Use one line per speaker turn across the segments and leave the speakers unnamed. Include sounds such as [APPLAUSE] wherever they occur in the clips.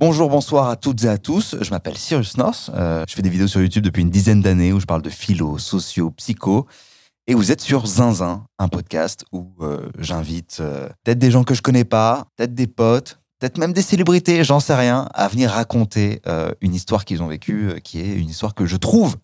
Bonjour, bonsoir à toutes et à tous. Je m'appelle Cyrus North. Euh, je fais des vidéos sur YouTube depuis une dizaine d'années où je parle de philo, socio, psycho. Et vous êtes sur Zinzin, un podcast où euh, j'invite euh, peut-être des gens que je connais pas, peut-être des potes, peut-être même des célébrités, j'en sais rien, à venir raconter euh, une histoire qu'ils ont vécue, euh, qui est une histoire que je trouve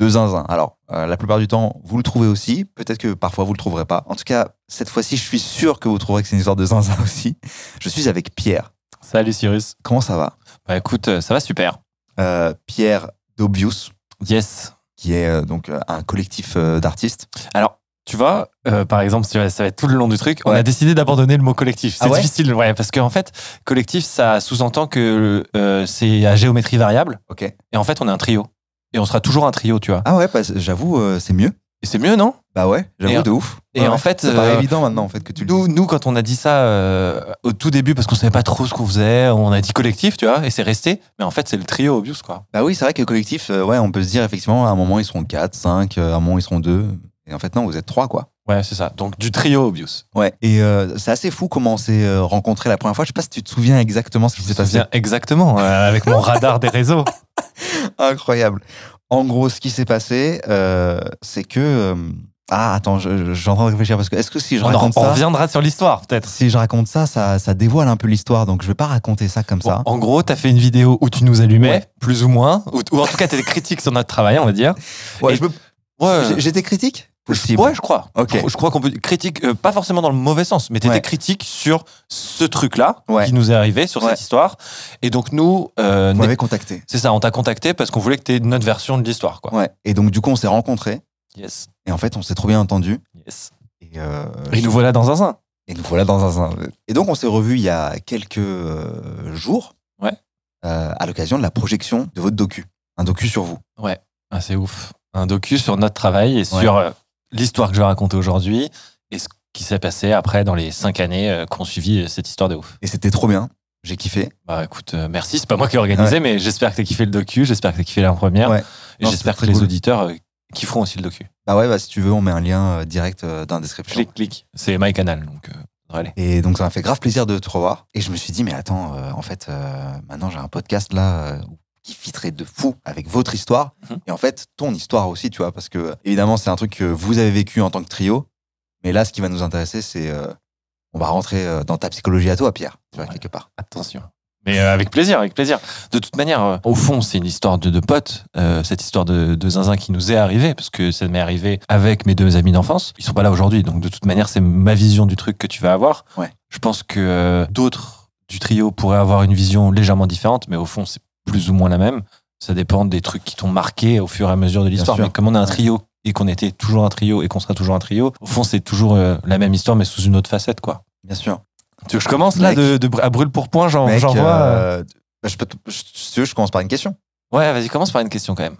de Zinzin. Alors, euh, la plupart du temps, vous le trouvez aussi. Peut-être que parfois, vous le trouverez pas. En tout cas, cette fois-ci, je suis sûr que vous trouverez que c'est une histoire de Zinzin [LAUGHS] aussi. Je suis avec Pierre.
Salut Cyrus.
Comment ça va
Bah écoute, euh, ça va super.
Euh, Pierre Dobius,
Yes.
qui est euh, donc euh, un collectif euh, d'artistes.
Alors, tu vois, euh, par exemple, tu vois, ça va être tout le long du truc, on
Ouais.
a décidé d'abandonner le mot collectif. C'est
Ah ouais
difficile, ouais, parce qu'en fait, collectif, ça sous-entend que euh, c'est à géométrie variable,
Ok.
et en fait, on est un trio. Et on sera toujours un trio, tu vois.
Ah ouais, bah, j'avoue, euh, c'est mieux.
Et c'est mieux, non
Bah ouais,
Et
j'avoue
en-
de ouf.
et
Ouais,
en
ouais.
fait,
ça paraît
euh,
évident maintenant en fait que tu le dis.
nous, nous, quand on a dit ça euh, au tout début, parce qu'on savait pas trop ce qu'on faisait, on a dit collectif, tu vois, et c'est resté. Mais en fait, c'est le trio obvious, quoi.
Bah oui, c'est vrai que collectif, euh, ouais, on peut se dire effectivement, à un moment ils seront 4, 5, à un moment ils seront 2. Et en fait, non, vous êtes 3 quoi.
Ouais, c'est ça. Donc, du trio obvious.
Ouais. Et euh, c'est assez fou comment on s'est euh, rencontrés la première fois. Je sais pas si tu te souviens exactement ce qui s'est
Ça
passé.
vient exactement euh, avec mon radar des [LAUGHS] réseaux.
[LAUGHS] Incroyable. En gros, ce qui s'est passé, euh, c'est que. euh, ah, attends, je- je- je suis en train de réfléchir parce que est-ce que si je
On, en-
raconte
on
ça.
reviendra sur l'histoire, peut-être.
Si je raconte ça, ça, ça dévoile un peu l'histoire, donc je vais pas raconter ça comme ça.
Bon, en gros, t'as fait une vidéo où tu nous allumais,
Ouais.
plus ou moins, ou, ou en tout cas, t'étais critique sur notre travail, on va dire.
Ouais,
et-
je me-
euh,
J'ai- J'étais critique Possible.
ouais, je crois.
Ok.
Je, crois- je crois qu'on peut critique, euh, pas forcément dans le mauvais sens, mais t'étais
Ouais.
critique sur ce truc-là
Ouais.
qui nous est arrivé, sur
Ouais.
cette histoire. Et donc nous, euh,
Vous
n'est-
m'avez contacté.
c'est ça, on t'a contacté parce qu'on voulait que t'aies notre version de l'histoire, quoi.
Ouais. Et donc, du coup, on s'est rencontrés.
Yes,
Et en fait, on s'est trop bien entendus.
yes.
Et, euh,
Et nous voilà dans un sein.
Et nous voilà dans un zinzin. Et donc, on s'est revus il y a quelques euh, jours.
Ouais.
euh, à l'occasion de la projection de votre docu. Un docu sur vous.
Ah, c'est ouf. Un docu sur notre travail et sur euh, l'histoire que je vais raconter aujourd'hui et ce qui s'est passé après dans les cinq années euh, qu'on suivit euh, cette histoire de ouf.
Et c'était trop bien. J'ai kiffé.
Bah écoute, euh, merci. C'est pas moi qui ai organisé, mais j'espère que t'as kiffé le docu, j'espère que t'as kiffé la première,
Ouais.
et
Non,
j'espère
c'est
que
très
les
cool.
auditeurs euh, kifferont aussi le docu.
Bah ouais, bah, si tu veux, on met un lien euh, direct euh, dans la description.
Clic, clic. C'est My Canal, donc euh, allez.
Et donc, ça m'a fait grave plaisir de te revoir. Et je me suis dit, mais attends, euh, en fait, euh, maintenant, j'ai un podcast là euh, qui fitterait de fou avec votre histoire.
Mhm.
Et en fait, ton histoire aussi, tu vois, parce que euh, évidemment, c'est un truc que vous avez vécu en tant que trio. Mais là, ce qui va nous intéresser, c'est. euh, on va rentrer euh, dans ta psychologie à toi, Pierre, tu vois,
Ouais.
quelque part.
Attention. Mais euh, avec plaisir, avec plaisir. De toute manière, euh, au fond, c'est une histoire de, de potes, euh, cette histoire de, de zinzin qui nous est arrivée, parce que ça m'est arrivé avec mes deux amis d'enfance. Ils sont pas là aujourd'hui, donc de toute manière, c'est ma vision du truc que tu vas avoir.
Ouais.
Je pense que euh, d'autres du trio pourraient avoir une vision légèrement différente, mais au fond, c'est plus ou moins la même. Ça dépend des trucs qui t'ont marqué au fur et à mesure de l'histoire.
sûr.
Mais comme on est un
Ouais.
trio et qu'on était toujours un trio et qu'on sera toujours un trio, au fond, c'est toujours euh, la même histoire, mais sous une autre facette, quoi.
Bien sûr.
Tu veux que je commence là
Mec.
de, de- à brûle pour point, j'en
Mec,
j'en vois, euh,
euh, bah, je, peux te- je- si tu veux, je commence par une question.
Ouais, vas-y, commence par une question quand même.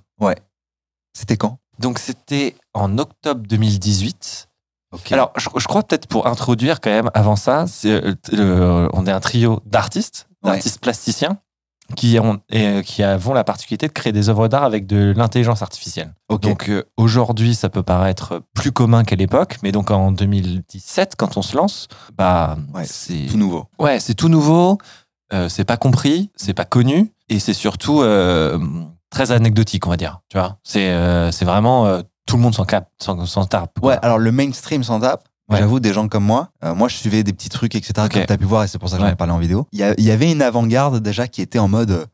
C'était quand
Donc, c'était en octobre 2018.
Ok.
Alors, je, je crois peut-être pour introduire quand même avant ça, c'est, euh, t- le- on est un trio d'artistes,
Ouais.
d'artistes plasticiens, qui, ont, et, euh, qui avons la particularité de créer des œuvres d'art avec de l'intelligence artificielle.
ok.
Donc euh, aujourd'hui, ça peut paraître plus commun qu'à l'époque, mais donc en 2017, quand on se lance, bah,
Ouais,
c'est
tout nouveau.
Ouais, c'est tout nouveau, euh, c'est pas compris, c'est pas connu, et c'est surtout euh, très anecdotique, on va dire. Tu vois, c'est euh, c'est vraiment euh, tout le monde s'en cap, s'en s'en tape. quoi.
Ouais, alors le mainstream s'en tape.
Ouais.
J'avoue, des gens comme moi, euh, moi je suivais des petits trucs, etc., comme
Ok.
tu as pu voir, et c'est pour ça que j'en ai
Ouais.
parlé en vidéo. Il y, a- il y avait une avant-garde déjà qui était en mode euh,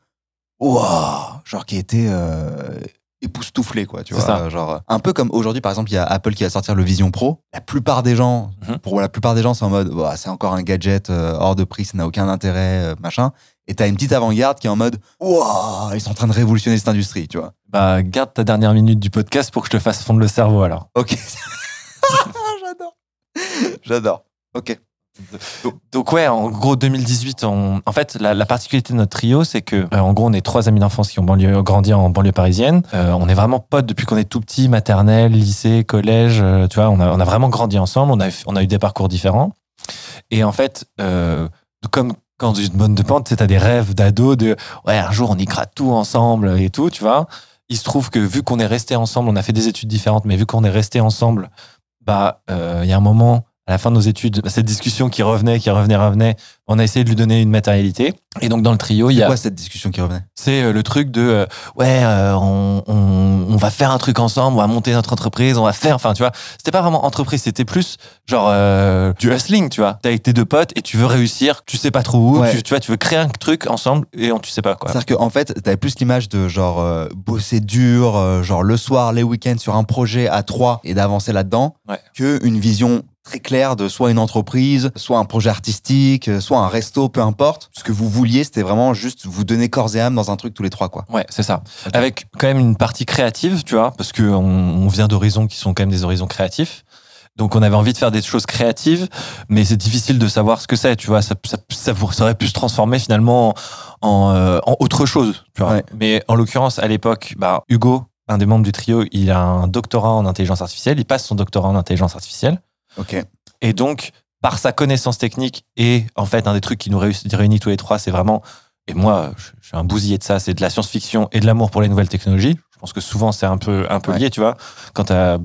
Wouah genre qui était euh, époustouflée, quoi, tu
C'est
vois.
ça.
euh, Genre, euh, un peu comme aujourd'hui, par exemple, il y a Apple qui va sortir le Vision Pro. La plupart des gens,
Mhm.
pour la plupart des gens, c'est en mode Wouah, c'est encore un gadget euh, hors de prix, ça n'a aucun intérêt, euh, machin. Et t'as une petite avant-garde qui est en mode Wouah ils sont en train de révolutionner cette industrie, tu vois.
Bah, garde ta dernière minute du podcast pour que je te fasse fondre le cerveau alors.
Ok. [LAUGHS] J'adore. J'adore. Ok.
Donc ouais, en gros 2018, on... en fait la, la particularité de notre trio, c'est que euh, en gros on est trois amis d'enfance qui ont banlieue, grandi en banlieue parisienne. Euh, on est vraiment potes depuis qu'on est tout petit, maternelle, lycée, collège. euh, tu vois, on a, on a vraiment grandi ensemble. On a, on a eu des parcours différents. Et en fait, euh, comme quand tu te bonne de pente, tu sais, t'as des rêves d'ado de ouais un jour on y gratte tout ensemble et tout, tu vois. Il se trouve que vu qu'on est resté ensemble, on a fait des études différentes, mais vu qu'on est resté ensemble, bah euh, il y a un moment à la fin de nos études, cette discussion qui revenait, qui revenait, revenait, on a essayé de lui donner une matérialité. Et donc, dans le trio, il y
C'est
a.
quoi cette discussion qui revenait
C'est euh, le truc de euh, ouais, euh, on, on- on va faire un truc ensemble, on va monter notre entreprise, on va faire. Enfin, tu vois, c'était pas vraiment entreprise, c'était plus genre euh, du hustling, tu vois. T'es avec tes deux potes et tu veux réussir, tu sais pas trop où,
Ouais.
tu, tu vois, tu veux créer un truc ensemble et on, tu sais pas quoi.
C'est-à-dire qu'en fait, t'avais plus l'image de genre euh, bosser dur, euh, genre le soir, les week-ends sur un projet à trois et d'avancer là-dedans,
Ouais.
que une vision très claire de soit une entreprise, soit un projet artistique, euh, soit un resto, peu importe. Ce que vous vouliez, c'était vraiment juste vous donner corps et âme dans un truc tous les trois, quoi.
Ouais, c'est ça.
Ok.
Avec quand même une partie créative, tu vois, parce que on, on vient d'horizons qui sont quand même des horizons créatifs. Donc on avait envie de faire des choses créatives, mais c'est difficile de savoir ce que c'est, tu vois. Ça, ça, ça pour- ça aurait pu se transformer finalement en, euh, en autre chose, tu vois.
Ouais.
Mais en l'occurrence, à l'époque, bah, Hugo, un des membres du trio, il a un doctorat en intelligence artificielle, il passe son doctorat en intelligence artificielle.
Ok.
Et donc, par sa connaissance technique et en fait, un des trucs qui nous réussit- réunit tous les trois, c'est vraiment, et moi, je je suis un bousillé de ça, c'est de la science-fiction et de l'amour pour les nouvelles technologies. Je pense que souvent, c'est un peu, un peu
Ouais.
lié, tu vois. Quand tu as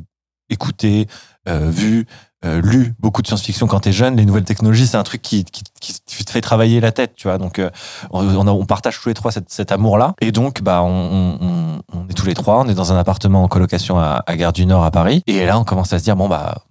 écouté, euh, vu, euh, lu beaucoup de science-fiction quand tu es jeune, les nouvelles technologies, c'est un truc qui, qui, qui te fait travailler la tête, tu vois. Donc, euh, on, on a- on partage tous les trois cet, cet amour-là. Et donc, bah, on, on- on- on est tous les trois, on est dans un appartement en colocation à, à Gare du Nord à Paris. Et là, on commence à se dire, bon, bah,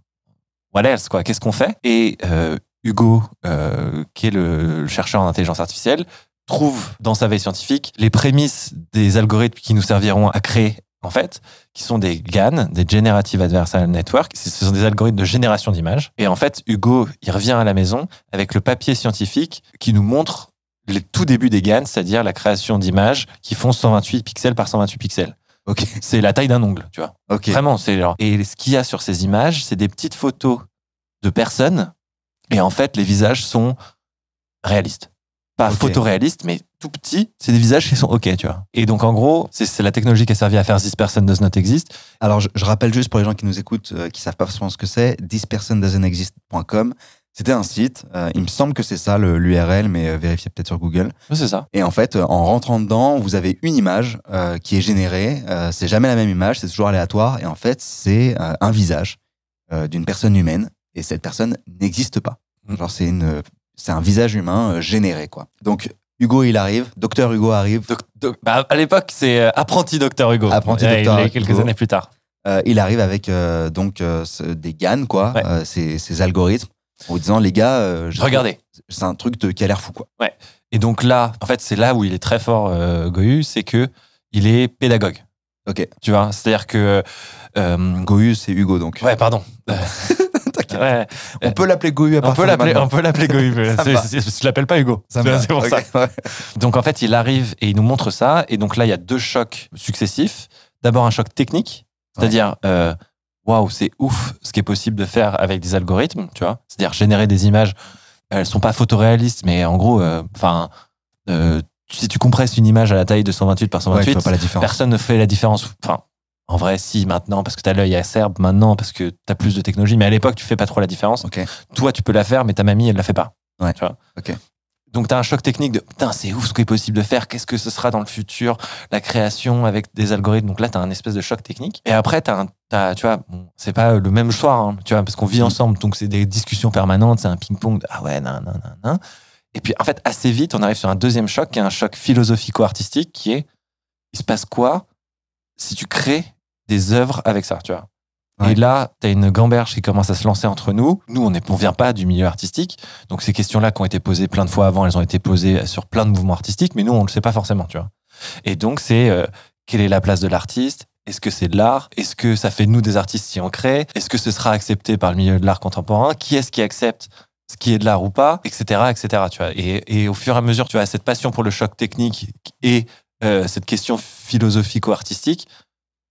what else, quoi, qu'est-ce qu'on fait Et euh, Hugo, euh, qui est le chercheur en intelligence artificielle, trouve dans sa veille scientifique les prémices des algorithmes qui nous serviront à créer, en fait, qui sont des GAN, des Generative Adversarial Network. Ce ce sont des algorithmes de génération d'images. Et en fait, Hugo, il revient à la maison avec le papier scientifique qui nous montre le tout début des GAN, c'est-à-dire la création d'images qui font 128 pixels par 128 pixels.
Ok. [LAUGHS]
C'est la taille d'un ongle, tu vois.
Ok.
Vraiment, c'est genre. Et ce qu'il y a sur ces images, c'est des petites photos de personnes. Et en fait, les visages sont réalistes. Pas
Ok.
photoréalistes, mais tout petits. C'est des visages qui sont OK, tu vois. Et donc, en gros, c'est- c'est la technologie qui a servi à faire This Person Does Not Exist.
Alors, je, je rappelle juste pour les gens qui nous écoutent, euh, qui savent pas forcément ce que c'est, thispersondoesn'texist.com. C'était un site, euh, il me semble que c'est ça le- l'URL, mais euh, vérifiez peut-être sur Google.
Ouais, C'est ça.
Et en fait, euh, en rentrant dedans, vous avez une image euh, qui est générée. Euh, c'est jamais la même image, c'est toujours aléatoire. Et en fait, c'est euh, un visage euh, d'une personne humaine. Et cette personne n'existe pas.
Mm.
Genre, c'est une, c'est un visage humain euh, généré, quoi. Donc, Hugo, il arrive. Docteur Hugo arrive.
Doc- doc- bah, à l'époque, c'est euh, Apprenti Docteur Hugo.
Apprenti
Ouais,
Dr.
il est quelques
Hugo.
années plus tard.
Euh, il arrive avec euh, donc euh, ce- des GAN, quoi,
Ouais.
euh, ces, ces algorithmes, en disant les gars, euh, je-
Regardez.
c'est un truc de, qui a l'air fou, quoi.
Et donc là, en fait, c'est là où il est très fort, euh, Goyu, c'est que il est pédagogue.
Ok.
Tu vois, c'est-à-dire que. euh,
Goyu, c'est Hugo, donc. euh,
ouais, pardon.
[LAUGHS] T'inquiète.
Ouais,
On peut l'appeler Goyu à
on
partir
peut
de
l'appeler,
maintenant.
on peut l'appeler Goyu.
Ça
C'est-
me va.
c'est- c'est- je l'appelle pas Hugo.
Ça me
Tu vois,
va.
c'est pour
Ok,
ça.
ouais.
Donc en fait, il arrive et il nous montre ça. Et donc là, il y a deux chocs successifs. D'abord un choc technique, c'est-à-dire euh, waouh, c'est ouf ce qui est possible de faire avec des algorithmes, tu vois. C'est-à-dire générer des images. Elles sont pas photoréalistes, mais en gros, euh, enfin, si tu compresses une image à la taille de 128 par
Ouais, tu
128,
vois pas la différence.
personne ne fait la différence. Enfin, en vrai, si maintenant, parce que t'as l'œil acerbe, maintenant, parce que t'as plus de technologie, mais à l'époque, tu fais pas trop la différence
Ok.
toi tu peux la faire mais ta mamie elle la fait pas
Ouais.
tu vois
Ok.
donc t'as un choc technique de putain c'est ouf ce qui est possible de faire qu'est-ce que ce sera dans le futur la création avec des algorithmes donc là t'as un espèce de choc technique et après t'as un t'as- tu vois bon, c'est pas le même soir hein, tu vois parce qu'on vit
Mm.
ensemble donc c'est des discussions permanentes c'est un ping pong ah ouais nan nan nan nan et puis en fait assez vite on arrive sur un deuxième choc qui est un choc philosophico-artistique qui est il se passe quoi si tu crées des œuvres avec ça tu vois
Ouais.
et là, tu as une gamberge qui commence à se lancer entre nous. Nous, on ne on vient pas du milieu artistique. Donc, ces questions-là qui ont été posées plein de fois avant, elles ont été posées sur plein de mouvements artistiques, mais nous, on ne le sait pas forcément, tu vois. Et donc, c'est euh, quelle est la place de l'artiste Est-ce que c'est de l'art Est-ce que ça fait de nous des artistes si on crée Est-ce que ce sera accepté par le milieu de l'art contemporain Qui est-ce qui accepte ce qui est de l'art ou pas, etc., etc. Tu vois. Et, et au fur et à mesure, tu as cette passion pour le choc technique et euh, cette question philosophico-artistique,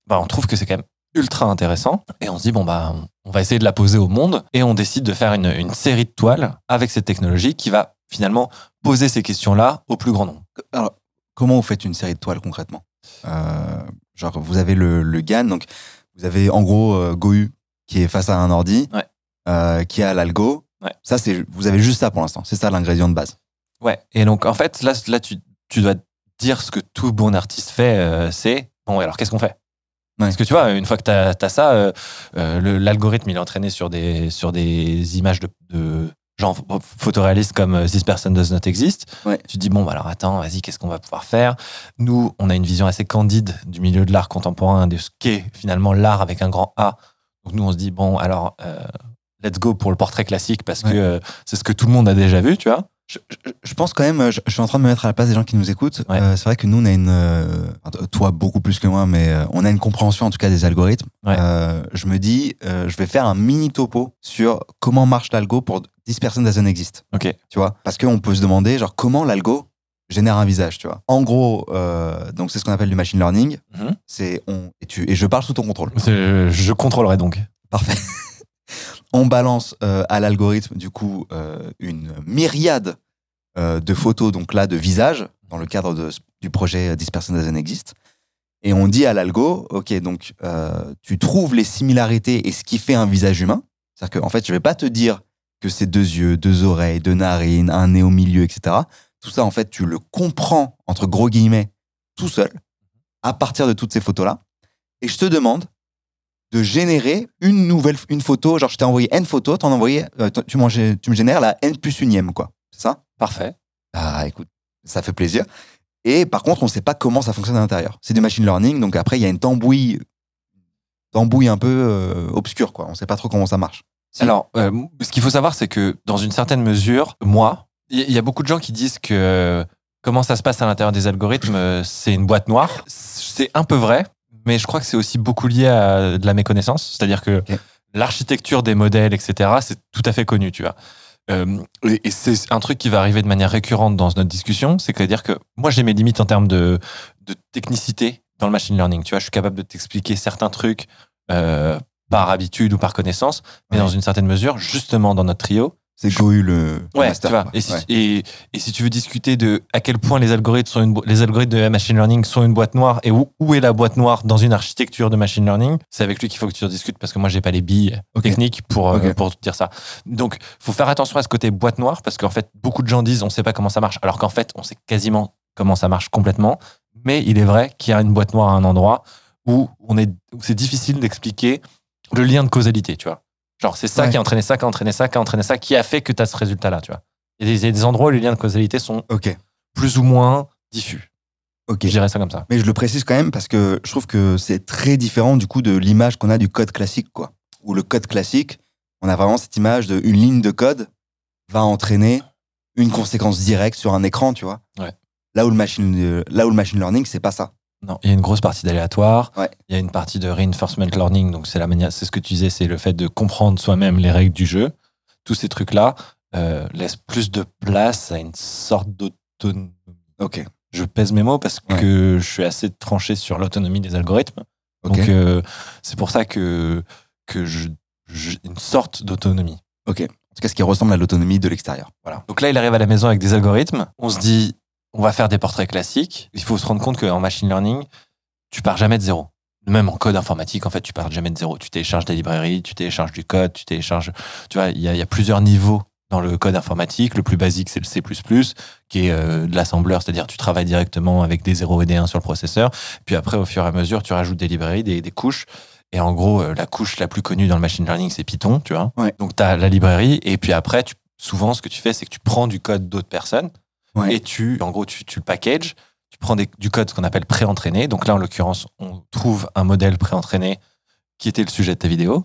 bah, on trouve que c'est quand même ultra intéressant. Et on se dit, bon, bah, on on va essayer de la poser au monde. Et on décide de faire une, une série de toiles avec cette technologie qui va finalement poser ces questions-là au plus grand nombre.
Alors, comment vous faites une série de toiles concrètement Euh, Genre, vous avez le, le GAN, donc vous avez en gros euh, Gohu qui est face à un ordi,
Ouais.
euh, qui a l'algo.
Ouais.
Ça, c'est vous avez juste ça pour l'instant. C'est ça l'ingrédient de base.
Ouais. Et donc, en fait, là, là tu, tu dois dire ce que tout bon artiste fait, euh, c'est bon, alors qu'est-ce qu'on fait
Ouais.
Parce que tu vois, une fois que tu as, ça, euh, euh, le- l'algorithme, il est entraîné sur des, sur des images de, de genre ph- photoréalistes comme euh, This Person Does Not Exist.
Ouais.
Tu te dis, bon, bah, alors attends, vas-y, qu'est-ce qu'on va pouvoir faire Nous, on a une vision assez candide du milieu de l'art contemporain, de ce qu'est finalement l'art avec un grand A. Donc nous, on se dit, bon, alors, euh, let's go pour le portrait classique parce
Ouais.
que euh, c'est ce que tout le monde a déjà vu, tu vois.
Je, je- je pense quand même, euh, je, je suis en train de me mettre à la place des gens qui nous écoutent.
Ouais.
Euh, c'est vrai que nous, on a une, euh, enfin, toi beaucoup plus que moi, mais euh, on a une compréhension en tout cas des algorithmes.
Ouais.
Euh, je me dis, euh, je vais faire un mini topo sur comment marche l'algo pour 10 personnes doesn't exist.
Ok.
Tu vois, parce qu'on peut se demander, genre, comment l'algo génère un visage, tu vois. En gros, euh, donc c'est ce qu'on appelle du machine learning.
Mhm.
C'est on et tu et je parle sous ton contrôle.
Je, je contrôlerai donc.
Parfait. On balance euh, à l'algorithme, du coup, euh, une myriade euh, de photos, donc là, de visages, dans le cadre de- du projet 10 personnes doesn't exist. Et on dit à l'algo, OK, donc euh, tu trouves les similarités et ce qui fait un visage humain. C'est-à-dire qu'en fait, je vais pas te dire que c'est deux yeux, deux oreilles, deux narines, un nez au milieu, etc. Tout ça, en fait, tu le comprends, entre gros guillemets, tout seul, à partir de toutes ces photos-là. Et je te demande de générer une nouvelle une photo. Genre, je t'ai envoyé N photos, t'en envoyais, euh, t- tu, m'en gé- tu me génères la N plus unième, quoi. C'est ça
Parfait.
Ah, écoute, ça fait plaisir. Et par contre, on ne sait pas comment ça fonctionne à l'intérieur. C'est du machine learning, donc après, il y a une tambouille, tambouille un peu euh, obscure, quoi. On ne sait pas trop comment ça marche. Si.
Alors, euh, m- ce qu'il faut savoir, c'est que dans une certaine mesure, moi, il y- y, a beaucoup de gens qui disent que euh, comment ça se passe à l'intérieur des algorithmes, euh, c'est une boîte noire. C'est un peu vrai, mais je crois que c'est aussi beaucoup lié à de la méconnaissance. C'est-à-dire que
Ok.
l'architecture des modèles, etc., c'est tout à fait connu, tu vois. Euh, et et c'est un truc qui va arriver de manière récurrente dans notre discussion, c'est-à-dire que moi j'ai mes limites en termes de, de technicité dans le machine learning. Tu vois, je suis capable de t'expliquer certains trucs euh, par habitude ou par connaissance, mais
Ouais.
dans une certaine mesure, justement dans notre trio.
C'est Gohu le le
Ouais,
master,
tu vois.
quoi.
Et si,
Ouais.
et, et si tu veux discuter de à quel point les algorithmes sont une bo- les algorithmes de machine learning sont une boîte noire et où, où est la boîte noire dans une architecture de machine learning, c'est avec lui qu'il faut que tu en discutes parce que moi j'ai pas les billes
Ok.
techniques pour euh,
Ok.
pour te dire ça. Donc faut faire attention à ce côté boîte noire parce qu'en fait beaucoup de gens disent on sait pas comment ça marche alors qu'en fait on sait quasiment comment ça marche complètement. Mais il est vrai qu'il y a une boîte noire à un endroit où on est où c'est difficile d'expliquer le lien de causalité, tu vois. Genre, c'est ça
Ouais.
qui a entraîné ça, qui a entraîné ça, qui a entraîné ça, qui a fait que tu as ce résultat-là, tu vois. Il y, a des- il y a des endroits où les liens de causalité sont
Ok,
plus ou moins diffus.
ok.
Je dirais ça comme ça.
Mais je le précise quand même parce que je trouve que c'est très différent du coup de l'image qu'on a du code classique, quoi. Où le code classique, on a vraiment cette image de une ligne de code va entraîner une conséquence directe sur un écran, tu vois.
Ouais.
Là où le machine, euh, là où le machine learning, c'est pas ça.
Non, il y a une grosse partie d'aléatoire.
Ouais.
Il y a une partie de reinforcement learning. Donc, c'est la manière, c'est ce que tu disais, c'est le fait de comprendre soi-même les règles du jeu. Tous ces trucs-là euh, laissent plus de place à une sorte d'autonomie.
Ok.
Je pèse mes mots parce
Ouais.
que je suis assez tranché sur l'autonomie des algorithmes.
Ok.
Donc, euh, c'est pour ça que, que je- j'ai une sorte d'autonomie.
En tout cas, ce qui ressemble à l'autonomie de l'extérieur.
Voilà. Donc là, il arrive à la maison avec des algorithmes. On se dit, on va faire des portraits classiques. Il faut se rendre compte qu'en machine learning, tu pars jamais de zéro. Même en code informatique, en fait, tu pars jamais de zéro. Tu télécharges des librairies, tu télécharges du code, tu télécharges. Tu vois, il y, a- il y a plusieurs niveaux dans le code informatique. Le plus basique, c'est le C, qui est euh, de l'assembleur, c'est-à-dire tu travailles directement avec des 0 et des 1 sur le processeur. Puis après, au fur et à mesure, tu rajoutes des librairies, des, des couches. Et en gros, euh, la couche la plus connue dans le machine learning, c'est Python, tu vois.
Ouais.
Donc, tu as la librairie, et puis après, tu souvent, ce que tu fais, c'est que tu prends du code d'autres personnes
Ouais.
et tu, en gros, tu, tu le packages. Tu prends des- du code ce qu'on appelle pré-entraîné. Donc là, en l'occurrence, on trouve un modèle pré-entraîné qui était le sujet de ta vidéo.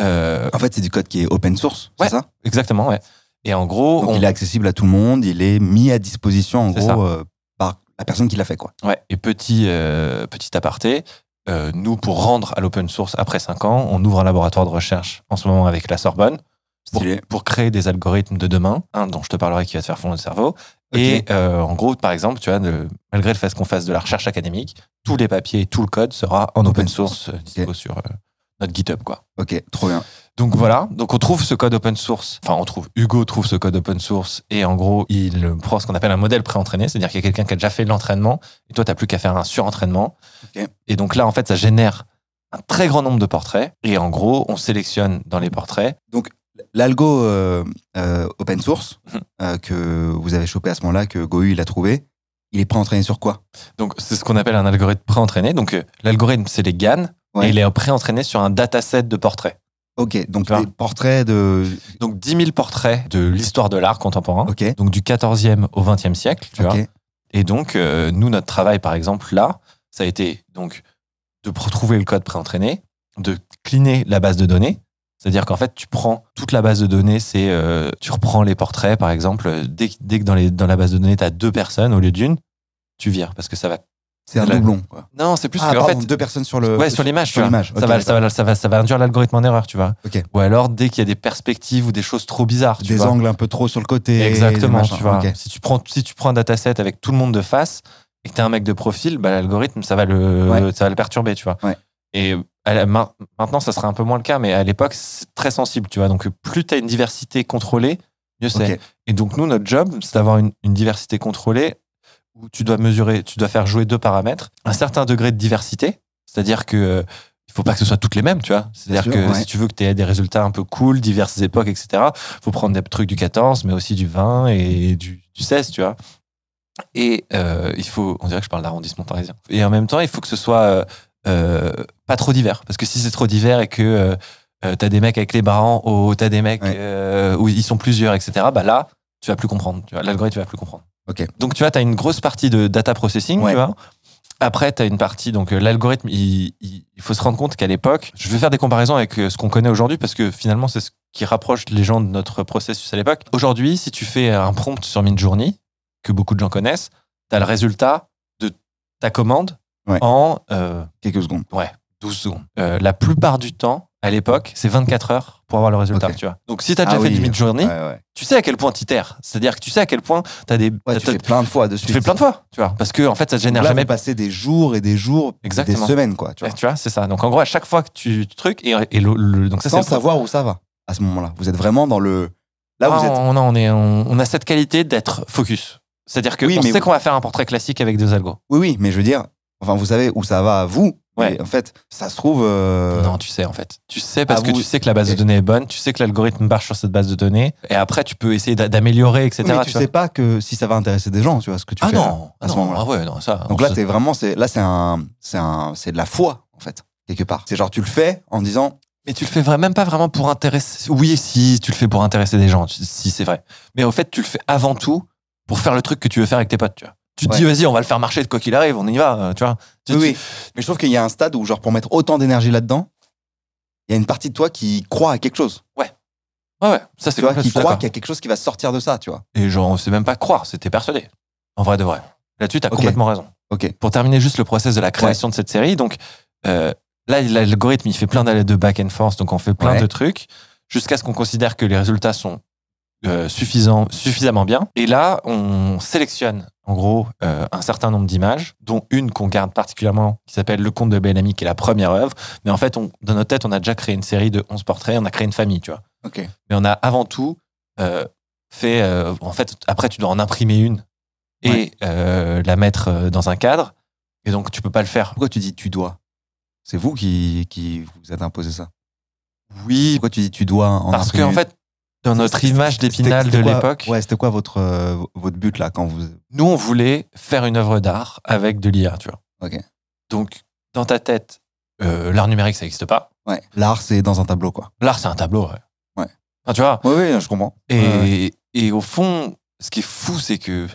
Euh,
En fait, c'est du code qui est open source,
Ouais.
c'est ça
exactement, ouais. Et en gros,
Donc,
on-
il est accessible à tout le monde, il est mis à disposition, en
C'est ça.
gros, euh, par la personne qui l'a fait, quoi.
Ouais, et petit, euh, petit aparté, euh, nous, pour rendre à l'open source après 5 ans, on ouvre un laboratoire de recherche en ce moment avec la Sorbonne pour,
Stylé.
pour créer des algorithmes de demain, un dont je te parlerai qui va te faire fondre le cerveau. Et euh, en gros, par exemple, tu vois, le- malgré le fait qu'on fasse de la recherche académique, tous les papiers et tout le code sera en open source, euh, dispo
Ok.
sur euh, notre GitHub, quoi.
Ok, trop bien.
Donc voilà, donc on trouve ce code open source, enfin on trouve, Hugo trouve ce code open source et en gros il prend ce qu'on appelle un modèle pré-entraîné, c'est-à-dire qu'il y a quelqu'un qui a déjà fait l'entraînement et toi t'as plus qu'à faire un surentraînement.
Ok.
Et donc là en fait ça génère un très grand nombre de portraits et en gros on sélectionne dans les portraits.
L'algo euh, euh, open source
Mhm.
euh, que vous avez chopé à ce moment-là, que Gohu il a trouvé, il est pré-entraîné sur quoi
Donc c'est ce qu'on appelle un algorithme pré-entraîné. Donc euh, l'algorithme c'est les GAN,
Ouais.
et il est pré-entraîné sur un dataset de portraits.
Ok, donc
Tu vois.
les portraits de.
Donc 10 000 portraits de l'histoire de l'art contemporain,
Ok.
donc du 14e au 20e siècle, tu vois.
ok.
Et donc, euh, nous, notre travail, par exemple, là, ça a été donc de pr- trouver le code pré-entraîné, de cleaner la base de données. C'est-à-dire qu'en fait, tu prends toute la base de données, c'est euh, tu reprends les portraits, par exemple. euh, Dès, que- dès que dans, les, dans la base de données, tu as deux personnes au lieu d'une, tu vires parce que ça va.
C'est un
la-
doublon. Quoi.
Non, c'est plus
Ah,
que, en
pardon,
fait,
deux personnes sur le.
ouais, sur l'image, tu
Euh, sur
vois.
l'image.
ça,
ok,
va, ça, va, ça, va, ça va induire l'algorithme en erreur, tu vois.
Ok.
Ou alors, dès qu'il y a des perspectives ou des choses trop bizarres, tu
Des
vois.
angles un peu trop sur le côté. des
Exactement,
machins,
tu vois.
ok.
Si, tu prends, si tu prends un dataset avec tout le monde de face et que tu un mec de profil, bah, l'algorithme, ça, va le
Ouais.
ça va le perturber, tu vois.
Ouais.
Et à la- ma- maintenant, ça sera un peu moins le cas, mais à l'époque, c'est très sensible, tu vois. Donc, plus tu as une diversité contrôlée, mieux c'est.
Ok.
Et donc, nous, notre job, c'est d'avoir une, une diversité contrôlée où tu dois mesurer, tu dois faire jouer deux paramètres. Un certain degré de diversité, c'est-à-dire que euh, il faut pas que ce soit toutes les mêmes, tu vois. C'est-à-dire
sûr,
que
ouais.
si tu veux que tu aies des résultats un peu cool, diverses époques, etc., faut prendre des trucs du 14, mais aussi du 20 et du, du 16, tu vois. Et euh, il faut, on dirait que je parle d'arrondissement parisien. Et en même temps, il faut que ce soit euh, euh, pas trop divers. Parce que si c'est trop divers et que euh, euh, t'as des mecs avec les barons, ou t'as des mecs
Ouais.
euh, où ils sont plusieurs, etc., bah là, tu vas plus comprendre. Tu vois, l'algorithme va plus comprendre.
Ok.
Donc tu vois, t'as une grosse partie de data processing,
Ouais.
tu vois. Après, tu as une partie, donc euh, l'algorithme, il, il- il faut se rendre compte qu'à l'époque, je vais faire des comparaisons avec euh, ce qu'on connaît aujourd'hui parce que finalement, c'est ce qui rapproche les gens de notre processus à l'époque. Aujourd'hui, si tu fais un prompt sur Midjourney, que beaucoup de gens connaissent, tu as le résultat de ta commande
Ouais.
en euh,
Quelques secondes.
12 secondes. Euh, la plupart du temps, à l'époque, c'est 24 heures pour avoir le résultat,
Ok.
tu vois. Donc si tu as
Ah
déjà fait
oui.
du Midjourney,
Ouais, ouais.
tu sais à quel point tu terres. C'est-à-dire que tu sais à quel point t'as des,
Ouais, tu
t'as-
fais plein de fois de
tu
suite.
fais plein de fois, tu vois. Parce que en fait, ça te génère
Là,
jamais
vous passez des jours et des jours,
Exactement.
des semaines, quoi. Tu
Tu
vois.
vois, c'est ça. Donc en gros, à chaque fois que tu tu trucs, et, et le- le- donc ça c'est
Sans
le-
savoir où ça va à ce moment-là. Vous êtes vraiment dans le. Là,
Ah,
vous êtes.
on, non, on, est, on, on a cette qualité d'être focus. C'est-à-dire que
Oui,
on
mais-
sait qu'on va faire un portrait classique avec deux algos.
Oui, oui, mais je veux dire, enfin, vous savez où ça va à vous.
Ouais.
mais en fait, ça se trouve. euh,
Non, tu sais en fait. Tu sais parce
ah,
que
vous-
tu sais que la base
ok.
de données est bonne, tu sais que l'algorithme marche sur cette base de données, et après tu peux essayer d'a- d'améliorer, etc.
oui, mais tu
tu vois.
sais pas que si ça va intéresser des gens, tu vois ce que tu
ah
fais. là.
non,
à
ah
ce
non,
moment-là.
ah ouais, non, ça.
Donc
on
là,
se-
c'est vraiment, c'est là, c'est un, c'est un, c'est de la foi en fait quelque part. C'est genre tu le fais en disant
Mais tu le fais vra- même pas vraiment pour intéresser. Oui, si tu le fais pour intéresser des gens, tu- si c'est vrai. Mais au fait, tu le fais avant tout pour faire le truc que tu veux faire avec tes potes. Tu, vois. tu te
Ouais.
dis, vas-y, on va le faire marcher de quoi qu'il arrive, on y va. euh, Tu vois. Tu-
oui,
tu-
oui. Mais je trouve qu'il y a un stade où genre pour mettre autant d'énergie là-dedans, il y a une partie de toi qui croit à quelque chose.
Ouais, ouais, ça c'est
Tu vois,
complètement-
qui
je suis
croit
d'accord.
qu'il y a quelque chose qui va sortir de ça, tu vois.
Et genre, on sait même pas croire, c'était persuadé. En vrai de vrai. Là-dessus, t'as
Ok.
complètement raison.
Ok.
Pour terminer juste le process de la création de cette série, donc euh, là, il- l'algorithme, il fait plein d'aller de back and forth, donc on fait plein
Ouais.
de trucs, jusqu'à ce qu'on considère que les résultats sont euh, suffisants, suffisamment bien. Et là, on sélectionne, en gros, euh, un certain nombre d'images, dont une qu'on garde particulièrement, qui s'appelle Le Comte de Bellamy, qui est la première œuvre. Mais en fait, on, dans notre tête, on a déjà créé une série de 11 portraits, on a créé une famille, tu vois
Ok.
mais on a avant tout euh, fait. euh, en fait, après, tu dois en imprimer une et
Ouais.
euh, la mettre euh, dans un cadre. Et donc, tu peux pas le faire.
Pourquoi tu dis tu dois C'est vous qui qui vous êtes imposé ça.
Oui,
Pourquoi tu dis tu dois en
parce
imprimer
qu'en
une
fait, dans notre image
C'était-
d'épinal de
c'était quoi-
l'époque,
Ouais, c'était quoi votre euh, votre but là quand vous
nous, on voulait faire une œuvre d'art avec de l'IA, tu vois.
Ok.
Donc, dans ta tête, euh, l'art numérique, ça n'existe pas.
Ouais. L'art c'est dans un tableau quoi.
L'art, c'est un tableau, ouais.
Ouais.
Enfin, tu vois,
Oui, oui, je comprends.
Et,
Ouais, ouais.
et au fond, ce qui est fou, c'est que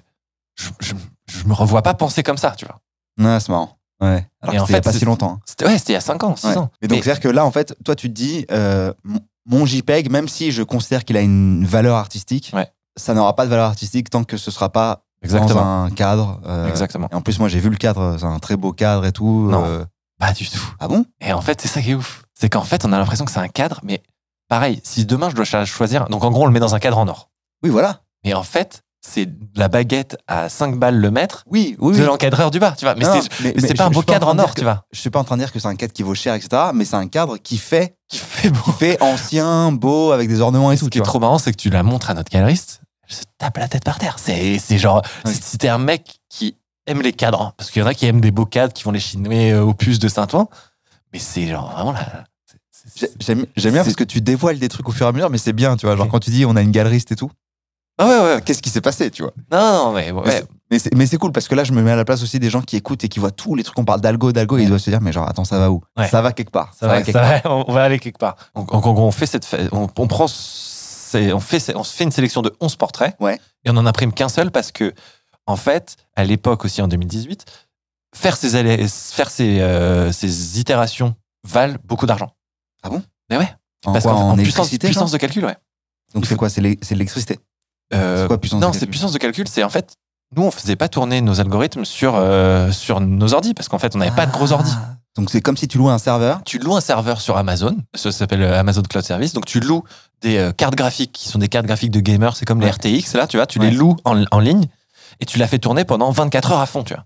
je, je, je me revois pas penser comme ça, tu vois.
Ouais, c'est marrant. Ouais. Alors
Et
que c'était
en fait,
il y a pas
c'est-
si longtemps.
C'était ouais, c'était il y a 5 ans, 6
Ouais.
ans.
Mais donc,
Mais-
c'est-à-dire que là, en fait, toi, tu te dis, euh, mon- mon JPEG, même si je considère qu'il a une valeur artistique,
Ouais.
ça n'aura pas de valeur artistique tant que ce sera pas
Exactement.
dans un cadre. euh,
Exactement.
Et en plus, moi, j'ai vu le cadre, c'est un très beau cadre et tout.
Non.
euh,
Pas du tout.
ah bon
Et en fait, c'est ça qui est ouf. C'est qu'en fait, on a l'impression que c'est un cadre, mais pareil, si demain je dois cho- choisir. Donc en gros, on le met dans un cadre en or.
Oui, voilà.
Mais en fait, c'est de la baguette à 5 balles le mètre
Oui, oui,
de
oui.
l'encadreur du bar, tu vois. Mais
Non,
c'est
non, mais-
mais
mais
c'est
je-
pas un
je
beau
suis pas en
cadre en
train de
or,
dire
tu vois.
que- Je suis pas en train de dire que c'est un cadre qui vaut cher, etc. Mais c'est un cadre qui fait,
Qui fait beau.
qui fait ancien, beau, avec des ornements et
Ce
tout.
qui
Tu
est
vois.
trop marrant, c'est que tu la montres à notre galeriste, elle se tape la tête par terre. C'est c'est genre,
Oui.
si si t'es un mec qui aime les cadres, hein, parce qu'il y en a qui aiment des beaux cadres, qui vont les chiner euh, aux puces de Saint-Ouen, mais c'est genre vraiment la. c'est- c'est-
J'ai- J'aime j'aime bien
C'est-
parce que tu dévoiles des trucs au fur et à mesure, mais c'est bien, tu vois. Genre,
Ok.
quand tu dis on a une galeriste et tout,
Ah ouais, ouais.
Qu'est-ce qui s'est passé, tu vois
Non, non, mais ouais.
Mais Mais c'est- mais c'est cool parce que là, je me mets à la place aussi des gens qui écoutent et qui voient tous les trucs qu'on parle d'algo, d'algo, et ils doivent se dire, mais genre, attends, ça va où
Ouais.
Ça va quelque part.
Ça va,
quelque
ça va, on va aller quelque part. Donc, en gros, on fait cette, fa- on, on prend, ces- on fait, ces- on se fait une sélection de 11 portraits.
Ouais.
Et on n'en imprime qu'un seul parce que, en fait, à l'époque aussi en 2018, faire ces, allées- faire ces, euh, ces itérations valent beaucoup d'argent.
Ah bon
Mais ouais.
En,
parce
quoi,
qu'en
en
en puissance,
électricité genre
puissance de calcul, ouais.
Donc c'est quoi C'est l'é- c'est de l'électricité
Euh,
C'est quoi, puissance de
Non,
calcul
c'est puissance de calcul. C'est en fait, nous, on faisait pas tourner nos algorithmes sur, euh, sur nos ordi parce qu'en fait, on n'avait pas de gros ordi.
Ah. Donc c'est comme si tu louais un serveur.
tu loues un serveur sur Amazon, ça s'appelle euh, Amazon Cloud Service, donc tu loues des euh, cartes graphiques qui sont des cartes graphiques de gamers, c'est comme
Ouais.
les RTX, là, tu vois, tu
Ouais.
les loues en, en ligne et tu la fais tourner pendant 24 heures à fond, tu vois.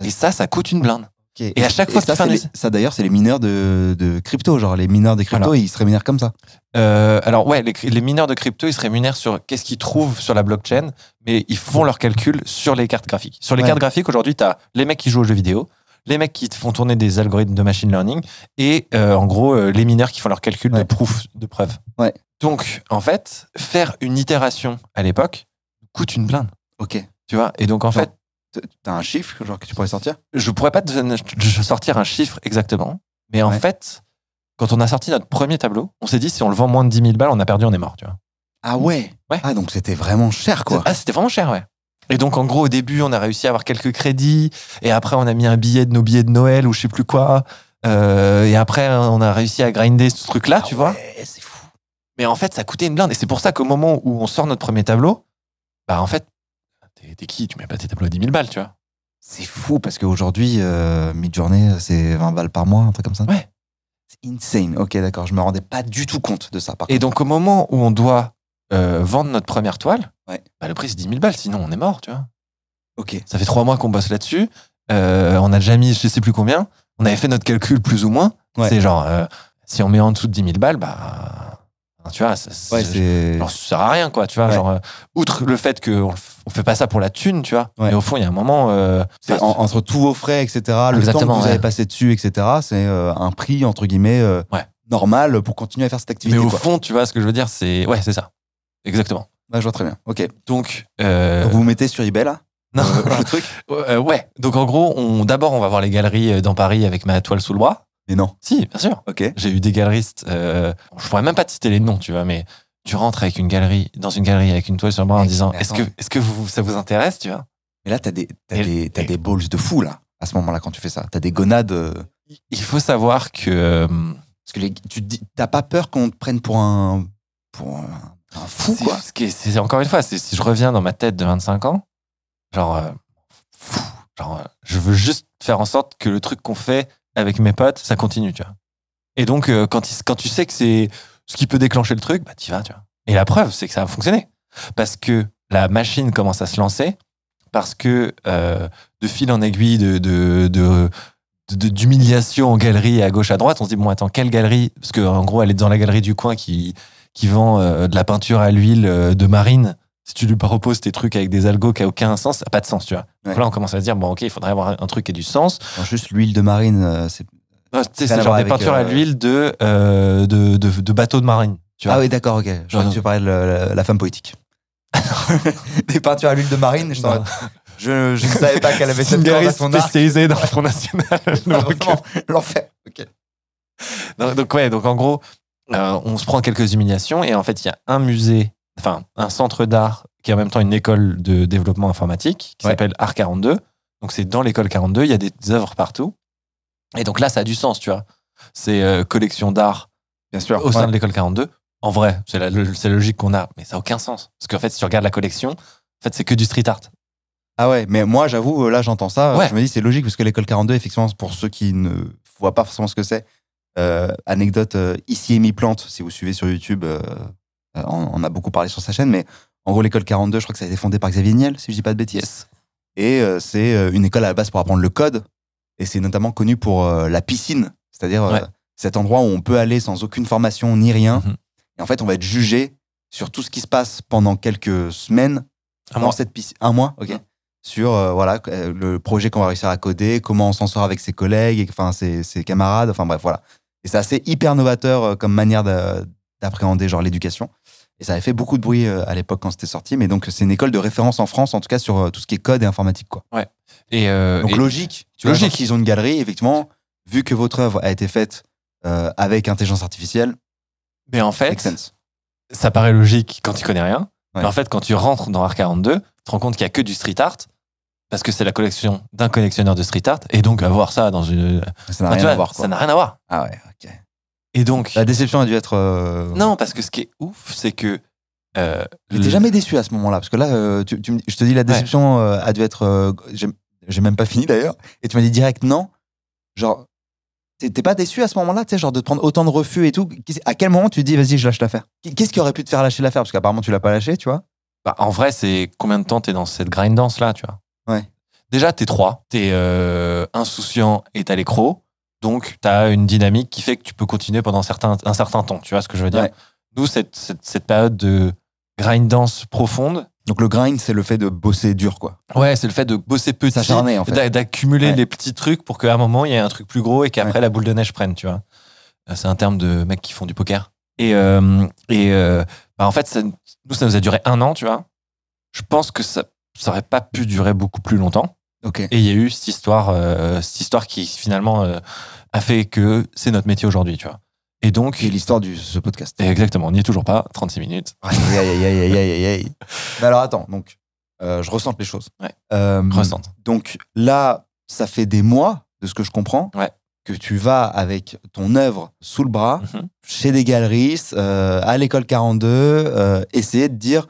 Et ça, ça coûte une blinde. Et à chaque fois que
ça,
tu fais un
c'est les-
essai-
ça d'ailleurs, c'est les mineurs de, de crypto. Genre, les mineurs des crypto, ils se rémunèrent comme ça.
Euh, alors, ouais, les, cri- les mineurs de crypto, ils se rémunèrent sur qu'est-ce qu'ils trouvent sur la blockchain, mais ils font leurs calculs sur les cartes graphiques. Sur les
Ouais.
cartes graphiques, aujourd'hui, tu as les mecs qui jouent aux jeux vidéo, les mecs qui te font tourner des algorithmes de machine learning et, euh, en gros, euh, les mineurs qui font leurs calculs de
Ouais.
proof, de preuve.
Ouais.
Donc, en fait, faire une itération à l'époque coûte une blinde,
Ok.
tu vois. Et donc, en
Genre.
fait,
T- T'as un chiffre genre, que tu pourrais sortir
je pourrais pas te donner- je- sortir un chiffre exactement, mais en
Ouais.
fait, quand on a sorti notre premier tableau, on s'est dit si on le vend moins de 10 000 balles, on a perdu, on est mort, tu vois.
Ah ouais.
Ouais.
Ah donc c'était vraiment cher quoi.
Ah, c'était vraiment cher, ouais. Et donc, en gros, au début, on a réussi à avoir quelques crédits. Et après, on a mis un billet de nos billets de Noël ou je sais plus quoi. Euh, et après, on a réussi à grinder ce truc-là, tu vois.
Ouais, c'est fou.
Mais en fait, ça coûtait une blinde. Et c'est pour ça qu'au moment où on sort notre premier tableau, bah en fait, t'es t'es qui Tu mets pas tes tableaux à 10 000 balles, tu vois.
C'est fou parce qu'aujourd'hui, euh, mid-journée, c'est 20 balles par mois, un truc comme ça.
Ouais.
C'est insane. Ok, d'accord. Je me rendais pas du tout compte de ça. Par
Et donc, au moment où on doit euh, vendre notre première toile,
Ouais.
bah, le prix, c'est 10 000 balles. Sinon, on est mort, tu vois.
contre. Ok.
Ça fait trois mois qu'on bosse là-dessus. Euh, on a déjà mis je sais plus combien. On avait fait notre calcul plus ou moins.
Ouais.
C'est genre, euh, si on met en dessous de 10 000 balles, bah. Tu vois, ça,
Ouais,
ça-
c'est.
genre, ça sert à rien, quoi. Tu vois,
Ouais.
genre, euh, outre le fait qu'on on fait pas ça pour la thune, tu vois.
Ouais.
Mais au fond, il y a un moment. euh,
C'est
enfin,
en- entre tous vos frais, etc., le temps que
Exactement,
vous
ouais.
avez passé dessus, etc., c'est euh, un prix, entre guillemets, euh,
Ouais.
normal pour continuer à faire cette
mais
activité.
au
quoi.
fond, tu vois, ce que je veux dire, c'est. Ouais, c'est ça. Exactement.
Ouais, je vois très bien. Ok.
Donc. euh,
Donc, vous vous mettez sur eBay,
[LAUGHS]
là
non.
euh, le truc
Euh, [LAUGHS] ouais. Donc, en gros, on, d'abord, on va voir les galeries euh, dans Paris avec ma toile sous le bras.
Mais non.
Si, bien sûr.
Ok.
J'ai eu des galeristes, euh, je pourrais même pas te citer les noms, tu vois, mais tu rentres avec une galerie, dans une galerie avec une toile sur le bras en
Mais-
disant
mais
est-ce que,
attends.
est-ce que vous- ça vous intéresse, tu vois
Mais là, t'as des, t'as
Et-
des, t'as
et-
des balls de fou, là, à ce moment-là, quand tu fais ça. T'as des gonades. euh,
Il faut savoir que euh,
Parce que les- tu te dis, t'as pas peur qu'on te prenne pour un. pour un, un fou,
c'est-
quoi.
ce qui est- c'est encore une fois, c'est- si je reviens dans ma tête de 25 ans, genre, euh, fou, genre, euh, je veux juste faire en sorte que le truc qu'on fait avec mes potes, ça continue, tu vois. Et donc euh, quand, il- quand tu sais que c'est ce qui peut déclencher le truc, bah t'y vas, tu vois. Et la preuve, c'est que ça a fonctionné. parce que la machine commence à se lancer, parce que euh, de fil en aiguille, de, de, de- de- d'humiliation en galerie à gauche à droite, on se dit bon attends quelle galerie Parce que en gros elle est dans la galerie du coin qui qui vend euh, de la peinture à l'huile euh, de marine. Si tu lui proposes tes trucs avec des algos qui a aucun sens, ça n'a pas de sens, tu vois. Donc
Ouais.
là, on commence à se dire, bon, ok, il faudrait avoir un truc qui ait du sens.
Alors, juste l'huile de marine, euh, c'est.
Non, tu sais,
Rien à
c'est genre
voir
des
avec,
peintures à
euh,
l'huile de, euh, de, de, de bateaux de marine. Tu vois.
Ah oui, d'accord, ok. Je crois
Non,
que tu parlais de la, la femme poétique. Ah [LAUGHS] des peintures à l'huile de marine, je, t'en-
Non.
je, je ne savais pas qu'elle avait
C'est
cette
une
corde à
galerie
son arc.
spécialisée dans le Front National.
[LAUGHS]
euh, je
Ah,
vois que-
vraiment, L'enfer. Ok.
Non, donc ouais, donc en gros, euh, on se prend quelques humiliations et en fait, il y a un musée, enfin un centre d'art qui est en même temps une école de développement informatique qui
Ouais.
s'appelle Art 42. Donc c'est dans l'école 42, il y a des œuvres partout. Et donc là, ça a du sens, tu vois. C'est euh, collection d'art
Bien sûr.
au sein
Ouais.
de l'école 42. En vrai, c'est la, lo- c'est la logique qu'on a, mais ça n'a aucun sens. Parce qu'en fait, si tu regardes la collection, en fait, c'est que du street art.
Ah ouais, mais moi, j'avoue, là, j'entends ça. euh,
Ouais.
Je me dis, c'est logique, parce que l'école 42, effectivement, pour ceux qui ne voient pas forcément ce que c'est, euh, anecdote euh, ici et mi-plante, si vous suivez sur YouTube, euh, euh, on, on a beaucoup parlé sur sa chaîne, mais en gros, l'école 42, je crois que ça a été fondé par Xavier Niel, si je dis pas de bêtises.
Yes.
Et euh, c'est euh, une école à la base pour apprendre le code. Et c'est notamment connu pour euh, la piscine, c'est-à-dire euh,
Ouais.
cet endroit où on peut aller sans aucune formation ni rien.
Mhm.
Et en fait, on va être jugé sur tout ce qui se passe pendant quelques semaines
Un
dans
mois.
cette piscine. Un mois, ok.
Mhm.
Sur euh, voilà, euh, le projet qu'on va réussir à coder, comment on s'en sort avec ses collègues, et- enfin, ses, ses camarades, enfin bref, voilà. Et c'est assez hyper novateur euh, comme manière d'a- d'appréhender genre l'éducation. Et ça avait fait beaucoup de bruit euh, à l'époque quand c'était sorti. Mais donc, c'est une école de référence en France, en tout cas sur euh, tout ce qui est code et informatique. Quoi.
Et, euh,
Donc,
et-
logique. Tu
Logique.
logique. Ils ont une galerie, effectivement, vu que votre œuvre a été faite euh, avec intelligence artificielle,
mais en
make
fait,
sense.
ça paraît logique quand tu connais rien.
Ouais.
Mais en fait, quand tu rentres dans Art 42, tu te rends compte qu'il n'y a que du street art parce que c'est la collection d'un collectionneur de street art. Et donc, avoir ça dans une.
Ça n'a
Enfin, Bah, tu
rien
vois,
à voir. Quoi.
Ça n'a rien à voir.
Ah ouais, ok.
Et donc.
La déception a dû être. euh,
Non, parce que ce qui est ouf, c'est que. Euh,
J'étais
le-
jamais déçu à ce moment-là, parce que là, euh, tu, tu me- je te dis, la déception euh, a dû être. euh, j'ai- J'ai même pas fini d'ailleurs. Et tu m'as dit direct non. Genre, t'es t'es pas déçu à ce moment-là, tu sais, genre de te prendre autant de refus et tout. Qu'est-ce- À quel moment tu te dis, vas-y, je lâche l'affaire Qu- Qu'est-ce qui aurait pu te faire lâcher l'affaire Parce qu'apparemment, tu l'as pas lâché, tu vois.
Bah, en vrai, c'est combien de temps t'es dans cette grindance là, tu vois
Ouais.
Déjà, t'es trois, t'es euh, insouciant et t'as l'écro, donc t'as une dynamique qui fait que tu peux continuer pendant certain, un certain temps. Tu vois ce que je veux dire
Ouais.
Nous, cette, cette, cette période de grindance profonde,
Donc le grind, c'est le fait de bosser dur, quoi.
ouais, c'est le fait de bosser petit,
S'acharner, en fait.
d'a- d'accumuler
Ouais.
les petits trucs pour qu'à un moment il y ait un truc plus gros et qu'après la boule de neige prenne, tu vois. Euh, C'est un terme de mecs qui font du poker. Et, euh, et euh, bah, en fait, ça, nous, ça nous a duré un an, tu vois. Je pense que ça ça aurait pas pu durer beaucoup plus longtemps.
Ok.
Et il y a eu cette histoire, euh, cette histoire qui finalement euh, a fait que c'est notre métier aujourd'hui, tu vois. Et donc,
Qui est l'histoire de ce podcast.
et exactement, on n'y est toujours pas, 36 minutes.
Aïe, aïe, aïe, aïe, aïe, aïe, aïe. Mais alors attends, donc, euh, je ressente les choses.
Ouais.
Euh,
Ressente.
Donc là, ça fait des mois, de ce que je comprends,
Ouais.
que tu vas avec ton œuvre sous le bras,
Mhm.
chez des galeristes, euh, à l'école 42, euh, essayer de dire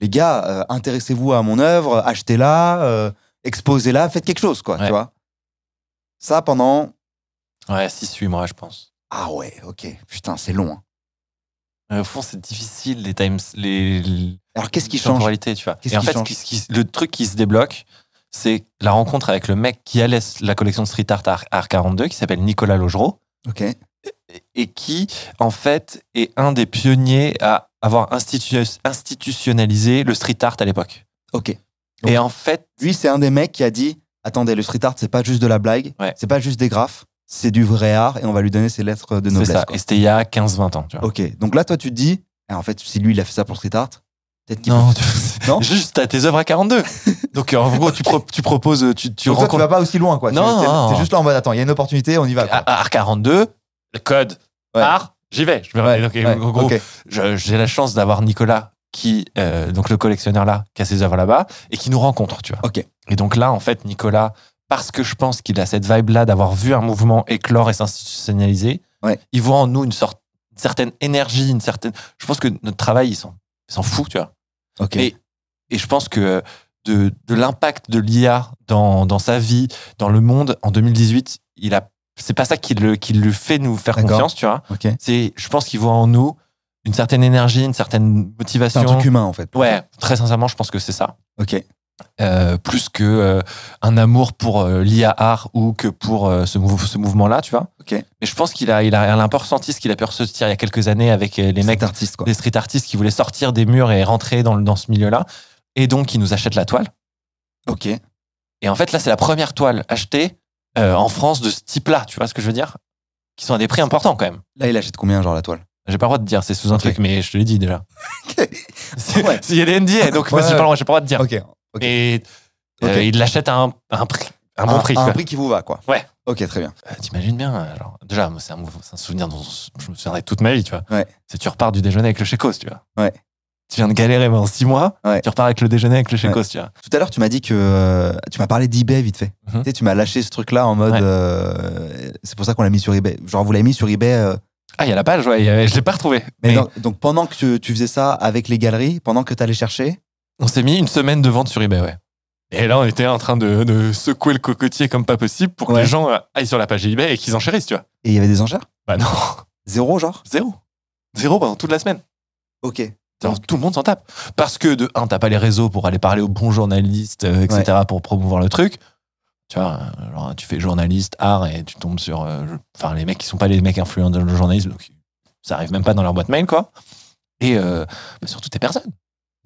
les gars, euh, intéressez-vous à mon œuvre, achetez-la, euh, exposez-la, faites quelque chose, quoi,
Ouais.
tu vois. Ça pendant.
Ouais, 6 moi, je pense.
Ah ouais, ok, putain, c'est long. hein.
Euh, Au fond, c'est difficile, les times, les,
Alors qu'est-ce qui
les
change
temporalités, tu vois.
Qu'est-ce
Et en
qui
fait,
change
ce qui- le truc qui se débloque, c'est la rencontre avec le mec qui a la- la collection de street art à Art 42, qui s'appelle Nicolas Logereau.
Ok,
et- et qui, en fait, est un des pionniers à avoir institu- institutionnalisé le street art à l'époque.
ok.
Et en fait,
Lui, c'est un des mecs qui a dit attendez, le street art, c'est pas juste de la blague,
Ouais.
c'est pas juste des graphes, c'est du vrai art et on va lui donner ses lettres de
c'est
noblesse.
ça.
quoi.
Et c'était il y a 15-20 ans. Tu vois.
Ok, donc là, toi, tu te dis, ah, en fait, si lui, il a fait ça pour street art, peut-être qu'il
Non,
Oh, peut-
tu-
Non
[LAUGHS] juste t'as tes œuvres
[LAUGHS]
à 42. Donc en gros, tu, pro- tu proposes, tu, tu
Donc toi, tu
rencontres
vas pas aussi loin, quoi. Tu-
Non,
t'es-
non,
t'es
non.
juste là en mode, attends, il y a une opportunité, on y va. Quoi.
à, à Art 42, le code,
Ouais.
art, j'y vais. Je vais
Ouais,
donc,
ouais,
en gros,
ok.
je- j'ai la chance d'avoir Nicolas qui euh, donc le collectionneur là qui a ses œuvres là-bas et qui nous rencontre tu vois
Ok.
et donc là en fait Nicolas parce que je pense qu'il a cette vibe là d'avoir vu un mouvement éclore et s'institutionnaliser
Ouais.
il voit en nous une sorte une certaine énergie une certaine je pense que notre travail il s'en il s'en fout tu vois
Ok.
Et- et je pense que euh, de, de l'impact de l'IA dans, dans sa vie, dans le monde, en 2018, il a, c'est pas ça qui le, qui le fait nous faire
D'accord.
confiance, tu vois
ok.
c'est je pense qu'ils voient en nous une certaine énergie, une certaine
C'est
motivation.
un truc humain, en fait.
ouais, très sincèrement, je pense que c'est ça.
Ok.
Euh, plus que euh, un amour pour euh, l'IA art ou que pour euh, ce, mou- ce mouvement-là, tu vois.
Ok.
Mais je pense qu'il a, il a, il a un peu ressenti ce qu'il a pu ressentir il y a quelques années avec euh, les
Les
mecs
mecs artistes, quoi.
des street artistes qui voulaient sortir des murs et rentrer dans, le- dans ce milieu-là. Et donc, ils nous achètent la toile.
Ok.
Et en fait, là, c'est la première toile achetée euh, en France de ce type-là, tu vois ce que je veux dire Qui sont à des prix importants quand même.
Là, il achète combien, genre, la toile
J'ai pas le droit de dire, c'est sous un
Ok.
truc, mais je te l'ai
[LAUGHS]
dit déjà.
Ok.
C'est-
Ouais.
Il y a des NDA, donc moi,
Ouais,
j'ai pas
ouais.
le droit, j'ai pas le droit de dire.
Ok. Ok.
Et euh,
Ok.
il l'achète à un, à un prix, à un bon prix.
Un,
quoi.
prix qui vous va, quoi.
Ouais.
Ok, très bien.
Euh, T'imagines bien, euh, genre, déjà, moi, c'est un, mou- c'est un souvenir dont je me souviendrai toute ma vie, tu vois.
Ouais.
C'est tu repars du déjeuner avec le Checos, tu vois.
Ouais.
Tu viens de galérer pendant six mois,
Ouais.
tu repars avec le déjeuner avec le Checos, tu vois.
Tout à l'heure, tu m'as dit que. euh, tu m'as parlé d'eBay vite fait.
Mhm.
Tu sais, tu m'as lâché ce truc-là en mode.
Ouais.
euh, c'est pour ça qu'on l'a mis sur eBay. Genre, vous l'avez mis sur eBay. euh,
Ah, il y a la page, ouais, il y avait- je l'ai pas retrouvé.
mais
Mais
non, donc, pendant que tu, tu faisais ça avec les galeries, pendant que tu allais chercher,
on s'est mis une semaine de vente sur eBay, ouais. Et là, on était en train de, de secouer le cocotier comme pas possible pour que
Ouais.
les gens euh, aillent sur la page eBay et qu'ils enchérissent, tu vois.
et il y avait des enchères
Bah non,
Zéro, genre
zéro. Zéro pendant toute la semaine.
Ok.
Alors, tout le monde s'en tape. Parce que, de un, t'as pas les réseaux pour aller parler aux bons journalistes, euh, etc., pour promouvoir le truc. Tu vois, euh, genre, tu fais journaliste, art, et tu tombes sur. euh, je- Enfin, les mecs qui sont pas les mecs influents dans le journalisme, donc ça arrive même pas dans leur boîte mail, quoi. Et euh, bah, surtout, t'es personne.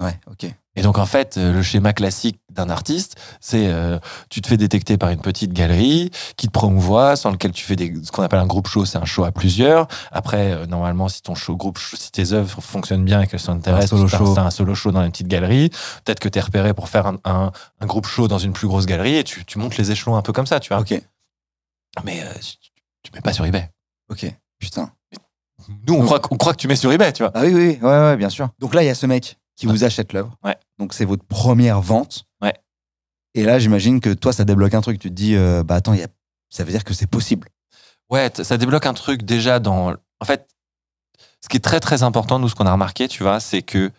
Ouais, ok.
Et donc en fait, euh, le schéma classique d'un artiste, c'est euh, tu te fais détecter par une petite galerie qui te promouvoit, sans lequel tu fais des, ce qu'on appelle un groupe show, c'est un show à plusieurs. Après, euh, normalement, si ton show groupe, show- si tes œuvres fonctionnent bien et qu'elles
Un
s'intéressent,
solo
c'est
show.
un solo show dans une petite galerie. Peut-être que t'es repéré pour faire un, un, un groupe show dans une plus grosse galerie et tu, tu montes les échelons un peu comme ça, tu vois.
Ok,
Mais euh, tu, tu mets pas sur eBay.
ok. Putain.
Nous, on croit, que- on croit que tu mets sur eBay, tu vois.
Ah oui, oui, oui, ouais, ouais, bien sûr. Donc là, il y a ce mec qui vous achète l'œuvre.
Ouais.
Donc c'est votre première vente.
Ouais.
Et là, j'imagine que toi, ça débloque un truc. Tu te dis, euh, bah attends, il y a- ça veut dire que c'est possible.
Ouais, t- ça débloque un truc déjà dans. En fait, ce qui est très très important, nous, ce qu'on a remarqué, tu vois, c'est que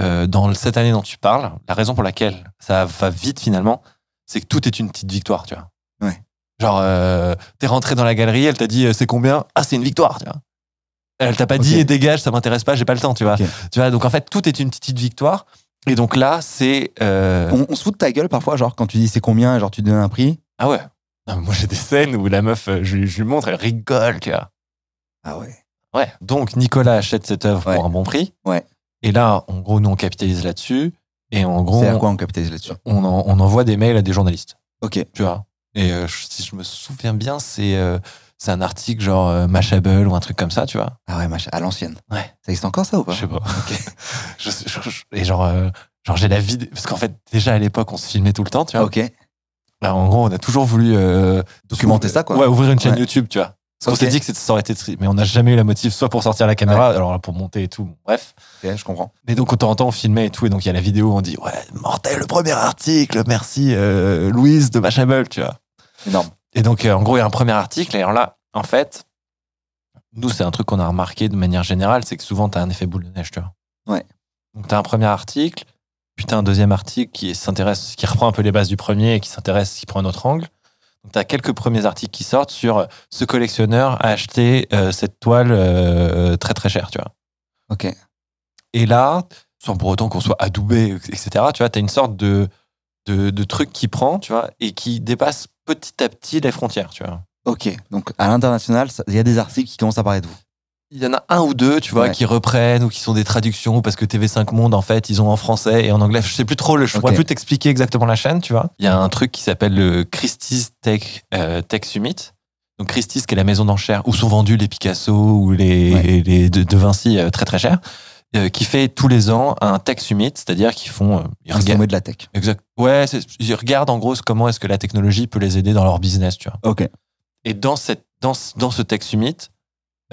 euh, dans le- cette année dont tu parles, la raison pour laquelle ça va vite finalement, c'est que tout est une petite victoire, tu vois.
Ouais.
Genre, euh, t'es rentré dans la galerie, elle t'a dit euh, c'est combien Ah, c'est une victoire, tu vois. Elle t'a pas
Ok.
dit eh, dégage, ça m'intéresse pas, j'ai pas le temps, tu vois.
Ok.
Tu vois, donc en fait, tout est une petite victoire. Et donc là, c'est. euh,
On, on se fout de ta gueule parfois, genre quand tu dis c'est combien, genre tu donnes un prix.
Ah ouais. Non, mais moi, j'ai des scènes où la meuf, euh, je, lui- je lui montre, elle rigole, tu vois.
Ah ouais.
Ouais. Donc Nicolas achète cette œuvre
Ouais.
pour un bon prix.
Ouais.
Et là, en gros, nous on capitalise là-dessus. Et en gros,
C'est à
on,
quoi on capitalise là-dessus
on en- on envoie des mails à des journalistes.
Ok.
Tu vois. Et euh, je- si je me souviens bien, c'est euh, c'est un article genre euh, Mashable ou un truc comme ça, tu vois.
Ah ouais, machin, à l'ancienne.
Ouais.
Ça existe encore ça ou pas
Je sais pas. [LAUGHS] Je- je- je- et genre, euh, genre j'ai la vidéo. Parce qu'en fait, déjà à l'époque, on se filmait tout le temps, tu vois.
Ok.
Alors, en gros, on a toujours voulu euh,
Documenter ça, quoi.
Ouais, ouvrir une chaîne
Ouais.
YouTube, tu vois. Parce qu'on
Ok.
s'est dit que c'était- ça aurait été tri- mais on n'a jamais eu la motive, soit pour sortir la caméra, alors pour monter et tout. bon, bref.
Ok, je comprends.
Et donc, de temps en temps, on filmait et tout. Et donc, il y a la vidéo où on dit Ouais, mortel, le premier article, merci euh, Louise de Mashable, tu vois.
Énorme.
Et donc, euh, en gros, il y a un premier article. Et alors là, en fait, nous, c'est un truc qu'on a remarqué de manière générale c'est que souvent, tu as un effet boule de neige, tu vois.
Ouais.
Donc, tu as un premier article, puis tu un deuxième article qui s'intéresse, qui reprend un peu les bases du premier et qui s'intéresse, qui prend un autre angle. Donc, tu as quelques premiers articles qui sortent sur euh, ce collectionneur a acheté euh, cette toile euh, très très chère, tu vois.
Ok.
Et là, sans pour autant qu'on soit adoubé, etc., tu vois, tu as une sorte de, de, de truc qui prend, tu vois, et qui dépasse petit à petit les frontières, tu vois.
Ok. Donc à l'international, ça- il y a des articles qui commencent à parler de vous.
Il y en a un ou deux, tu vois,
Ouais.
qui reprennent ou qui sont des traductions, parce que TV5 Monde, en fait, ils ont en français et en anglais. Je sais plus trop, le- je
Ok.
pourrais plus t'expliquer exactement la chaîne, tu vois. Il y a un truc qui s'appelle le Christie's Tech, euh, Tech Summit. Donc Christie's, qui est la maison d'enchères où sont vendus les Picasso ou les,
Ouais.
les de, de Vinci euh, très très chers, euh, qui fait tous les ans un Tech Summit, c'est-à-dire qu'ils font... euh, ils
Un
regardent-
sommet de la tech.
Exact. Ouais, c'est- ils regardent en gros comment est-ce que la technologie peut les aider dans leur business, tu vois.
Ok.
Et dans, cette, dans, ce- dans ce Tech Summit,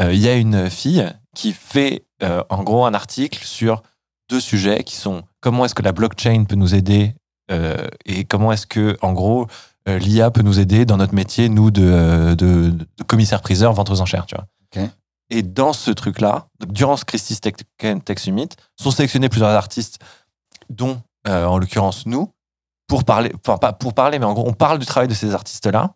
euh, il y a une fille qui fait euh, en gros un article sur deux sujets qui sont comment est-ce que la blockchain peut nous aider euh, et comment est-ce que, en gros, euh, l'IA peut nous aider dans notre métier, nous, de, euh, de, de commissaire-priseur, vente aux enchères, tu vois.
Ok.
Et dans ce truc-là, donc, durant ce Christie's Tech, Tech Summit, sont sélectionnés plusieurs artistes, dont, euh, en l'occurrence, nous, pour parler, enfin, pas pour parler, mais en gros, on parle du travail de ces artistes-là.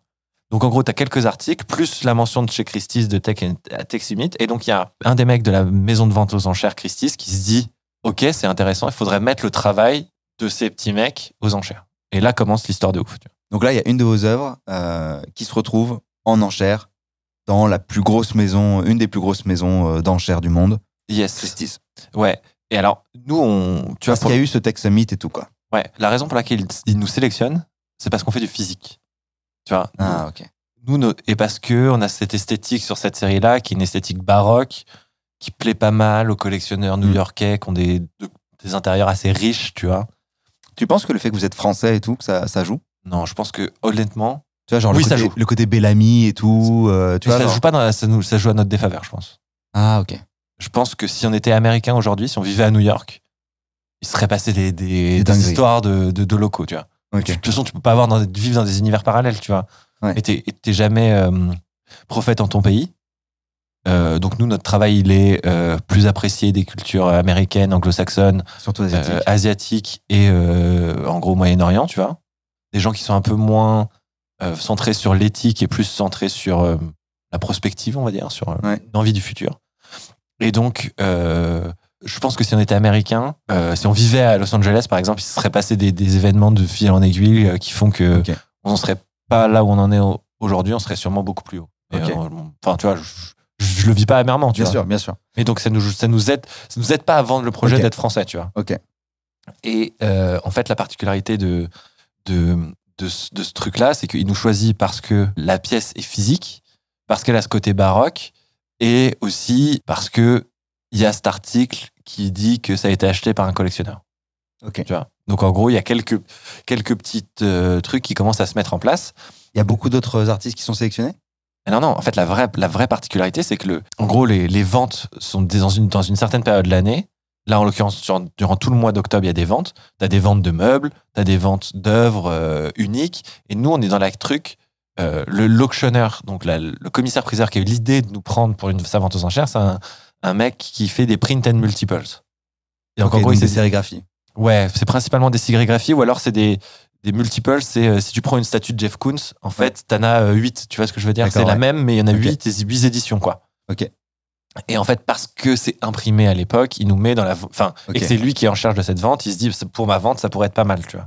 Donc, en gros, tu as quelques articles, plus la mention de chez Christie's de Tech, and- à Tech Summit. Et donc, il y a un des mecs de la maison de vente aux enchères Christie's qui se dit Ok, c'est intéressant, il faudrait mettre le travail de ces petits mecs aux enchères. Et là commence l'histoire de ouf. tu vois.
Donc là, il y a une de vos œuvres euh, qui se retrouve en enchère dans la plus grosse maison, une des plus grosses maisons euh, d'enchères du monde,
Yes.
Christie's.
Ouais. Et alors, nous, on. Tu vois,
Parce
pour-
qu'il y a eu ce tech summit et tout quoi.
ouais, la raison pour laquelle ils- ils nous sélectionnent, c'est parce qu'on fait du physique. Tu vois,
Ah ok.
nous, nos- et parce que on a cette esthétique sur cette série-là, qui est une esthétique baroque, qui plaît pas mal aux collectionneurs new-yorkais, qui ont des, de- des intérieurs assez riches, tu vois.
Tu penses que le fait que vous êtes français et tout, que ça, ça joue
Non, je pense que honnêtement,
Tu vois genre
Oui,
le,
ça
côté,
joue.
le côté Bellamy et tout. euh, tu vois,
ça
genre-
joue pas dans la- ça, nous, ça joue à notre défaveur, je pense.
Ah ok.
Je pense que si on était américain aujourd'hui, si on vivait à New York, il serait passé des, des- des
dingueries.
histoires de, de, de locaux, tu vois.
Ok.
Tu- De toute façon, tu peux pas avoir dans, vivre dans des univers parallèles, tu vois.
Ouais.
Et t'es et t'es jamais euh, prophète en ton pays. Euh, donc nous, notre travail, il est euh, plus apprécié des cultures américaines, anglo-saxonnes,
Surtout
euh,
asiatique.
asiatiques et euh, en gros Moyen-Orient, tu vois. Des gens qui sont un peu moins euh, centrés sur l'éthique et plus centrés sur euh, la prospective, on va dire, sur euh,
Ouais.
l'envie du futur. Et donc, euh, je pense que si on était américain, euh, si on vivait à Los Angeles, par exemple, il se serait passé des, des événements de fil en aiguille euh, qui font que
Ok.
on n'en serait pas là où on en est au- aujourd'hui, on serait sûrement beaucoup plus haut. Et,
Ok.
euh, on- Enfin, tu vois, je, je- je le vis pas amèrement, tu
Bien
vois.
sûr, bien sûr.
Mais donc, ça nous, ça nous aide, ça nous aide pas à vendre le projet
Ok.
d'être français, tu vois.
Ok.
Et euh, en fait, la particularité de, de, de, ce- de ce truc-là, c'est qu'il nous choisit parce que la pièce est physique, parce qu'elle a ce côté baroque, et aussi parce que il y a cet article qui dit que ça a été acheté par un collectionneur.
Ok.
Tu vois. Donc en gros, il y a quelques, quelques petits trucs qui commencent à se mettre en place.
Il y a beaucoup d'autres artistes qui sont sélectionnés
Ah Non, non, en fait, la vraie, la vraie particularité, c'est que, le, en gros, les, les ventes sont des- dans une, dans une certaine période de l'année. Là, en l'occurrence, sur- durant tout le mois d'octobre, il y a des ventes. Tu as des ventes de meubles, tu as des ventes d'œuvres euh, uniques. Et nous, on est dans la truc. euh, le l'auctionneur, donc la- le commissaire-priseur qui a eu l'idée de nous prendre pour une, sa vente aux enchères, c'est un, un mec qui fait des print and multiples. Et donc,
Ok,
en gros,
donc
il
des
s'est
sérigraphies.
Ouais, c'est principalement des sérigraphies ou alors c'est des, des multiples. C'est euh, si tu prends une statue de Jeff Koons, en fait, t'en as 8. Tu vois ce que je veux dire
D'accord,
C'est la
ouais.
même, mais il y en a
Ok.
8 et 8 éditions, quoi.
Ok.
Et en fait, parce que c'est imprimé à l'époque, il nous met dans la. Enfin,
Ok.
et que c'est lui qui est en charge de cette vente, il se dit C'est pour ma vente, ça pourrait être pas mal, tu vois.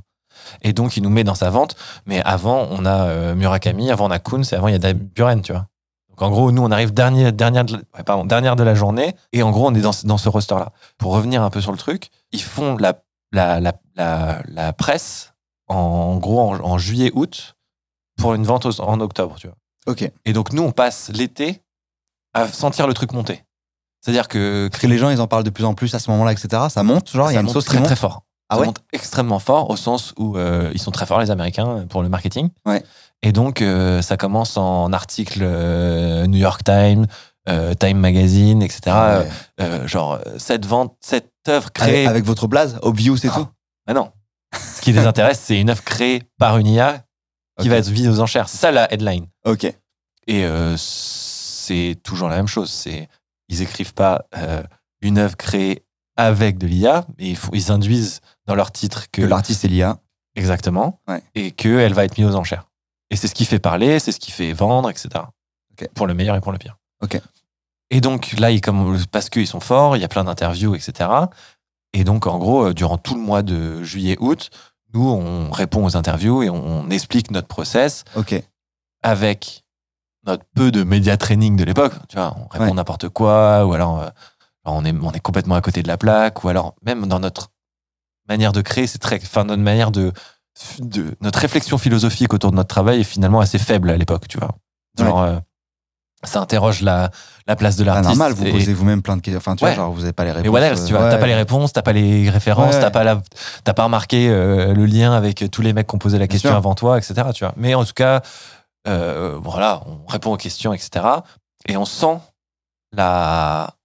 Et donc, il nous met dans sa vente. Mais avant, on a euh, Murakami, avant on a Koons et avant, il y a Dan Buren, tu vois. Donc, en gros, nous, on arrive dernier, dernière, de, la- ouais, pardon, dernière de la journée et en gros, on est dans, ce- dans ce roster-là. Pour revenir un peu sur le truc, ils font la, la, la, la, la presse en, gros en, en juillet-août pour une vente aux- en octobre, tu vois.
Ok.
Et donc, nous, on passe l'été à sentir le truc monter. C'est-à-dire que
Parce que les gens, ils en parlent de plus en plus à ce moment-là, etc. Ça monte, genre, il y a
ça
une
monte
sauce
très,
qui monte.
très fort.
Ah
ça
ouais
monte extrêmement fort au sens où euh, ils sont très forts, les Américains, pour le marketing.
Ouais.
Et donc, euh, ça commence en articles euh, New York Times, euh, Time Magazine, etc.
Ah Ouais.
Euh, genre, euh, cette vente, cette œuvre créée.
avec, avec votre blase, obvious et
Ah,
tout.
Ah non. Ce qui les intéresse, c'est une œuvre créée par une IA qui
Ok.
va être mise aux enchères. C'est ça la headline.
Ok.
Et euh, c'est toujours la même chose. C'est ils écrivent pas euh, une œuvre créée avec de l'IA, mais ils, font- ils induisent dans leur titre que
Que l'artiste est l'IA.
exactement
Ouais.
et que elle va être mise aux enchères. Et c'est ce qui fait parler, c'est ce qui fait vendre, etc.
Ok.
Pour le meilleur et pour le pire.
Ok.
Et donc là, ils, comme, parce qu'ils sont forts, il y a plein d'interviews, etc. Et donc, en gros, euh, durant tout le mois de juillet-août, nous, on répond aux interviews et on- on explique notre process
Ok.
avec notre peu de média training de l'époque, tu vois, on répond
Ouais.
n'importe quoi, ou alors euh, on, est, on est complètement à côté de la plaque, ou alors même dans notre manière de créer, c'est très, enfin notre manière de, de notre réflexion philosophique autour de notre travail est finalement assez faible à l'époque, tu vois. Genre, euh, ça interroge la, la place de
Ah,
l'artiste.
normal, vous
et-
posez vous-même plein de questions. Enfin, tu
Ouais.
vois, genre, vous n'avez pas les réponses.
mais what else, tu vois,
euh,
t'as
ouais.
pas les réponses, t'as pas les références,
Ouais.
t'as pas la, t'as pas remarqué euh, le lien avec tous les mecs qui ont posé la
Bien
question
sûr.
avant toi, etc. Tu vois. Mais en tout cas, euh, voilà, on répond aux questions, etc. Et on sent la,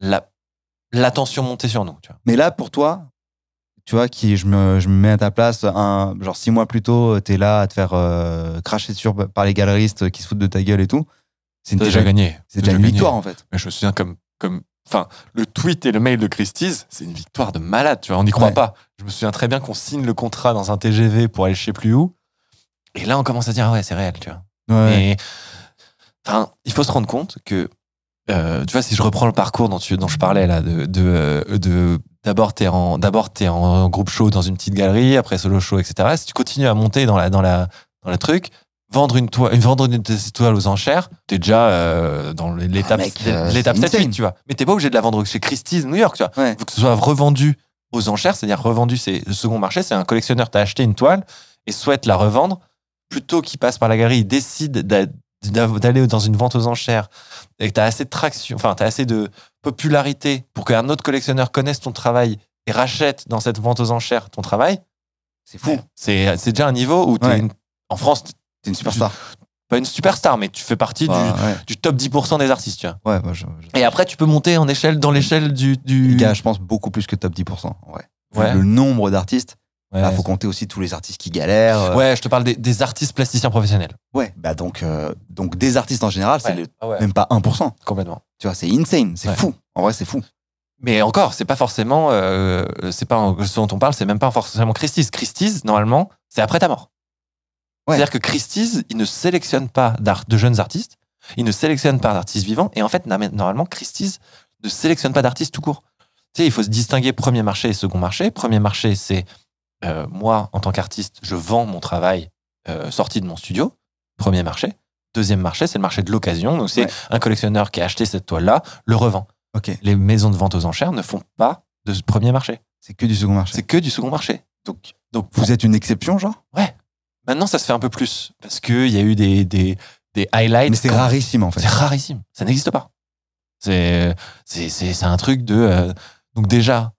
la, la tension monter sur nous, tu vois.
Mais là, pour toi, tu vois, qui, je, me, je me mets à ta place, un, genre six mois plus tôt, t'es là à te faire euh, cracher sur par les galeristes qui se foutent de ta gueule et tout. C'est une-
gagné.
c'est déjà une victoire, en fait.
Mais je me souviens comme, comme, enfin, le tweet et le mail de Christie's, c'est une victoire de malade, tu vois. On n'y croit
Ouais.
pas. Je me souviens très bien qu'on signe le contrat dans un TGV pour aller je sais plus où. Et là, on commence à dire, ah ouais, c'est réel, tu vois.
Ouais.
Mais, enfin, il faut se rendre compte que, euh, tu vois, si je reprends le parcours dont, tu- dont je parlais là, de, de, euh, de- d'abord t'es en, d'abord t'es en groupe show dans une petite galerie, après solo show, etc. Si tu continues à monter dans la, dans la, dans le truc, vendre une toile, vendre une de tes toiles aux enchères, t'es déjà euh, dans l'étape,
Ah, mec, euh,
l'étape
c'est
7
insane.
tu vois. Mais t'es pas obligé de la vendre chez Christie's New York, tu vois.
Ouais.
Faut que ce soit revendu aux enchères, c'est-à-dire revendu, c'est le second marché, c'est un collectionneur, t'as acheté une toile et souhaite la revendre, plutôt qu'il passe par la galerie, il décide d'a- d'av- d'aller dans une vente aux enchères et que t'as assez de traction, enfin, t'as assez de popularité pour qu'un autre collectionneur connaisse ton travail et rachète dans cette vente aux enchères ton travail,
C'est fou.
fou. C'est c'est déjà un niveau où t'es
Ouais.
une- en France, t'es
T'es une superstar.
pas une superstar, mais tu fais partie
Bah,
du,
ouais.
du top 10% des artistes, tu vois.
Ouais, moi, je, je-
Et après, tu peux monter en échelle dans l'échelle du. du...
Les gars, je pense beaucoup plus que top 10%. Ouais. Vu
Ouais.
Le nombre d'artistes,
Ouais.
il Ah, faut compter aussi tous les artistes qui galèrent. euh,
Ouais, je te parle des, des artistes plasticiens professionnels.
ouais. Bah donc, euh, donc, des artistes en général, c'est le-
Ah ouais,
même pas 1%.
complètement.
Tu vois, c'est insane, c'est
Ouais.
fou. En vrai, c'est fou.
Mais encore, c'est pas forcément, euh, c'est pas un- ce dont on parle, c'est même pas forcément Christie's. Christie's, normalement, c'est après ta mort.
Ouais.
C'est-à-dire que Christie's, il ne sélectionne pas d'ar- de jeunes artistes, il ne sélectionne pas d'artistes vivants, et en fait, na- normalement, Christie's ne sélectionne pas d'artistes tout court. Tu sais, il faut se distinguer premier marché et second marché. Premier marché, c'est euh, moi, en tant qu'artiste, je vends mon travail euh, sorti de mon studio. Premier marché. Deuxième marché, c'est le marché de l'occasion. Donc, c'est
Ouais.
un collectionneur qui a acheté cette toile-là, le revend
Ok.
les maisons de vente aux enchères ne font pas de ce premier marché.
C'est que du second marché.
C'est que du second marché.
Donc,
Donc
vous êtes une exception, genre
maintenant, ça se fait un peu plus parce qu'il y a eu des, des, des highlights.
Mais c'est
quand-
rarissime, en fait.
C'est rarissime. Ça n'existe pas. C'est c'est- c'est- c'est un truc de. euh, donc, déjà,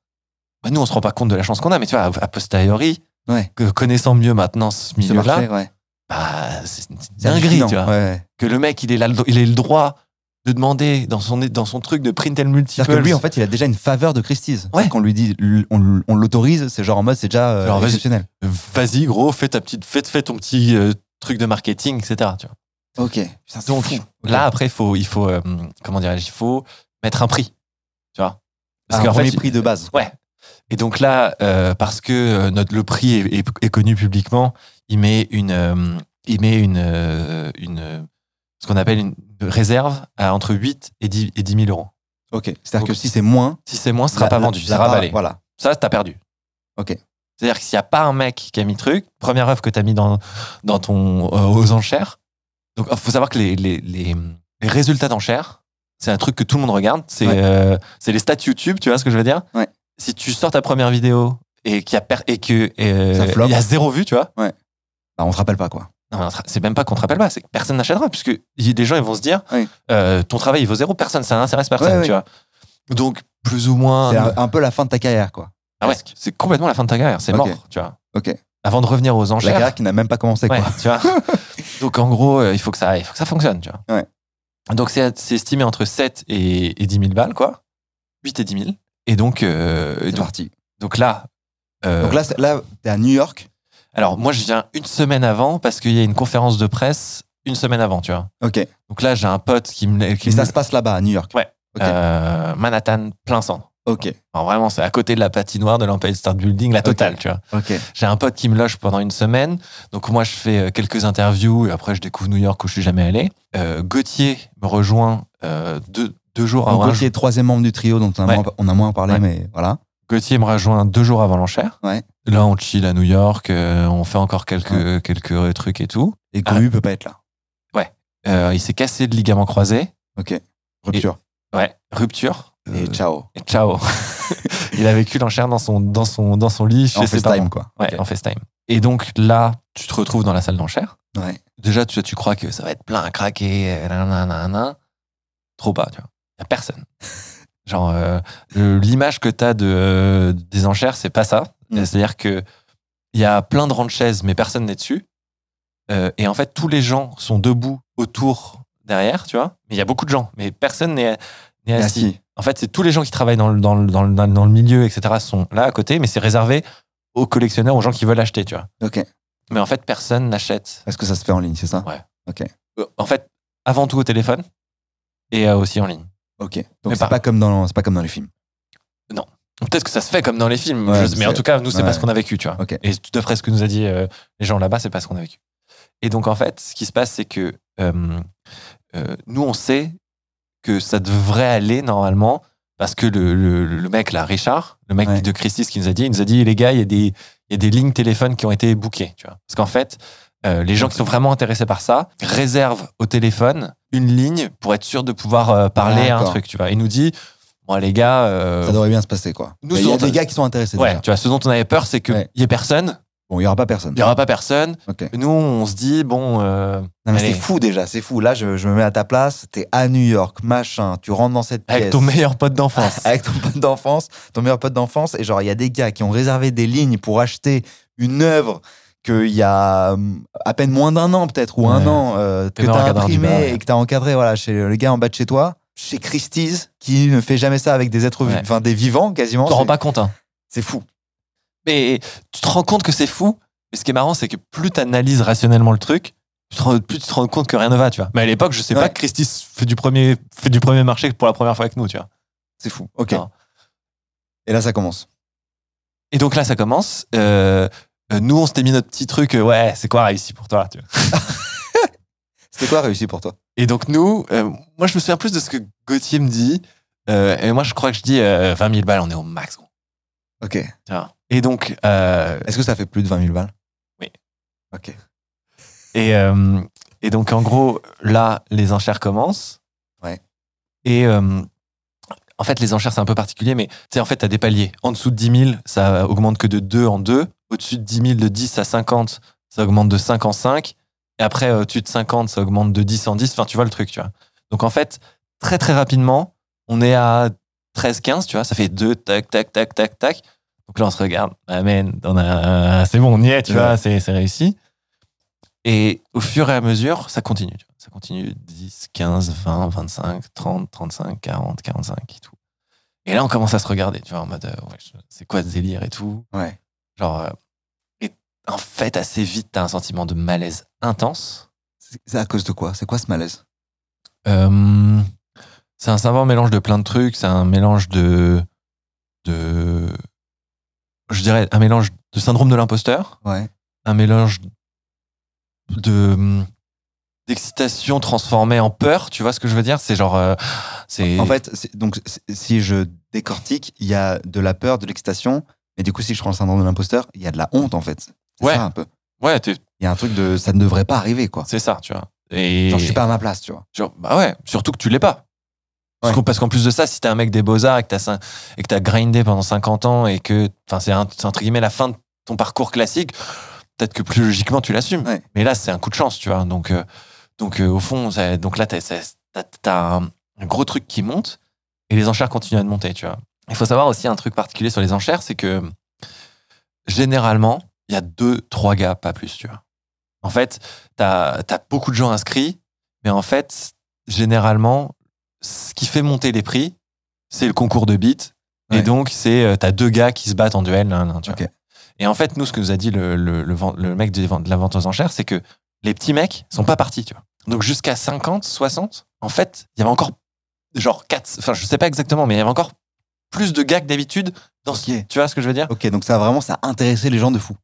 bah, nous, on se rend pas compte de la chance qu'on a, mais tu vois, a a posteriori,
Ouais.
que connaissant mieux maintenant ce
Ce
milieu-là,
marché, ouais.
bah, c'est c'est
C'est
dinguerie,
hallucinant,
tu vois.
ouais, ouais.
Que le mec, il ait, la- il ait le droit de demander dans son, dans son truc de print and multiple.
C'est-à-dire que lui, en fait, il a déjà une faveur de Christie's.
Ouais.
Quand on lui dit, on, on l'autorise, c'est genre en mode, c'est déjà euh,
Genre, vas-y.
exceptionnel.
Vas-y, gros, fais, ta petite, fais, fais ton petit euh, truc de marketing, etc. Tu vois.
Ok. Putain, c'est
Donc
fou. Ok.
là, après, faut, il faut, euh, comment dirais-je, il faut mettre un prix, tu vois. Parce
un
qu'en
premier
fait,
prix de base.
Ouais. Et donc là, euh, parce que euh, notre, le prix est, est- est connu publiquement, il met une, euh, il met une, euh, une, euh, ce qu'on appelle une réserve à entre 8 et 10, et 10 000 euros.
Ok. C'est-à-dire
Donc,
que si c'est moins,
Si c'est moins, ce sera
la-
pas
la-
vendu,
la-
c'est ravalé.
Voilà.
Ça, t'as perdu.
Ok.
C'est-à-dire que s'il n'y a pas un mec qui a mis truc, première œuvre que t'as mis dans, dans ton, euh, aux enchères. Donc, faut savoir que les, les, les, les résultats d'enchères, c'est un truc que tout le monde regarde. C'est
Ouais.
euh, c'est les stats YouTube, tu vois ce que je veux dire
Ouais.
Si tu sors ta première vidéo et qu'il y a, per- et que, euh,
Ça floppe.
il y a zéro vue, tu vois,
Bah, on te rappelle pas, quoi.
non, mais on te- c'est même pas qu'on te rappelle pas, c'est que personne n'achètera, puisque y- les gens ils vont se dire,
Oui.
euh, ton travail il vaut zéro, personne, ça n'intéresse personne,
Ouais, ouais.
tu vois. Donc, plus ou moins. euh,
C'est un, un peu la fin de ta carrière, quoi.
Ah ouais, c'est complètement la fin de ta carrière, c'est
Ok.
mort, tu vois.
Ok.
Avant de revenir aux
La
enchères.
carrière qui n'a même pas commencé,
Ouais,
quoi.
tu vois.
[LAUGHS]
Donc en gros, euh, il faut que ça, il faut que ça fonctionne, tu vois.
Ouais.
Donc c'est c'est estimé entre 7 et, et 10 000 balles, quoi. 8 et 10 000. Et donc, euh, et
C'est
donc,
parti.
donc là. euh,
Donc là, c'est- là, t'es à New York.
alors moi, je viens une semaine avant parce qu'il y a une conférence de presse une semaine avant, tu vois.
Ok. Et
Donc là, j'ai un pote qui me. Qui me-
ça se passe là-bas, à New York.
Ouais.
Ok.
euh, Manhattan, plein centre.
Ok.
Alors, vraiment, c'est à côté de la patinoire de l'Empire State Building, la totale, tu vois.
Ok.
J'ai un pote qui me loge pendant une semaine. Donc, moi, je fais euh, quelques interviews et après, je découvre New York où je suis jamais allé. Euh, Gauthier me rejoint euh, deux, deux jours
Donc,
avant.
Gauthier est troisième membre du trio dont on a,
Ouais.
moins, on a moins parlé,
Ouais.
mais voilà.
Gauthier me rejoint deux jours avant l'enchère.
Ouais.
Là, on chill à New York. euh, on fait encore quelques, quelques trucs et tout.
Et Gomu peut pas être là.
Euh, il s'est cassé le ligament croisé.
Ok. Rupture.
Ouais. Rupture.
Et,
Euh,
ciao.
et ciao. [LAUGHS] il a vécu l'enchère dans son, dans, son, dans son lit chez
En
ses
FaceTime,
parents.
quoi.
Ouais, en FaceTime. Et donc, là, tu te retrouves dans la salle d'enchère.
Ouais.
déjà tu, tu crois que ça va être plein à craquer, euh, nanana, nanana. trop pas, tu vois. Y a personne. Genre, euh, le- l'image que t'as de, euh, des enchères, c'est pas ça.
Mm.
C'est-à-dire que il y a plein de rangs de chaises, mais personne n'est dessus. Euh, et en fait, tous les gens sont debout autour, derrière, tu vois. Mais il y a beaucoup de gens, mais personne n'est
Et
n'est assis.
assis.
En fait, c'est tous les gens qui travaillent dans le, dans le, dans le, dans le milieu, etc., sont là à côté, mais c'est réservé aux collectionneurs, aux gens qui veulent acheter, tu vois.
Ok.
Mais en fait, personne n'achète
Est-ce que ça se fait en ligne, c'est ça
euh, en fait, avant tout au téléphone et euh, aussi en ligne.
Ok.
Mais
Donc c'est
par-
pas comme dans c'est pas comme dans les films.
Peut-être que ça se fait comme dans les films,
Ouais,
je sais- mais en
c'est-
tout cas, nous, c'est
ouais.
pas ce qu'on a vécu, tu vois.
Ok.
Et tout d'après ce que nous a dit euh, les gens là-bas, c'est pas ce qu'on a vécu. Et donc, en fait, ce qui se passe, c'est que euh, euh, nous, on sait que ça devrait aller normalement parce que le, le- le mec, là, Richard, le mec
Ouais.
de Christie's qui nous a dit, il nous a dit, les gars, il y a des, il y a des lignes téléphones qui ont été bookées, tu vois. Parce qu'en fait, euh, les gens qui sont vraiment intéressés par ça réservent au téléphone une ligne pour être sûr de pouvoir euh, parler à un
D'accord.
truc, tu vois. Il nous dit, bon, les gars, euh,
Ça devrait bien se passer quoi.
nous,
Mais Il y a
sur-
des gars qui sont intéressés.
Ouais,
déjà.
tu vois, ce dont on avait peur, c'est qu'il
Ouais.
n'y ait personne,
Bon, il y aura pas personne.
il n'y aura pas personne.
Ok.
Nous, on se dit, bon, euh,
Non, mais
Allez.
c'est fou déjà, c'est fou. Là, je, je me mets à ta place. T'es à New York, machin. Tu rentres dans cette pièce
avec ton meilleur pote d'enfance.
avec ton pote d'enfance, ton meilleur pote d'enfance, et genre il y a des gars qui ont réservé des lignes pour acheter une œuvre qu'il y a hum, à peine moins d'un an peut-être ou un
Ouais.
an euh, que
dans le
t'as
regard du bar,
imprimé
ouais.
et que t'as encadré voilà chez le gars en bas de chez toi, chez Christie's qui ne fait jamais ça avec des êtres, vi-
Ouais.
enfin des vivants quasiment.
tu te rends
c'est-
pas compte. hein.
C'est fou.
Mais tu te rends compte que c'est fou. Mais ce qui est marrant, c'est que plus tu analyses rationnellement le truc, tu te rends- plus tu te rends compte que rien ne va, tu vois. Mais à l'époque, je sais
Ouais.
pas que Christie fait du, premier, fait du premier marché pour la première fois avec nous, tu vois.
C'est fou. Ok.
Non.
Et là, ça commence.
Et donc là, ça commence. Euh, euh, nous, on s'était mis notre petit truc, euh, ouais, c'est quoi réussi pour toi, tu vois.
C'était quoi réussi pour toi
Et donc nous, euh, moi, je me souviens plus de ce que Gauthier me dit. Euh, et moi, je crois que je dis euh, 20 000 balles, on est au max. gros.
Ok. Est-ce
Tu vois. Et donc, euh,
que ça fait plus de 20 000 balles
Oui.
Ok.
Et, euh, et donc, en gros, là, les enchères commencent.
Ouais.
Et euh, En fait, les enchères, c'est un peu particulier, mais tu sais, en fait, tu as des paliers. En dessous de 10 000, ça augmente que de 2 en 2. Au-dessus de 10 000, de 10 à 50, ça augmente de 5 en 5. Et après, euh, au-dessus de 50, ça augmente de 10 en 10. Enfin, tu vois le truc, tu vois. Donc, en fait, très, très rapidement, on est à 13, 15, tu vois. Ça fait 2, tac, tac, tac, tac, tac. Donc là, on se regarde. Amen. On a, euh, c'est bon, on y est, tu
Ouais.
vois. C'est, c'est réussi. Et au fur et à mesure, ça continue. tu vois. Ça continue 10, 15, 20, 25, 30, 35, 40, 45 et tout. Et là, on commence à se regarder, tu vois, en mode, euh, ouais, je- c'est quoi ce délire et tout.
Ouais.
Genre, euh, et en fait, assez vite, t'as un sentiment de malaise intense.
C'est c'est à cause de quoi C'est quoi ce malaise
Euh, c'est un savant mélange de plein de trucs. C'est un mélange de, de, je dirais, un mélange de syndrome de l'imposteur,
Ouais.
un mélange de d'excitation transformée en peur. Tu vois ce que je veux dire C'est genre, euh, c'est
En fait, c'est- donc c'est- si je décortique, il y a de la peur, de l'excitation, mais du coup, si je prends le syndrome de l'imposteur, il y a de la honte en fait. C'est
Ouais.
ça, un peu.
ouais, t'es-
Il y a un truc de ça ne devrait pas arriver quoi.
c'est ça, tu vois. Et
Genre, je suis pas à ma place, tu vois.
Genre, bah ouais, surtout que tu l'es pas. Parce
Ouais.
qu'en- Parce qu'en plus de ça, si t'es un mec des beaux-arts et que t'as cin- et que t'as grindé pendant 50 ans et que enfin, c'est un- c'est entre guillemets la fin de ton parcours classique, peut-être que plus logiquement tu l'assumes.
Ouais.
Mais là, c'est un coup de chance, tu vois. Donc, euh, donc euh, au fond, ça- donc là, t'as ça- t'as- t'as un, un gros truc qui monte et les enchères continuent à de monter, tu vois. Il faut savoir aussi un truc particulier sur les enchères, c'est que généralement, il y a deux, trois gars, pas plus, tu vois. En fait, t'as as beaucoup de gens inscrits, mais en fait, généralement, ce qui fait monter les prix, c'est le concours de beat.
Ouais.
Et donc, c'est euh, t'as deux gars qui se battent en duel. là, là, tu vois.
Ok.
Et en fait, nous, ce que nous a dit le, le, le ven- le mec des ven- de la vente aux enchères, c'est que les petits mecs sont pas partis. Tu vois. Donc, jusqu'à 50, 60, en fait, il y avait encore genre 4, enfin, je sais pas exactement, mais il y avait encore plus de gars que d'habitude. Dans ce-
Ok.
Tu vois ce que je veux dire
Ok, donc ça vraiment, ça a intéressé les gens de fou.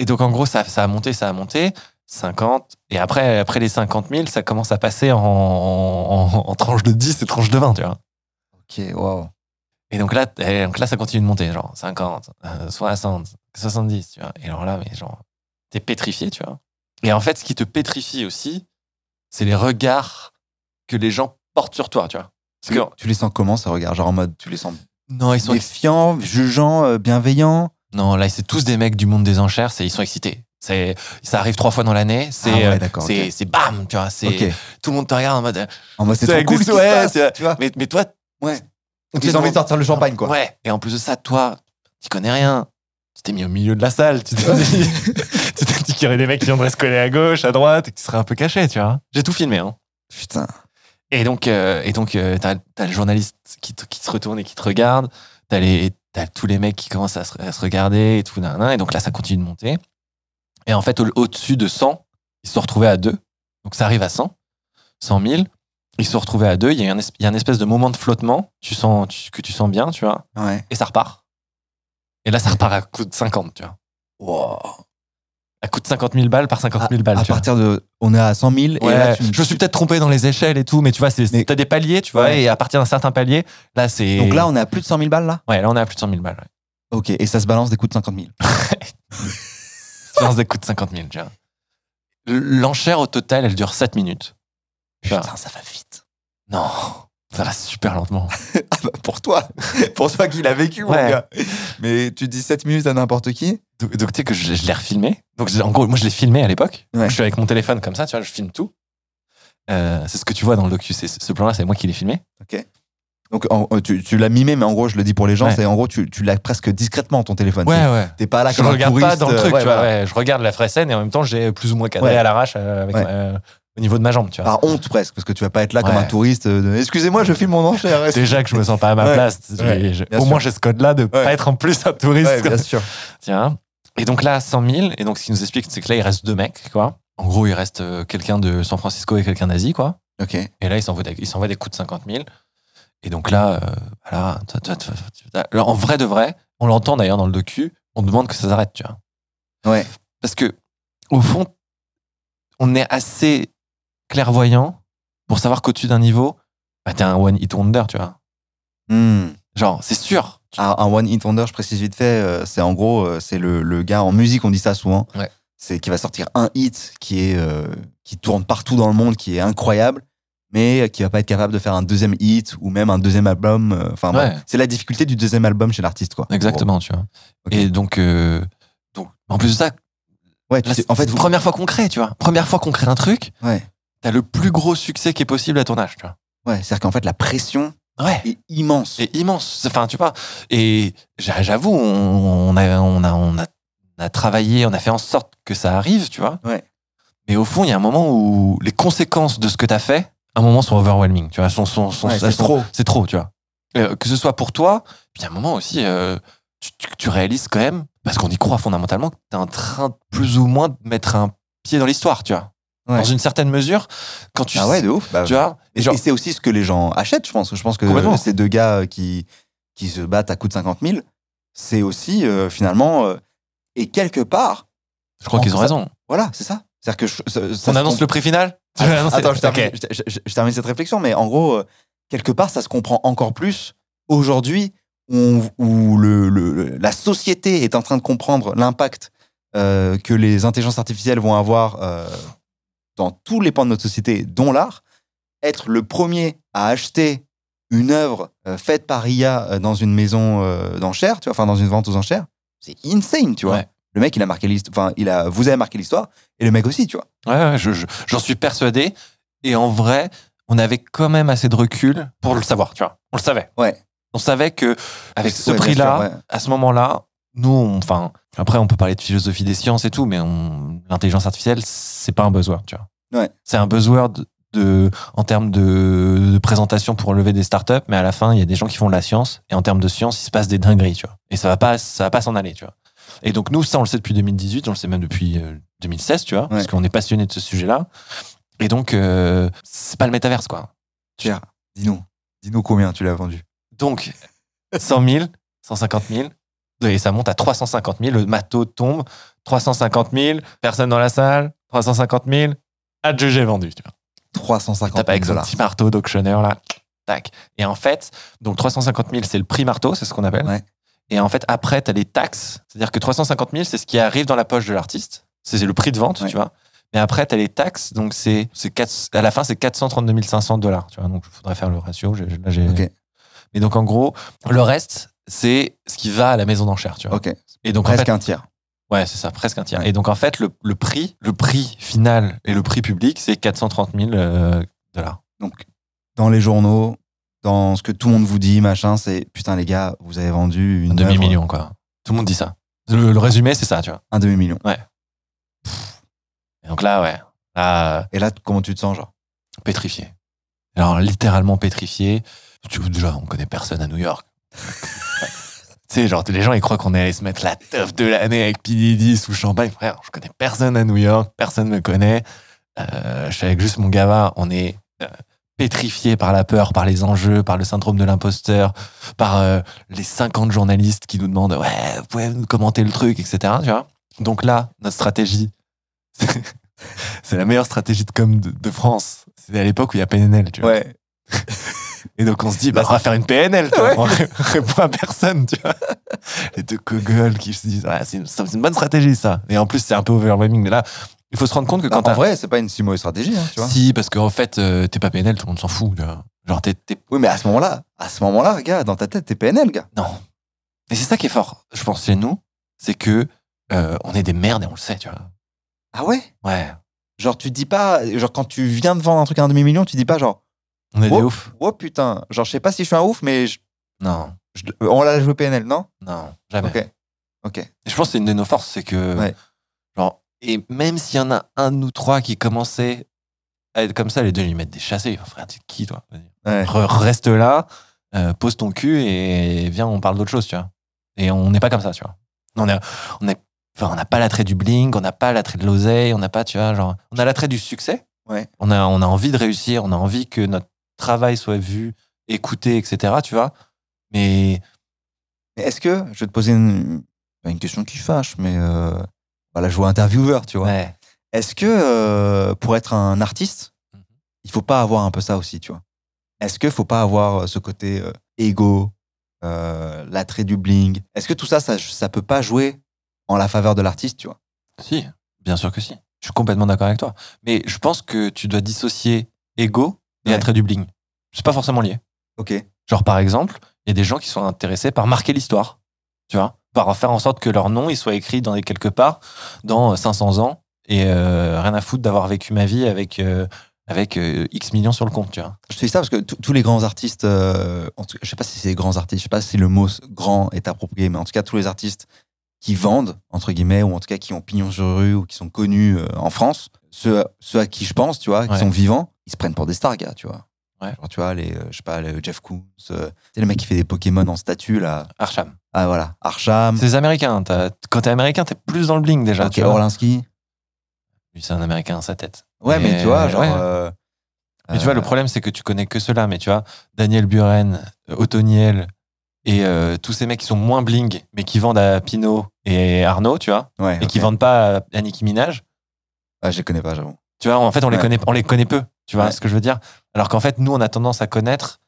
et donc, en gros, ça, ça a monté, ça a monté. 50. Et après, après les 50 000, ça commence à passer en, en, en tranches de 10 et tranches de 20, tu vois.
Ok, waouh.
Et donc là, et donc là, ça continue de monter, genre 50, euh, 60, 70, tu vois. Et alors là, mais genre, t'es pétrifié, tu vois. Et en fait, ce qui te pétrifie aussi, c'est les regards que les gens portent sur toi, tu vois. Parce
Tu,
que,
tu les sens comment ces regards Genre en mode, tu les sens
non, ils sont,
défiants, jugeants, euh, bienveillants
non, là, c'est tous des mecs du monde des enchères, c'est, ils sont excités. C'est, ça arrive trois fois dans l'année, c'est,
Ah ouais,
euh,
d'accord,
c'est,
ok.
c'est bam, tu vois, c'est,
Ok.
tout le monde te regarde en mode, euh,
En mode, c'est
C'est
trop
avec
cool
des
ce qui se
souhaits,
passe,
c'est-
tu
[LAUGHS]
vois
mais, mais toi,
Ouais.
tu
Ils ont envie de sortir le champagne, quoi.
Ouais. Et en plus de ça, toi, tu connais rien. Tu t'es mis au milieu de la salle. Tu t'es [LAUGHS] dit, tu t'es dit qu'il y aurait des mecs qui viendraient se coller à gauche, à droite, et que tu serais un peu caché, tu vois. J'ai tout filmé, hein.
[LAUGHS] Putain.
Et donc, euh, et donc, euh, t'as, t'as le journaliste qui, te- qui se retourne et qui te regarde. T'as les, t'as tous les mecs qui commencent à se, à se regarder et tout, nanana. Et donc là, ça continue de monter. Et en fait, au, au-dessus de 100, ils se sont retrouvés à 2. Donc ça arrive à 100, 100 000. Ils se sont retrouvés à 2. Il y a un, es- il y a un espèce de moment de flottement tu sens, tu- que tu sens bien, tu vois.
Ouais.
Et ça repart. Et là, ça repart à coup de 50, tu vois.
Wow.
À coup de 50 000 balles par 50
À,
000 balles.
à
tu vois.
partir de. On est à 100 000 et
Ouais,
là, tu me-
je me suis peut-être trompé dans les échelles et tout, mais tu vois, c'est,
Mais-
t'as des paliers, tu vois,
Ouais.
et à partir d'un certain palier, là, c'est.
Donc là, on est à plus de 100 000 balles, là
Ouais, là, on est à plus de 100 000 balles. Ouais.
Ok, et ça se balance des coups de 50 000.
Ça lance des coups de 50 000, tu vois. L'enchère au total, elle dure 7 minutes.
Putain, ça va vite. [LAUGHS]
Non, ça va super lentement.
Ah bah, pour toi [LAUGHS] Pour toi qui l'a vécu,
Ouais.
Mais tu dis 7 minutes à n'importe qui
Donc, donc, tu sais que je, l'ai- je l'ai refilmé. Donc, je- en gros, moi, je l'ai filmé à l'époque.
Ouais.
Je suis avec mon téléphone comme ça, tu vois, je filme tout. Euh, c'est ce que tu vois dans le docu. c'est- Ce plan-là, c'est moi qui l'ai filmé.
Donc en- euh, tu, tu l'as mimé, mais en gros, je le dis pour les gens,
Ouais.
c'est en gros, tu, tu l'as presque discrètement ton téléphone. T'es-
ouais.
T'es pas là
je
comme un
regarde pas
touriste,
dans le
euh,
truc,
ouais,
tu vois.
voilà.
ouais, je regarde la vraie scène et en même temps, j'ai plus ou moins cadré
Ouais.
à l'arrache euh, avec
Ouais.
ma- euh, au niveau de ma jambe, tu vois.
Par honte presque, parce que tu vas pas être là comme
Ouais.
un touriste. euh, de, Excusez-moi, je filme mon enchère.
[LAUGHS] Déjà que je me sens pas à ma
Ouais.
place.
Ouais.
j'ai- j'ai-
Bien
au
sûr.
moins, j'ai ce code-là de
Ouais.
pas être en plus un touriste.
Ouais, bien sûr.
Tiens. Et donc là, 100 000. Et donc, ce qui nous explique, c'est que là, il reste deux mecs, quoi. En gros, il reste euh, quelqu'un de San Francisco et quelqu'un d'Asie, quoi.
Ok.
Et là, ils s'envoient des, ils s'envoient des coups de 50 000. Et donc là, euh, voilà, toi, toi, toi, toi, toi. en vrai de vrai, on l'entend d'ailleurs dans le docu, on demande que ça s'arrête, tu vois.
Ouais.
Parce que, au fond, on est assez clairvoyant pour savoir qu'au-dessus d'un niveau, bah, t'es un one hit wonder, tu vois.
Hmm.
Genre, c'est sûr.
Ah, Un, un One Hit Wonder, je précise vite fait, euh, c'est en gros, euh, c'est le, le gars en musique, on dit ça souvent.
Ouais.
C'est qui va sortir un hit qui est euh, qui tourne partout dans le monde, qui est incroyable, mais qui va pas être capable de faire un deuxième hit ou même un deuxième album. euh, Enfin, bon,
Ouais.
c'est la difficulté du deuxième album chez l'artiste, quoi.
Exactement, tu vois.
Ok.
Et donc, euh, donc, en plus de ça,
Ouais, tu
là,
sais,
en
en fait, vous-
première fois qu'on crée, tu vois. Première fois qu'on crée un truc,
ouais,
t'as le plus gros succès qui est possible à ton âge, tu vois.
ouais, c'est-à-dire qu'en fait, la pression
Ouais.
est immense.
C'est immense. Enfin, tu vois. Et j'a- j'avoue, on, on a, on, a, on, a, on a travaillé, on a fait en sorte que ça arrive, tu vois.
Ouais.
Mais au fond, il y a un moment où les conséquences de ce que t'as fait, à un moment, sont overwhelming, tu vois. Sont, sont, sont-
Ouais,
elles
c'est
sont-
trop.
C'est trop, tu vois. Euh, que ce soit pour toi, puis à un moment aussi, euh, tu, tu- tu réalises quand même, parce qu'on y croit fondamentalement, que t'es en train de plus ou moins de mettre un pied dans l'histoire, tu vois.
Ouais.
Dans une certaine mesure, quand tu.
Ah ouais, de ouf. Bah,
tu vois.
Et,
genre-
et c'est aussi ce que les gens achètent, je pense. Je pense que
Complètement.
ces deux gars euh, qui, qui se battent à coup de 50 000, c'est aussi euh, finalement. euh, et quelque part,
je crois qu'ils ont raison.
voilà, c'est ça. C'est-à-dire que. je- ça- ça
on
se
annonce le prix [LAUGHS] final
Attends, Ah, attends, je, termine,
Ok.
je- je- je- je termine cette réflexion, mais en gros, euh, quelque part, ça se comprend encore plus aujourd'hui où, on- où le- le- le- la société est en train de comprendre l'impact euh, que les intelligences artificielles vont avoir euh, dans tous les pans de notre société, dont l'art. Être le premier à acheter une œuvre euh, faite par IA euh, dans une maison euh, d'enchères, tu vois, enfin dans une vente aux enchères, c'est insane, tu vois.
Ouais.
Le mec, il a marqué l'histoire, enfin, il a, vous avez marqué l'histoire, et le mec aussi, tu vois.
Ouais, ouais, je- je- j'en suis persuadé. Et en vrai, on avait quand même assez de recul pour le savoir, tu vois. On le savait.
Ouais.
On savait que avec ce
Ouais, bien
prix-là,
sûr, ouais.
à ce moment-là, nous, on- enfin, après, on peut parler de philosophie des sciences et tout, mais on- l'intelligence artificielle, c'est pas un buzzword, tu vois.
Ouais.
C'est un buzzword de, en termes de, de présentation pour lever des startups, mais à la fin, il y a des gens qui font de la science, et en termes de science, il se passe des dingueries, tu vois. Et ça va pas, ça va pas s'en aller, tu vois. Et donc, nous, ça, on le sait depuis 2018, on le sait même depuis euh, 2016, tu vois, parce
Ouais.
qu'on est passionné de ce sujet-là. Et donc, euh, c'est pas le métaverse, quoi.
Pierre, dis-nous. Dis-nous combien tu l'as vendu.
Donc, 100 000, 150 000, et ça monte à 350 000. Le matos tombe, 350 000, personne dans la salle, 350 000, adjugé vendu. Tu vois.
350
T'as
000
pas avec son
dollars.
petit marteau d'auctionneur là, tac. Et en fait, donc 350 000, c'est le prix marteau, c'est ce qu'on appelle.
Ouais.
Et en fait, après, t'as les taxes, c'est-à-dire que 350 000, c'est ce qui arrive dans la poche de l'artiste, c'est c'est le prix de vente,
Ouais.
tu vois. Mais après, t'as les taxes, donc c'est c'est quatre- à la fin, c'est 432 500 dollars, tu vois. Donc, il faudrait faire le ratio. j'ai- Là, j'ai.
Ok,
Mais donc, en gros, le reste, c'est ce qui va à la maison d'enchères, tu vois.
ok.
Et donc,
Presque
en
un tiers.
fait, ouais, c'est ça, presque un tiers.
Ouais.
Et donc, en fait, le, le prix, le prix final et le prix public, c'est 430 000 euh, dollars.
Donc, dans les journaux, dans ce que tout le monde vous dit, machin, c'est putain, les gars, vous avez vendu
Un
une. œuvre-
demi-million, quoi. Tout le monde dit ça. Le, le résumé, c'est ça, tu vois.
Un demi-million.
Et donc là, ouais, là, euh,
Et là, t- comment tu te sens, genre
pétrifié. Alors, littéralement pétrifié. Tu vois, déjà, on connaît personne à New York. [LAUGHS] Tu sais, genre, les gens, ils croient qu'on est allé se mettre la teuf de l'année avec Pinidis ou Champagne. Frère, je connais personne à New York, personne me connaît. Euh, je suis avec juste mon gava, on est euh, pétrifié par la peur, par les enjeux, par le syndrome de l'imposteur, par euh, les 50 journalistes qui nous demandent Ouais, vous pouvez nous commenter le truc, etc. Tu vois Donc là, notre stratégie, [LAUGHS] c'est la meilleure stratégie de com de, de France. C'est à l'époque où il y a PNL, tu vois.
Ouais.
Et donc on se dit, bah,
Bah,
on va faire une PNL, tu vois.
Ouais.
on ré- répond à personne, tu vois. Les deux cogoles qui se disent, Ah, c'est une, c'est une bonne stratégie ça. Et en plus, c'est un peu overwhelming. Mais là, il faut se rendre compte que quand
Bah, en
t'as-
vrai, c'est pas une si mauvaise stratégie, hein, tu vois.
Si, parce qu'en fait, euh, t'es pas PNL, tout le monde s'en fout. tu vois. Genre, t'es. t'es-
Oui, mais à ce moment-là, à ce moment-là, gars, dans ta tête, t'es PNL, gars.
Non. Et c'est ça qui est fort, je pense, chez nous, c'est que euh, on est des merdes et on le sait, tu vois.
Ah ouais
Ouais.
Genre, tu dis pas, genre, quand tu viens de vendre un truc à un demi-million, tu dis pas, genre,
On est
Oh.
des ouf.
oh putain, genre, je sais pas si je suis un ouf, mais je-
Non,
je- on l'a joué PNL, non
non, jamais.
Ok. Ok.
Et Je pense que c'est une de nos forces, c'est que.
Ouais.
Genre, et même s'il y en a un ou trois qui commençaient à être comme ça, les deux ils lui mettent des chassés. Enfin, frère, t'es qui, toi Vas-y.
Ouais.
Re- Reste là, euh, pose ton cul et viens, on parle d'autre chose, tu vois. Et on n'est pas comme ça, tu vois. On est, on est, enfin, on n'a pas l'attrait du bling, on n'a pas l'attrait de l'oseille, on n'a pas, tu vois, genre, on a l'attrait du succès.
Ouais.
On a, on a envie de réussir, on a envie que notre travail soit vu, écouté, etc. Tu vois. Mais
Mais Est-ce que, je vais te poser une, pas une question qui fâche, mais euh, voilà, je vois intervieweur, tu vois.
ouais,
Est-ce que euh, pour être un artiste,
Mhm.
il faut pas avoir un peu ça aussi, tu vois Est-ce que faut pas avoir euh, ce côté euh, égo, euh, l'attrait du bling Est-ce que tout ça, ça, ça peut pas jouer en la faveur de l'artiste, tu vois
Si, bien sûr que si. Je suis complètement d'accord avec toi. Mais je pense que tu dois dissocier ego et
Ouais.
attrait du bling. C'est pas forcément lié.
Ok.
Genre, par exemple, il y a des gens qui sont intéressés par marquer l'histoire, tu vois, par faire en sorte que leur nom il soit écrit dans les quelque part dans euh, 500 ans et euh, rien à foutre d'avoir vécu ma vie avec, euh, avec euh, X millions sur le compte, tu vois.
Je te dis ça parce que tous tous les grands artistes, euh, en tout cas, je sais pas si c'est des grands artistes, je sais pas si le mot s- grand est approprié, mais en tout cas, tous les artistes qui vendent, entre guillemets, ou en tout cas qui ont pignon sur rue ou qui sont connus euh, en France, ceux, à- ceux à qui je pense, tu vois, qui
Ouais.
sont vivants, ils se prennent pour des stars, gars, tu vois.
Ouais.
Genre, tu vois, les, euh, je sais pas, le Jeff Koons, euh, c'est le mec qui fait des Pokémon en statue, là.
Archam.
Ah, voilà, Archam,
C'est des Américains. t'as- Quand t'es Américain, t'es plus dans le bling déjà.
ok,
tu vois.
Orlinski.
Lui, c'est un Américain à sa tête.
Ouais, mais,
Mais,
tu vois, genre.
ouais.
euh,
Mais tu vois,
euh,
le problème, c'est que tu connais que ceux-là. Mais tu vois, Daniel Buren, euh, Otoniel et euh, tous ces mecs qui sont moins bling, mais qui vendent à Pino et Arnaud, tu vois,
ouais,
et qui
ok.
vendent pas à, à Nicki Minaj.
Ah, je les connais pas, j'avoue.
Tu vois, en fait, on les
Ouais.
connaît, on les connaît peu. Tu vois
Ouais.
ce que je veux dire Alors qu'en fait, nous, on a tendance à connaître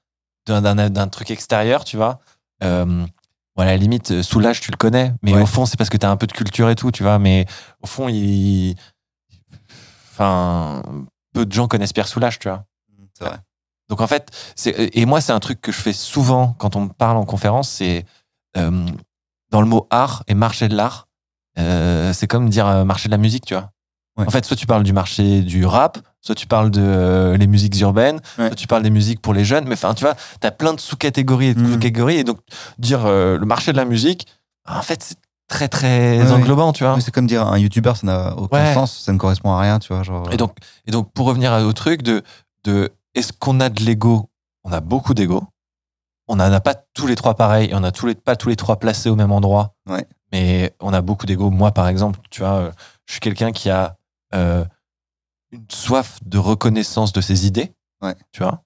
d'un- d'un d'un truc extérieur, tu vois. Euh, bon, à la limite, euh, Soulage, tu le connais, mais
Ouais.
au fond, c'est parce que t'as un peu de culture et tout, tu vois. Mais au fond, il, enfin, peu de gens connaissent Pierre Soulage, tu vois.
C'est vrai.
Donc en fait, c'est et moi c'est un truc que je fais souvent quand on me parle en conférence, c'est euh, dans le mot art et marché de l'art, euh, c'est comme dire euh, marché de la musique, tu vois.
Ouais.
En fait, soit tu parles du marché du rap, soit tu parles de euh, les musiques urbaines,
Ouais.
soit tu parles des musiques pour les jeunes, mais enfin tu vois, t'as plein de sous-catégories et de
Mhm.
sous-catégories et donc dire euh, le marché de la musique, en fait c'est très très
Ouais,
englobant, tu vois.
Oui, c'est comme dire un youtubeur, ça n'a aucun
Ouais.
sens, ça ne correspond à rien, tu vois. Genre,
Et donc, et donc pour revenir à- au truc de, de est-ce qu'on a de l'ego On a beaucoup d'ego. On n'en a pas tous les trois pareils et on n'a tous les, pas tous les trois placés au même endroit.
Ouais.
Mais on a beaucoup d'ego. Moi, par exemple, tu vois, euh, je suis quelqu'un qui a euh, une soif de reconnaissance de ses idées.
Ouais.
Tu vois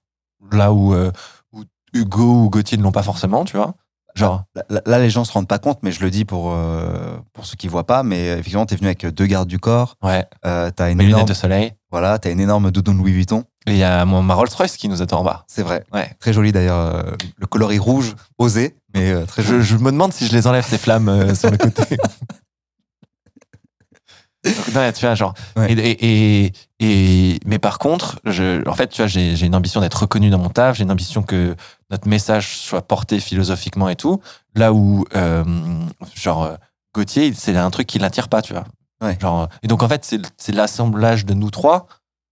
Là où, euh, où Hugo ou Gauthier ne l'ont pas forcément, tu vois
Ah.
Genre,
là, là- là, euh, les gens se rendent pas compte, mais je le dis pour, euh, pour ceux qui voient pas, mais euh, effectivement, tu es venu avec deux gardes du corps,
ouais,
euh, tu as, une
mes lunettes
énorme-
de soleil.
voilà, as une énorme doudoune Louis Vuitton,
Et il y a mon, ma Rolls Royce qui nous attend en bas.
c'est vrai.
Ouais.
Très joli d'ailleurs, euh, le coloris rouge, osé, mais euh, très joli.
Je, je me demande si je les enlève, ces flammes euh, sur le
[LAUGHS]
côté. Donc, non, tu vois, genre.
Ouais.
Et, et, et- et- mais par contre, je, en fait, tu vois, j'ai j'ai une ambition d'être reconnu dans mon taf, j'ai une ambition que notre message soit porté philosophiquement et tout. Là où, euh, genre, euh, Gauthier, il- c'est un truc qui l'attire pas, tu vois.
Ouais.
Genre, euh, et donc, en fait, c'est c'est l'assemblage de nous trois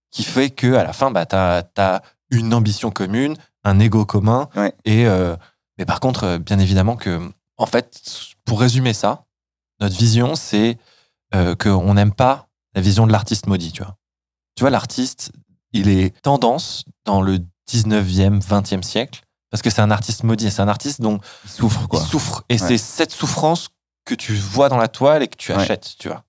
qui fait que à la fin, bah, t'as as une ambition commune, un ego commun.
Ouais.
Et, euh, mais par contre, euh, bien évidemment que, en fait, pour résumer ça, notre vision, c'est euh, qu'on n'aime pas la vision de l'artiste maudit, tu vois. Tu vois, l'artiste, il est tendance dans le 19e, 20e siècle, parce que c'est un artiste maudit, et c'est un artiste dont
Il souffre, quoi.
il souffre. Et
Ouais.
c'est cette souffrance que tu vois dans la toile et que tu
Ouais.
achètes, tu vois.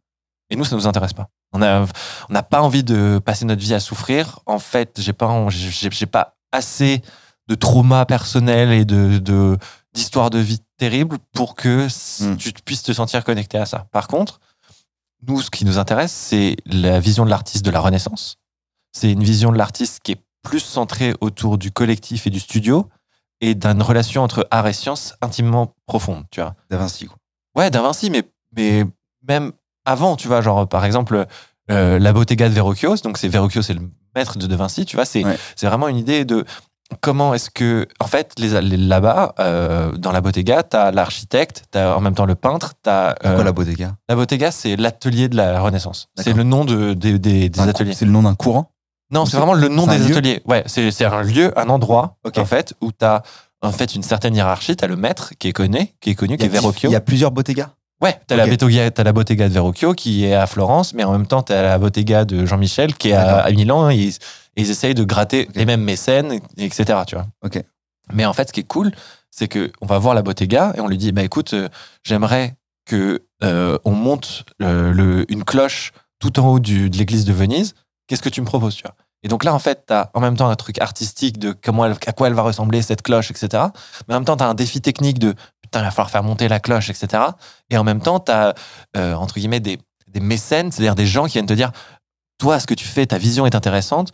Et nous, ça nous intéresse pas. On a, on n'a pas envie de passer notre vie à souffrir. En fait, j'ai pas, en- j'ai j'ai pas assez de trauma personnel et de, de d'histoires de vie terribles pour que s-
Mm.
tu te- puisses te sentir connecté à ça. Par contre, nous, ce qui nous intéresse, c'est la vision de l'artiste de la Renaissance. C'est une vision de l'artiste qui est plus centrée autour du collectif et du studio et d'une relation entre art et science intimement profonde, tu vois.
Da Vinci, quoi.
Ouais, Da Vinci, mais, mais même avant, tu vois, genre par exemple euh, la Bottega de Verrocchio, donc c'est Verrocchio, c'est le maître de Da Vinci, tu vois, c'est
Ouais.
c'est vraiment une idée de comment est-ce que, en fait, les, les- là-bas, euh, dans la Bottega, t'as l'architecte, t'as en même temps le peintre, t'as... euh,
Pourquoi la Bodega
la Bottega, c'est l'atelier de la Renaissance. C'est
D'accord.
le nom de, des, des- des
C'est un cou-
ateliers.
C'est le nom d'un courant
Non,
C'est-
c'est vraiment le nom
c'est un
des
lieu
ateliers. Ouais, c'est c'est un lieu, un endroit,
Ok.
en fait, où tu as en fait, une certaine hiérarchie. Tu as le maître qui est connu, qui est connu, qui
Il y
est
a diff-
Verrocchio.
Il y a plusieurs Bottega
Ouais, tu as,
Ok.
la Bottega de Verrocchio qui est à Florence, mais en même temps, tu as la Bottega de Jean-Michel qui est à,
D'accord.
à Milan. hein, ils, ils essayent de gratter
Ok.
les mêmes mécènes, etc. Tu vois.
Ok.
Mais en fait, ce qui est cool, c'est que on va voir la Bottega et on lui dit, bah écoute, euh, j'aimerais que euh, on monte euh, le- une cloche tout en haut du- de l'église de Venise. Qu'est-ce que tu me proposes, tu vois Et donc là, en fait, tu as en même temps un truc artistique de comment elle- à quoi elle va ressembler cette cloche, etc. Mais en même temps, tu as un défi technique de putain, il va falloir faire monter la cloche, etc. Et en même temps, tu as, entre guillemets, des, des mécènes, c'est-à-dire des gens qui viennent te dire Toi, ce que tu fais, ta vision est intéressante,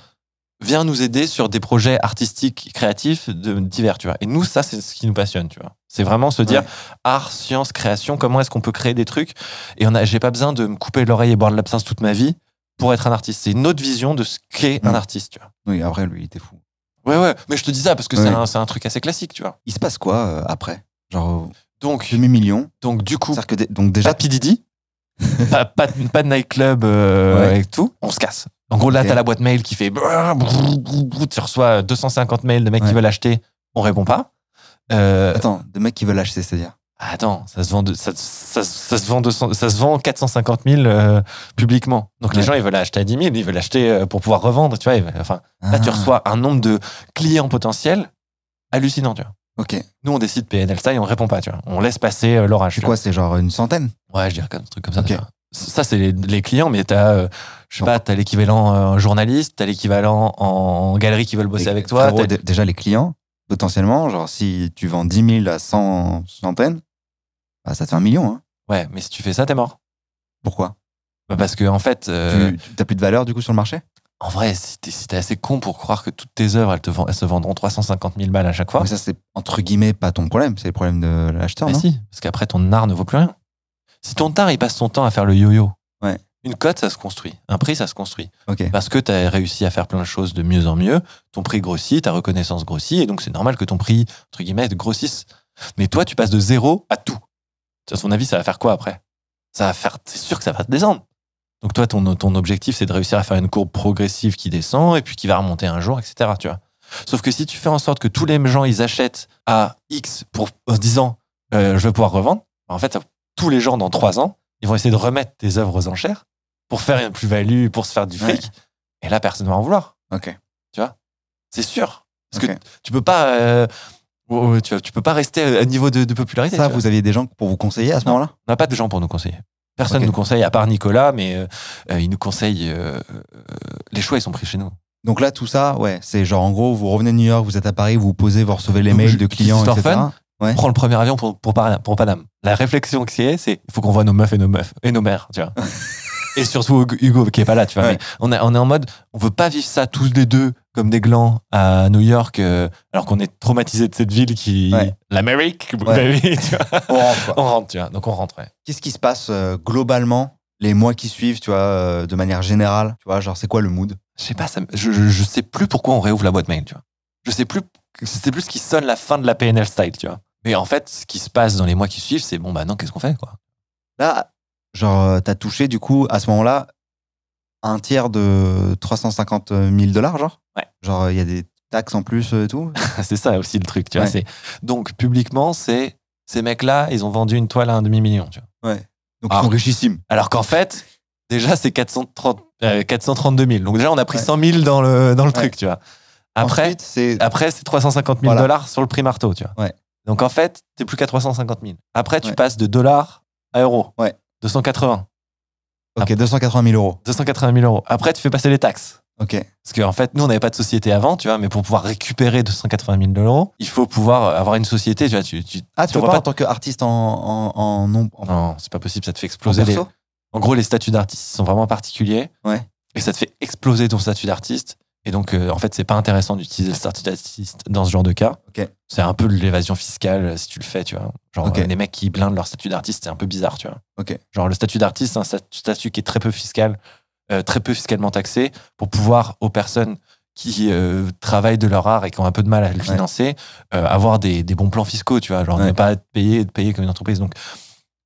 viens nous aider sur des projets artistiques, créatifs, de, divers, tu vois. Et nous, ça, c'est ce qui nous passionne, tu vois. C'est vraiment se dire
Ouais.
art, science, création, comment est-ce qu'on peut créer des trucs Et on a- j'ai pas besoin de me couper l'oreille et boire de l'absinthe toute ma vie pour être un artiste. C'est une autre vision de ce qu'est
Mm.
un artiste, tu vois.
Oui, après, lui, il était fou.
Ouais, ouais. Mais je te dis ça parce que c'est
Ouais.
un, c'est un truc assez classique, tu vois.
Il se passe quoi euh, après Genre
Donc,
demi-million.
donc du coup,
C'est-à-dire que dé- donc
pas
déjà,
de PDD, [LAUGHS] pas, pas de- pas de nightclub euh,
Ouais.
avec tout. On se casse. En gros, là,
Ok.
t'as la boîte mail qui fait. brrr, brrr, brrr, Tu reçois 250 mails de mecs
Ouais.
qui veulent acheter. On répond pas. Euh,
attends, des mecs qui veulent acheter, c'est-à-dire.
Attends, ça se vend, de- ça, ça- ça se vend 200 ça se vend 450 000 euh, publiquement. Donc les
Ouais.
gens, ils veulent acheter à 10 000, ils veulent acheter euh, pour pouvoir revendre, tu vois. ils veulent- Enfin, là, Bah, tu
Ah,
reçois un nombre de clients potentiels hallucinant, tu vois.
Ok.
Nous, on décide PNL ça et on répond pas, tu vois. On laisse passer euh, l'orage.
C'est
tu
quoi C'est genre une centaine
vois. Ouais, je dirais comme un truc comme ça.
Ok.
tu vois. Ça, c'est les, les clients, mais t'as, euh, je sais
Bon.
pas, t'as l'équivalent euh, en journaliste, t'as l'équivalent en galerie qui veulent bosser
Et
avec toi.
frérot,
t'as-
dé- déjà, les clients, potentiellement, genre si tu vends 10 000 à 100 centaines, bah, ça te fait un million. Hein.
Ouais, mais si tu fais ça, t'es mort.
Pourquoi
Bah, parce que, en fait. euh,
Tu n'as plus de valeur du coup sur le marché
En vrai, si t'es si t'es assez con pour croire que toutes tes œuvres, elles, te vend- elles se vendront 350 000 balles à chaque fois,
Mais ça, c'est entre guillemets pas ton problème, c'est le problème de l'acheteur.
bah
non
si, parce qu'après, ton art ne vaut plus rien. Si ton art, il passe son temps à faire le yo-yo,
Ouais.
une cote, ça se construit. Un prix, ça se construit.
Ok.
Parce que t'as réussi à faire plein de choses de mieux en mieux, ton prix grossit, ta reconnaissance grossit, et donc c'est normal que ton prix, entre guillemets, grossisse. Mais toi, tu passes de zéro à tout. À son avis, ça va faire quoi après Ça va faire, c'est sûr que ça va te descendre. Donc toi, ton, ton objectif, c'est de réussir à faire une courbe progressive qui descend et puis qui va remonter un jour, etc. Tu vois. Sauf que si tu fais en sorte que tous les gens, ils achètent à X pour, en se disant, euh, je vais pouvoir revendre, en fait, ça- tous les gens, dans trois ans, ils vont essayer de remettre tes œuvres aux enchères pour faire une plus-value, pour se faire du fric. Et là, personne ne va en vouloir.
Ok.
C'est sûr. Parce
Ok.
que tu peux pas... euh, ouais, ouais, tu, vois, tu peux pas rester à un niveau de, de popularité.
Ça,
tu vois.
vous aviez des gens pour vous conseiller à ce
Non.
moment-là
On n'a pas de gens pour nous conseiller. Personne ne
Ok.
nous conseille, à part Nicolas, mais euh, euh, il nous conseille... euh, euh, les choix, ils sont pris chez nous.
Donc là, tout ça, ouais, c'est genre en gros, vous revenez de New York, vous êtes à Paris, vous vous posez, vous recevez les
Donc,
mails
je-
de clients,
petite
etc.
histoire
Ouais.
Prends le premier avion pour, pour, Par- pour Paname. La réflexion qui est, c'est il faut qu'on voit nos meufs et nos meufs et nos mères, [LAUGHS] tu vois. et surtout Hugo- Hugo qui est pas là, tu vois.
Ouais.
Mais on, est- on est en mode, on veut pas vivre ça tous les deux comme des glands à New York, euh, alors qu'on est traumatisé de cette ville qui,
Ouais.
l'Amérique,
Ouais.
baby, tu vois.
[LAUGHS] On rentre, quoi.
[LAUGHS] On rentre, tu vois. Donc on rentre. ouais.
Qu'est-ce qui se passe euh, globalement les mois qui suivent, tu vois, euh, de manière générale Tu vois, genre, c'est quoi le mood
Je sais pas, ça me- je, je- je sais plus pourquoi on réouvre la boîte mail, tu vois. Je sais plus, je sais plus ce qui sonne la fin de la PNL style, tu vois. Mais en fait, ce qui se passe dans les mois qui suivent, c'est bon, bah non, qu'est-ce qu'on fait, quoi.
Là, genre, euh, t'as touché, du coup, à ce moment-là, un tiers de 350 000 dollars, genre
Ouais.
Genre, euh, il y a des taxes en plus euh, et
[LAUGHS]
tout
Ah, c'est ça aussi le truc, tu vois.
Ouais.
c'est- Donc, publiquement, c'est ces mecs-là, ils ont vendu une toile à un demi-million, tu vois.
Donc,
Ah.
ils sont richissimes.
Alors qu'en fait, déjà, c'est 430, euh, 432 000. Donc, déjà, on a pris
Ouais.
100 000 dans le, dans le
Ouais.
truc, tu vois. Après, euh,
Ensuite, c'est.
après c'est 350 000
Voilà.
dollars sur le prix marteau, tu vois.
Ouais.
Donc, en fait, t'es plus qu'à 350 000. Après, tu
Ouais.
passes de dollars à euros.
Ouais.
280.
Ok, 280 000 euros.
280 000 euros. Après, tu fais passer les taxes.
Ok.
Parce qu'en fait, nous, on n'avait pas de société avant, tu vois, mais pour pouvoir récupérer 280 000 euros, il faut pouvoir avoir une société, tu vois. Tu, tu,
Ah, tu
tu
peux
vois
pas, en tant qu'artiste en, en, en, nom- en, en
Non, c'est pas possible, ça te fait exploser. les-
perso
En gros, les statuts d'artistes sont vraiment particuliers.
Ouais.
Et ça te fait exploser ton statut d'artiste. Et donc, euh, en fait, c'est pas intéressant d'utiliser le statut d'artiste dans ce genre de cas.
Ok.
C'est un peu de l'évasion fiscale euh, si tu le fais, tu vois. Genre,
Ok.
euh, les mecs qui blindent leur statut d'artiste, c'est un peu bizarre, tu vois.
Ok.
Genre, le statut d'artiste, c'est un stat- statut qui est très peu fiscal, euh, très peu fiscalement taxé, pour pouvoir aux personnes qui euh, travaillent de leur art et qui ont un peu de mal à le financer, euh, avoir des, des bons plans fiscaux, tu vois. Genre,
Ouais.
ne pas être payé, être payé comme une entreprise. Donc,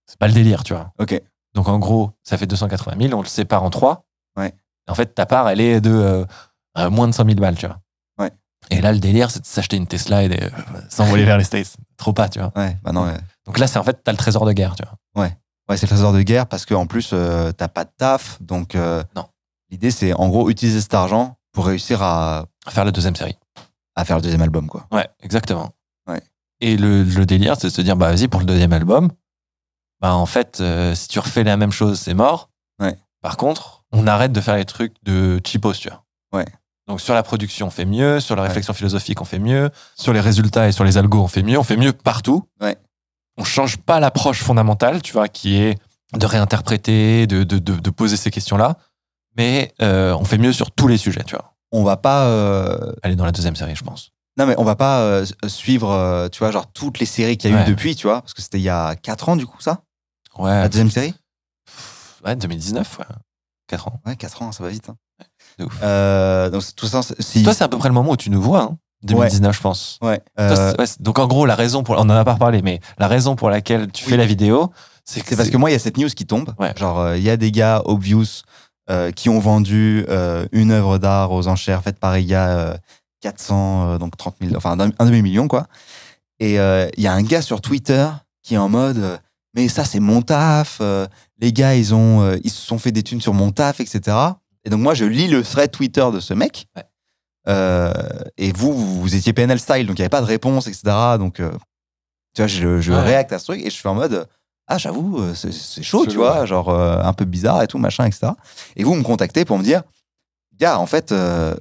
c'est pas le délire, tu vois.
Ok.
Donc en gros, ça fait 280 000, on le sépare en trois.
Ouais.
En fait, ta part, elle est de euh, euh, moins de 100 000 balles, tu vois.
Ouais.
Et là, le délire, c'est de s'acheter une Tesla et de euh, s'envoler vers les States. Trop pas, tu vois.
Ouais, bah non, ouais.
Donc là, c'est en fait, t'as le trésor de guerre, tu vois.
Ouais, c'est le trésor de guerre parce qu'en plus, euh, t'as pas de taf. Donc, euh,
Non.
l'idée, c'est en gros utiliser cet argent pour réussir à,
À Faire la deuxième série.
à faire le deuxième album. quoi.
Ouais, exactement.
Ouais.
Et le, le délire, c'est de se dire, bah vas-y, pour le deuxième album, bah en fait, euh, si tu refais la même chose, c'est mort.
Ouais.
Par contre, on arrête de faire les trucs de cheapos, tu vois.
Ouais.
Donc sur la production, on fait mieux, sur la réflexion philosophique, on fait mieux, sur les résultats et sur les algos, on fait mieux, on fait mieux partout.
Ouais.
On change pas l'approche fondamentale, tu vois, qui est de réinterpréter, de, de, de, de poser ces questions-là, mais euh, on fait mieux sur tous les sujets, tu vois.
On va pas. euh,
Allez dans la deuxième série, je pense.
Non, mais on va pas euh, suivre, euh, tu vois, genre toutes les séries qu'il y a
Ouais. Ah,
eu depuis, tu vois, parce que c'était il y a 4 ans, du coup, ça
Ouais.
La deuxième série
Ouais, 2019, ouais. 4 ans.
Ouais, 4 ans, ça va vite. hein.
De ouf.
Euh, donc, c'est- tout ça, c'est- si.
Toi, c'est à peu près le moment où tu nous vois. hein. 2019, je pense.
Ouais.
Toi,
Euh,
c'est- ouais, c'est- donc en gros, la raison pour, on en a pas parlé, mais la raison pour laquelle tu
Oui.
fais la vidéo, c'est
c'est parce que moi, il y a cette news qui tombe.
Ouais.
Genre, euh, il y a des gars, Obvious, euh, qui ont vendu euh, une œuvre d'art aux enchères faite par les gars, euh, 400, euh, donc 30 000, enfin un, un demi-million, quoi. Et euh, il y a un gars sur Twitter qui est en mode euh, Mais ça, c'est mon taf. euh, les gars, ils, ont, euh, ils se sont fait des thunes sur mon taf, etc. Et donc, moi, je lis le thread Twitter de ce mec.
Ouais.
Euh, et vous, vous, vous étiez PNL style, donc il n'y avait pas de réponse, etc. Donc, euh, tu vois, je, je
Ouais.
réacte à ce truc et je suis en mode euh, Ah, j'avoue, euh, c'est- c'est chaud,
Chelou,
tu vois, genre euh, un peu bizarre et tout, machin, etc. Et vous me contactez pour me dire Gars, en fait, euh,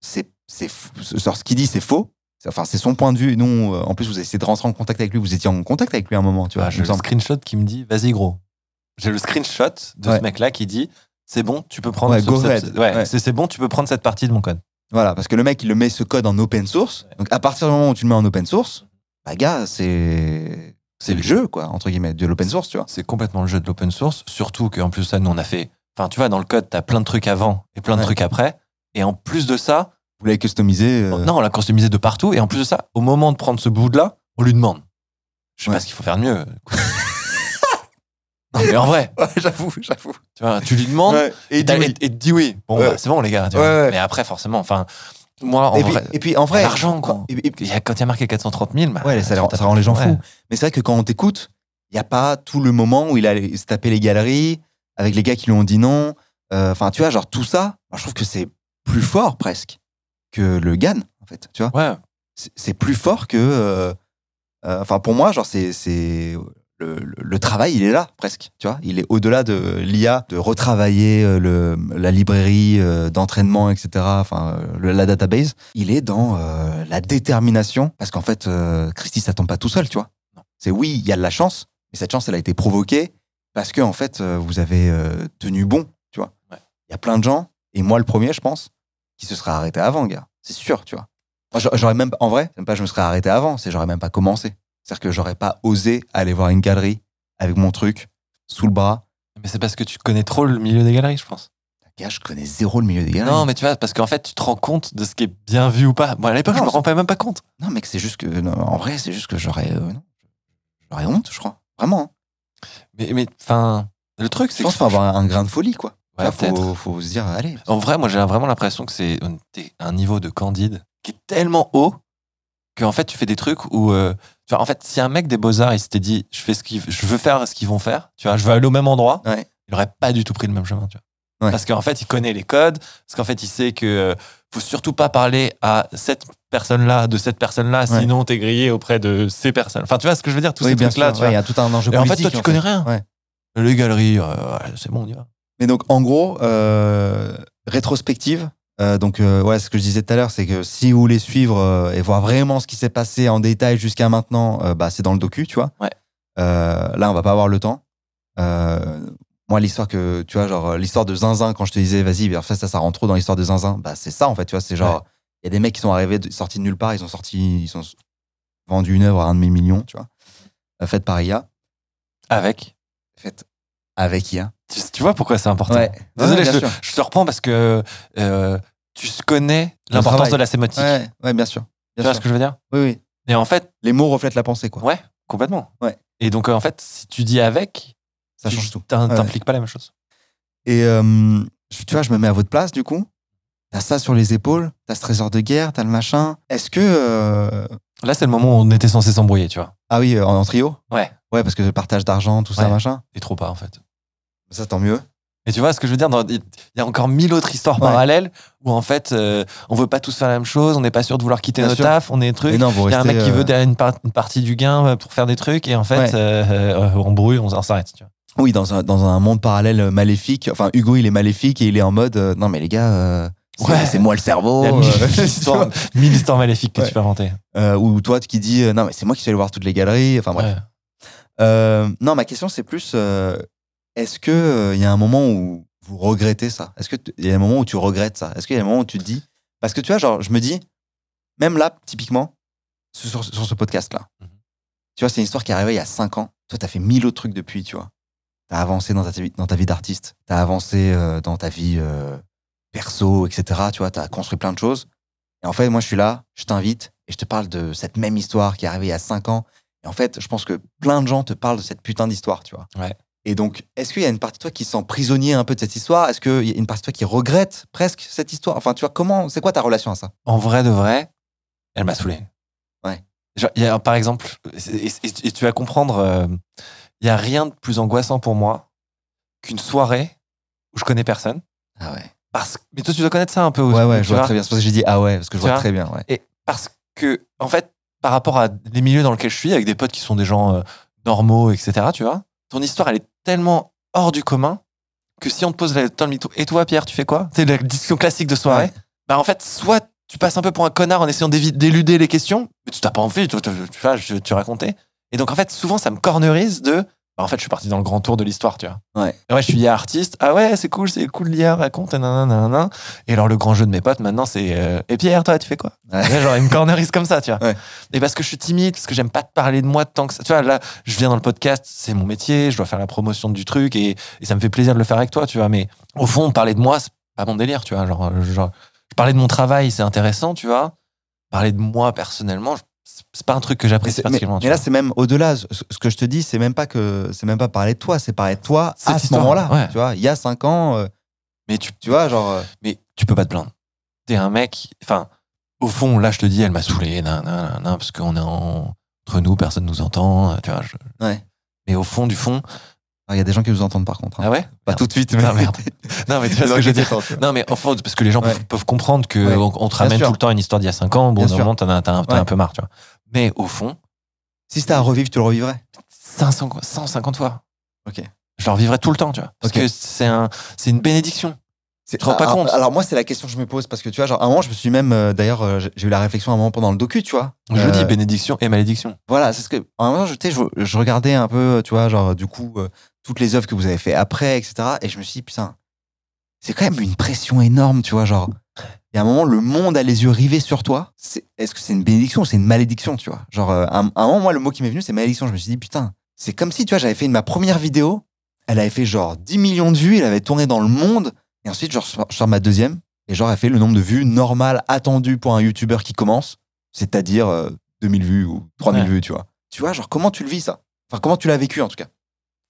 c'est c'est fou- genre, ce qu'il dit, c'est faux. C'est- Enfin, c'est son point de vue. Non, en plus, vous essayez de rentrer en contact avec lui. Vous étiez en contact avec lui à un moment, tu vois. il
Ah, j'ai
me
le
semble.
screenshot qui me dit, vas-y gros. J'ai le screenshot de
Ouais.
ce mec-là qui dit, c'est bon, tu peux prendre.
Ouais,
ce-
go
ce-
ahead.
ouais,
Ouais.
c'est c'est bon, tu peux prendre cette partie de mon code.
Voilà, parce que le mec, il le met ce code en open source. Donc, à partir du moment où tu le mets en open source, bah, gars, c'est. C'est le jeu, quoi, entre guillemets, de l'open source, tu vois.
C'est complètement le jeu de l'open source, surtout qu'en plus ça, nous on a fait. Enfin, tu vois, dans le code, t'as plein de trucs avant et plein de
Ouais.
trucs après. Et en plus de ça,
Vous l'avez customisé. euh,
non, on l'a customisé de partout. Et en plus de ça, au moment de prendre ce bout-là, on lui demande. Je sais
Ouais.
pas ce qu'il faut faire de mieux. [LAUGHS] non, [LAUGHS] mais en vrai,
Ouais, j'avoue, j'avoue.
tu vois, tu lui demandes.
Ouais,
Et,
et,
t'as-
dis
et-
oui.
et te dit oui. Bon,
Ouais.
bah, c'est bon, les gars. tu
Ouais,
vois.
ouais.
Mais après, forcément, enfin, moi, en
Et puis,
vrai,
et puis, en vrai.
l'argent, quoi.
et- et-
il y a- quand il y a marqué 430 000, bah,
Ouais, ça,
tu
rend-
t'as-
ça rend les gens
ouais.
fous. Mais c'est vrai que quand on t'écoute, il n'y a pas tout le moment où il allait se taper les galeries, avec les gars qui lui ont dit non. Euh, Enfin, tu vois, genre tout ça, moi, je trouve que c'est plus fort presque que le GAN, en fait. Tu vois,
Ouais,
c'est c'est plus fort que. euh, euh, Enfin, pour moi, genre, c'est. c'est- Le, le- le travail, il est là presque, tu vois. Il est au-delà de l'IA, de retravailler euh, le, la librairie euh, d'entraînement, etc. Enfin, euh, le- la database. Il est dans euh, la détermination, parce qu'en fait, euh, Christy, ça tombe pas tout seul, tu vois. C'est oui, il y a de la chance, mais cette chance, elle a été provoquée parce que en fait, euh, vous avez euh, tenu bon, tu vois. Il
Ouais.
y a plein de gens, et moi le premier, je pense, qui se serait arrêté avant, gars. C'est sûr, tu vois. Moi, j'a- j'aurais même, en vrai, c'est même pas, je me serais arrêté avant, c'est j'aurais même pas commencé. C'est-à-dire que j'aurais pas osé aller voir une galerie avec mon truc sous le bras.
Mais c'est parce que tu connais trop le milieu des galeries, je pense.
Gars, je connais zéro le milieu des galeries.
Non, mais tu vois, parce qu'en fait, tu te rends compte de ce qui est bien vu ou pas. Moi, à l'époque, je
Non,
me rends pas même pas compte.
Non, mec, c'est juste que, non, en vrai, c'est juste que j'aurais, euh, non. j'aurais honte, je crois. Vraiment. hein.
Mais, mais, enfin, le truc,
Je
c'est que.
pense qu'il faut avoir un grain de folie, quoi.
Ouais,
Là,
peut-être.
faut, faut se dire, allez.
En vrai, moi, j'ai vraiment l'impression que c'est un- t'es un niveau de Candide qui est tellement haut qu'en fait, tu fais des trucs où. euh, tu vois, en fait, si un mec des Beaux-Arts, il s'était dit, je, fais ce qu'ils- je veux faire ce qu'ils vont faire, tu vois, je veux aller au même endroit,
Ouais.
il aurait pas du tout pris le même chemin, tu vois.
Ouais.
Parce qu'en fait, il connaît les codes, parce qu'en fait, il sait que euh, faut surtout pas parler à cette personne-là, de cette personne-là,
Ouais.
sinon t'es grillé auprès de ces personnes. Enfin, tu vois ce que je veux dire, tous
Oui,
ces
bien
trucs-là,
sûr,
tu
ouais, il
vois.
y a tout un enjeu
Et en fait,
politique,
toi, tu connais rien.
Ouais.
Les galeries, euh, ouais, c'est bon, on y va.
Mais donc, en gros, euh, rétrospective. euh, donc, euh, ouais, ce que je disais tout à l'heure, c'est que si vous voulez suivre euh, et voir vraiment ce qui s'est passé en détail jusqu'à maintenant, euh, bah, c'est dans le docu, tu vois.
Ouais.
Euh, là, on va pas avoir le temps. Euh, moi, l'histoire que, tu vois, genre, euh, l'histoire de Zinzin, quand je te disais, vas-y, ben, ça, ça, ça rentre trop dans l'histoire de Zinzin, bah, c'est ça, en fait, tu vois, c'est genre, il y a des mecs qui sont arrivés, de- sortis de nulle part, ils ont sorti, ils ont vendu une œuvre à un demi-million, tu vois, euh, faite par IA,
Avec.
faite avec IA.
Tu, tu vois pourquoi c'est important.
Ouais.
Désolé,
bien
je,
sûr.
je te reprends parce que euh, tu connais
Le
l'importance
travail.
de la sémotique.
Ouais, ouais, bien sûr.
tu
Bien
vois
sûr.
ce que je veux dire
Oui, oui.
Et en fait,
Les mots reflètent la pensée, quoi.
ouais, complètement.
Ouais.
Et donc, euh, en fait, si tu dis avec,
Ça
tu
change tout.
t'in-
Ouais.
T'impliques pas la même chose.
Et euh, je- tu vois, je me mets à votre place, du coup. T'as ça sur les épaules, t'as ce trésor de guerre, t'as le machin. Est-ce que. euh,
Là, c'est le moment où on était censé s'embrouiller, tu vois.
Ah oui, euh, en, en trio
Ouais.
Ouais, parce que le partage d'argent, tout ça,
Ouais.
machin.
Et trop pas, en fait.
Ça, tant mieux.
Et tu vois ce que je veux dire dans- Il y a encore mille autres histoires
Ouais.
parallèles où, en fait, euh, on veut pas tous faire la même chose, on n'est pas sûr de vouloir quitter
Bien
notre
sûr.
taf, on est
Mais
truc.
non, vous
Il y a un
restez,
mec qui
euh,
veut une, par- une partie du gain euh, pour faire des trucs et en fait,
Ouais.
euh, euh, on brouille, on, on s'arrête. tu vois.
Oui, dans un, dans un monde parallèle euh, maléfique. Enfin, Hugo, il est maléfique et il est en mode euh, Non, mais les gars, euh, c'est
Ouais.
c'est moi le cerveau.
Il y a
euh, [LAUGHS] tu
mille,
vois.
[LAUGHS] histoires, mille histoires maléfiques que
Ouais.
tu peux inventer.
Euh, ou toi qui dis euh, Non, mais c'est moi qui suis allé voir toutes les galeries. Enfin, bref.
Ouais.
Euh, non, ma question c'est plus euh, est-ce que euh, il y a un moment où vous regrettez ça Est-ce que t- il y a un moment où tu regrettes ça Est-ce qu'il y a un moment où tu te dis parce que tu vois genre je me dis même là typiquement sur, sur- sur ce podcast là.
Mhm.
Tu vois, c'est une histoire qui est arrivée il y a 5 ans. Toi t'as fait mille autres trucs depuis, tu vois. T'as avancé dans ta vie, dans ta vie d'artiste, t'as avancé euh, dans ta vie euh, perso, etc. Tu vois, t'as construit plein de choses. Et en fait, moi, je suis là, je t'invite et je te parle de cette même histoire qui est arrivée il y a 5 ans. Et en fait, je pense que plein de gens te parlent de cette putain d'histoire, tu vois.
Ouais.
Et donc, est-ce qu'il y a une partie de toi qui se sent prisonnier un peu de cette histoire Est-ce qu'il y a une partie de toi qui regrette presque cette histoire Enfin, tu vois, comment, c'est quoi ta relation à ça
En vrai de vrai, elle m'a saoulé.
Ouais.
Genre, il y a, par exemple, et, et- et tu vas comprendre, euh, il y a rien de plus angoissant pour moi qu'une soirée où je connais personne.
Ah ouais.
Parce... Mais toi, tu dois connaître ça un peu aussi.
Ouais, ouais,
tu
je vois
vois.
très bien. C'est pour ça que j'ai dit ah ouais, parce que je
Tu
vois
vois
très bien, ouais.
Et parce que, en fait, par rapport à les milieux dans lesquels je suis, avec des potes qui sont des gens euh, normaux, etc., tu vois, ton histoire, elle est tellement hors du commun que si on te pose la dans le mytho, et toi, Pierre, tu fais quoi C'est la discussion classique de soirée.
Ouais.
Bah, en fait, soit tu passes un peu pour un connard en essayant d'évi- d'éluder les questions, mais tu t'as pas envie, tu, tu, tu vois, je- tu racontais. Et donc, en fait, souvent, ça me cornerise de. bah, en fait, je suis parti dans le grand tour de l'histoire, tu vois.
Ouais.
Et ouais, je suis IA artiste. Ah ouais, c'est cool, c'est cool l'IA, raconte, et nanana, nanana. Et alors, le grand jeu de mes potes maintenant, c'est. euh, et Pierre, toi, tu fais quoi
Ouais.
Ouais, genre, ils me cornerisent comme ça, tu vois.
Ouais.
Et parce que je suis timide, parce que j'aime pas te parler de moi tant que ça. Tu vois, là, je viens dans le podcast, c'est mon métier, je dois faire la promotion du truc et, et ça me fait plaisir de le faire avec toi, tu vois. Mais au fond, parler de moi, c'est pas mon délire, tu vois. Genre, euh, genre, je parlais de mon travail, c'est intéressant, tu vois. Parler de moi personnellement, je- c'est- c'est pas un truc que
Mais,
j'apprécie
c'est- mais-
particulièrement. tu
mais là,
vois.
c'est même au-delà. Ce ce que je te dis, c'est même pas que c'est même pas parler de toi, c'est parler de toi
Cette
à ce
histoire,
moment-là.
ouais.
Tu vois, il y a 5 ans, euh,
mais tu,
tu vois, genre. euh,
mais tu peux pas te plaindre. T'es un mec, enfin, au fond, là, je te dis, elle m'a saoulé, nan, nan, nan, nan, parce qu'on est en- entre nous, personne nous entend, euh, tu vois. je-
Ouais.
Mais au fond, du fond,
alors, Il y a des gens qui nous entendent par contre. hein.
ah
[LAUGHS]
ouais
Pas tout de suite, mais
Putain, merde. Non, mais tu vois ce que je veux dire. Non, mais enfin, parce que les gens
Ouais.
peuvent, peuvent comprendre que
Ouais.
on, on te ramène
sûr.
tout le temps une histoire d'il y a 5 ans. Bon,
Bien
au
sûr.
moment, t'en as, t'as un- t'as
Ouais.
un peu marre, tu vois. Mais au fond,
Si c'était à revivre, tu le revivrais.
500, 150 fois.
Ok.
Je leur vivrai tout le temps, tu vois. Parce
Ok.
que c'est un, c'est une bénédiction.
Tu
te rends pas compte.
Alors moi, c'est la question que je me pose parce que tu vois, genre à un moment, je me suis même euh, d'ailleurs, euh, j'ai j'ai eu la réflexion à un moment pendant le docu, tu vois.
Je
Euh,
dis bénédiction et malédiction.
Voilà, c'est ce que. En même temps, je, tu sais, je, je regardais un peu, tu vois, genre, du coup, euh, toutes les œuvres que vous avez fait après, etc. Et je me suis dit, putain, c'est quand même une pression énorme, tu vois, genre. Il y a un moment, le monde a les yeux rivés sur toi. C'est- Est-ce que c'est une bénédiction ou c'est une malédiction, tu vois Genre, euh, à un, à un moment, moi, le mot qui m'est venu, c'est malédiction. Je me suis dit, putain, c'est comme si, tu vois, j'avais fait ma première vidéo, elle avait fait genre 10 millions de vues, elle avait tourné dans le monde, et ensuite, genre, je sors- je sors ma deuxième, et genre, elle fait le nombre de vues normal attendu pour un youtubeur qui commence, c'est-à-dire euh, 2000 vues ou 3000
Ouais.
vues, tu vois. Tu vois, genre, comment tu le vis, ça Enfin, comment tu l'as vécu, en tout cas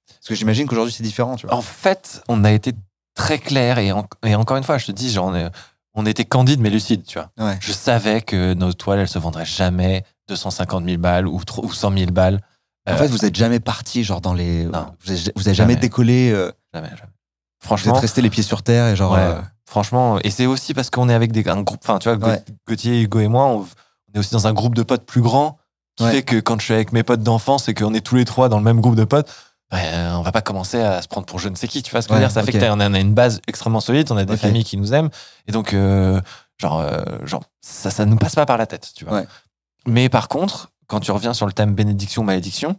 Parce que j'imagine qu'aujourd'hui, c'est différent, tu vois.
En fait, on a été très clair et, en- et encore une fois, je te dis, genre, on, est- on était candide mais lucide, tu vois.
Ouais.
Je savais que nos toiles, elles se vendraient jamais 250 000 balles ou, trop- ou 100 000 balles.
En
Euh,
fait, vous êtes jamais parti, genre, dans les.
Non.
vous n'avez jamais, décollé, euh,
Jamais, jamais.
vous êtes
Franchement,
resté les pieds sur terre, et genre.
Ouais,
euh,
franchement, et c'est aussi parce qu'on est avec des, un groupe, enfin, tu vois, Gaut-
Ouais.
Gauthier, Hugo et moi, on, on est aussi dans un groupe de potes plus grand qui
Ouais.
fait que quand je suis avec mes potes d'enfance et qu'on est tous les trois dans le même groupe de potes, ben, on va pas commencer à se prendre pour je ne sais qui, tu vois ce que je veux
Ouais,
dire. Ça
ok.
fait que t'as- on a on a une base extrêmement solide, on a des
Ok.
familles qui nous aiment, et donc, euh, genre, euh, genre ça, ça nous passe pas par la tête, tu vois.
Ouais.
Mais par contre, quand tu reviens sur le thème bénédiction ou malédiction,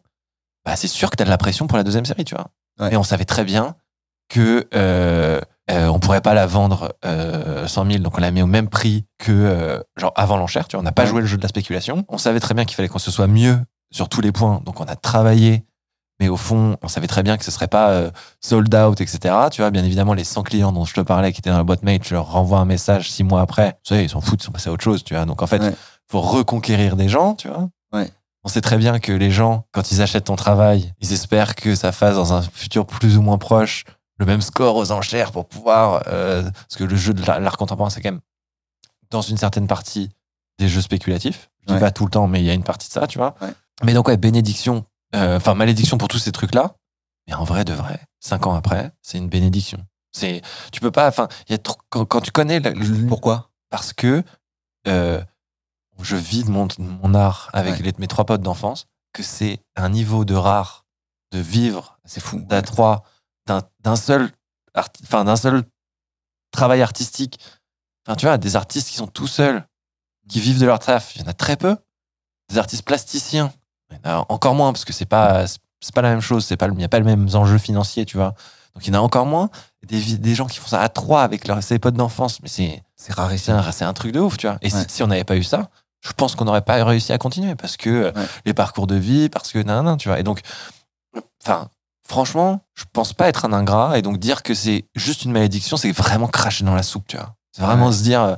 bah, c'est sûr que tu as de la pression pour la deuxième série, tu vois.
Ouais.
Et on savait très bien que euh, euh, on pourrait pas la vendre euh, 100 000, donc on l'a mis au même prix que euh, genre avant l'enchère, tu vois. On n'a pas
Ouais.
joué le jeu de la spéculation. On savait très bien qu'il fallait qu'on se soit mieux sur tous les points, donc on a travaillé. Mais au fond, on savait très bien que ce serait pas euh, sold out, etc. Tu vois, bien évidemment, les 100 clients dont je te parlais qui étaient dans la boîte mail, je leur renvoie un message six mois après. Tu sais, ils s'en foutent, ils sont passés à autre chose, tu vois. Donc en fait,
Ouais.
faut reconquérir des gens, tu vois.
Ouais.
On sait très bien que les gens, quand ils achètent ton travail, ils espèrent que ça fasse dans un futur plus ou moins proche le même score aux enchères pour pouvoir. euh, parce que le jeu de l'art l'art contemporain, c'est quand même, dans une certaine partie, des jeux spéculatifs. Je dis
Ouais.
pas tout le temps, mais il y a une partie de ça, tu vois.
Ouais.
Mais donc, ouais, bénédiction, euh, enfin, malédiction pour tous ces trucs-là. Mais en vrai, de vrai, cinq ans après, c'est une bénédiction. C'est, tu peux pas, enfin, il y a trop- quand, quand tu connais la- le-
Pourquoi
parce que euh, je vis de mon, de mon art avec
Ouais.
les- mes trois potes d'enfance, que c'est un niveau de rare de vivre
C'est fou.
d'à trois d'un d'un seul, arti- enfin d'un seul travail artistique. Enfin, tu vois, des artistes qui sont tout seuls, qui vivent de leur taf, il y en a très peu. Des artistes plasticiens, il y en a encore moins parce que c'est pas c'est pas la même chose, c'est pas le- il n'y a pas les mêmes enjeux financiers, tu vois. Donc il y en a encore moins. Des, vi- des gens qui font ça à trois avec leurs ses potes d'enfance, mais c'est
C'est rare
c'est un, c'est un truc de ouf, tu vois. Et si,
Ouais.
si on n'avait pas eu ça, je pense qu'on n'aurait pas réussi à continuer parce que euh,
Ouais.
les parcours de vie, parce que nan, nan, tu vois. Et donc, enfin, franchement, je pense pas être un ingrat. Et donc, dire que c'est juste une malédiction, c'est vraiment cracher dans la soupe, tu vois. C'est vraiment se dire, euh,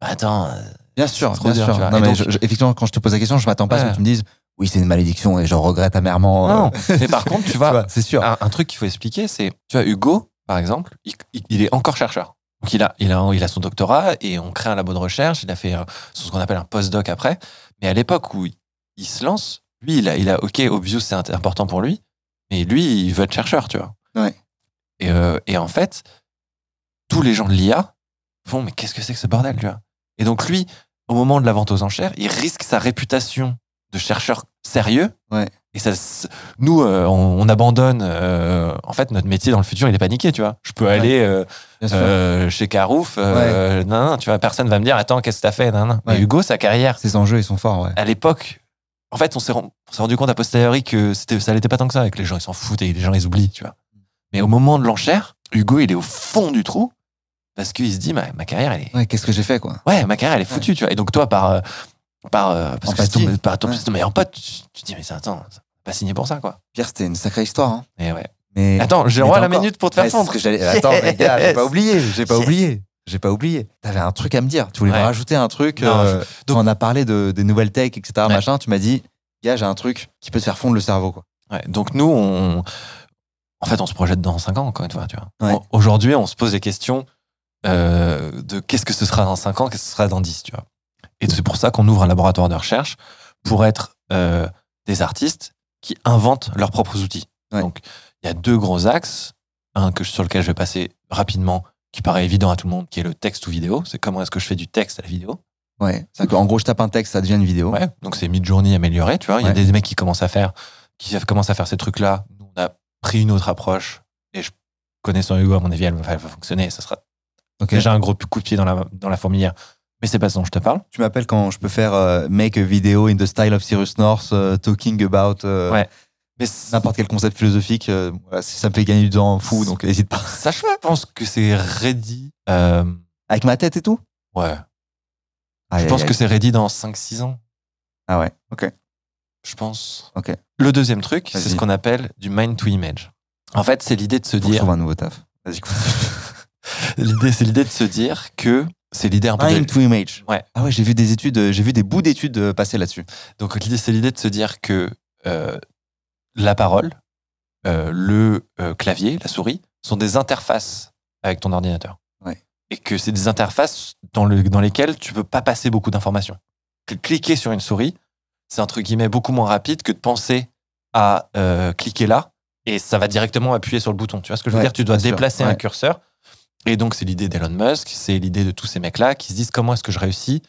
attends, euh,
Bien sûr,
C'est trop
bien
dur,
sûr.
tu vois.
Non,
Et
mais
donc-
je- je- effectivement, quand je te pose la question, je m'attends pas à ce
Ouais.
que tu me dises oui, c'est une malédiction et je regrette amèrement. euh,
Non, mais par contre,
[LAUGHS]
tu
tu
vois,
vois, c'est sûr.
un, un truc qu'il faut expliquer, c'est, tu vois, Hugo, par exemple, il, il- il est encore chercheur. Donc il a, il, a, il a son doctorat et on crée un labo de recherche, il a fait euh, ce qu'on appelle un postdoc après. Mais à l'époque où il, il se lance, lui, il a, il a ok, Obvious, c'est int- important pour lui, mais lui, il veut être chercheur, tu vois.
Ouais.
Et, euh, et en fait, tous les gens de l'IA font, mais qu'est-ce que c'est que ce bordel, tu vois Et donc lui, au moment de la vente aux enchères, il risque sa réputation de chercheur sérieux.
Ouais.
Et ça, se- nous, euh, on, on abandonne. euh, en fait, notre métier dans le futur, il est paniqué, tu vois. Je peux aller euh,
Bien sûr.
euh, chez Carouf. euh, non, non, tu vois, personne va me dire, attends, qu'est-ce que t'as fait non, non. Mais
Ouais.
Hugo, sa carrière,
Ces enjeux, ils sont forts, ouais.
à l'époque, en fait, on s'est ren- on s'est rendu compte a posteriori que c'était, ça l'était pas tant que ça, et que les gens, ils s'en foutent et les gens, ils oublient, tu vois. Mais au moment de l'enchère, Hugo, il est au fond du trou parce qu'il se dit, ma, ma carrière, elle est,
Ouais, qu'est-ce que j'ai fait, quoi
ouais, ma carrière, elle est foutue, tu vois. Et donc, toi, par, euh, par, euh, parce que c'est
Empathie.
ton- par ton-
Ouais.
c'est ton meilleur pote, tu, tu te dis, mais c'est- attends, c'est pas signé pour ça, quoi.
Pierre, c'était une sacrée histoire. hein.
Et ouais.
Mais
Attends, j'ai
mais
le droit
t'as
à la
encore-
minute pour te
Ouais, c'est
faire
ce
fondre.
que
[LAUGHS]
j'allais- Attends, les gars, j'ai
Yes.
pas oublié, j'ai pas
Yes.
oublié, j'ai pas oublié. T'avais un truc à me dire. Tu voulais me
Ouais.
rajouter un truc.
Non,
euh,
donc-
quand on a parlé de, des nouvelles tech, etc.
Ouais.
Machin, tu m'as dit, gars, j'ai un truc qui peut te faire fondre le cerveau, quoi.
Ouais, donc nous, on... en fait, on se projette dans 5 ans, encore une fois. Tu vois.
Ouais.
On- Aujourd'hui, on se pose des questions euh, de qu'est-ce que ce sera dans 5 ans, qu'est-ce que ce sera dans 10. Tu vois. Et c'est pour ça qu'on ouvre un laboratoire de recherche pour être euh, des artistes qui inventent leurs propres outils.
Ouais.
Donc, il y a deux gros axes. Un que, sur lequel je vais passer rapidement, qui paraît évident à tout le monde, qui est le texte ou vidéo. C'est comment est-ce que je fais du texte à la vidéo.
Ouais. C'est en gros, je tape un texte, ça devient une vidéo.
Ouais, donc c'est mid-journée amélioré, tu vois. Il y a
Ouais.
des mecs qui commencent à faire, qui savent- commencent à faire ces trucs-là. Nous, on a pris une autre approche. Et je connaissant Hugo, à mon avis, elle va, elle va fonctionner. Ça sera
Ok.
déjà un gros coup de pied dans la, dans la fourmilière. Mais c'est pas ce dont je te parle.
Tu m'appelles quand je peux faire euh, make a video in the style of Cyrus North, euh, talking about euh,
Ouais. Mais c- [LAUGHS]
n'importe quel concept philosophique. euh, voilà, si ça me fait gagner du temps fou, donc n'hésite pas.
ça, je pense que c'est ready. euh,
Avec ma tête et tout.
ouais.
Aïe,
Je
aïe,
pense
aïe.
que c'est ready dans 5-6 ans.
Ah ouais. Ok.
Je pense.
Ok.
Le deuxième truc, c'est
Vas-y.
ce qu'on appelle du mind to image. En fait, c'est l'idée de se
Faut que je
dire.
trouve un nouveau taf. Vas-y.
[LAUGHS] L'idée, c'est l'idée de se dire que c'est l'idée un peu. de-
Mind to image.
Ouais.
Ah ouais, j'ai vu des études, euh, j'ai vu des bouts d'études euh, passer là-dessus.
Donc l'idée, c'est l'idée de se dire que euh, la parole, euh, le euh, clavier, la souris, sont des interfaces avec ton ordinateur.
Ouais.
Et que c'est des interfaces dans, le, dans lesquelles tu peux pas passer beaucoup d'informations. Cl- Cliquer sur une souris, c'est entre guillemets beaucoup moins rapide que de penser à euh, cliquer là et ça va directement appuyer sur le bouton. Tu vois ce que je veux
Ouais,
dire Tu dois
bien sûr,
déplacer un
ouais.
curseur. Et donc c'est l'idée d'Elon Musk, c'est l'idée de tous ces mecs-là qui se disent comment est-ce que je réussis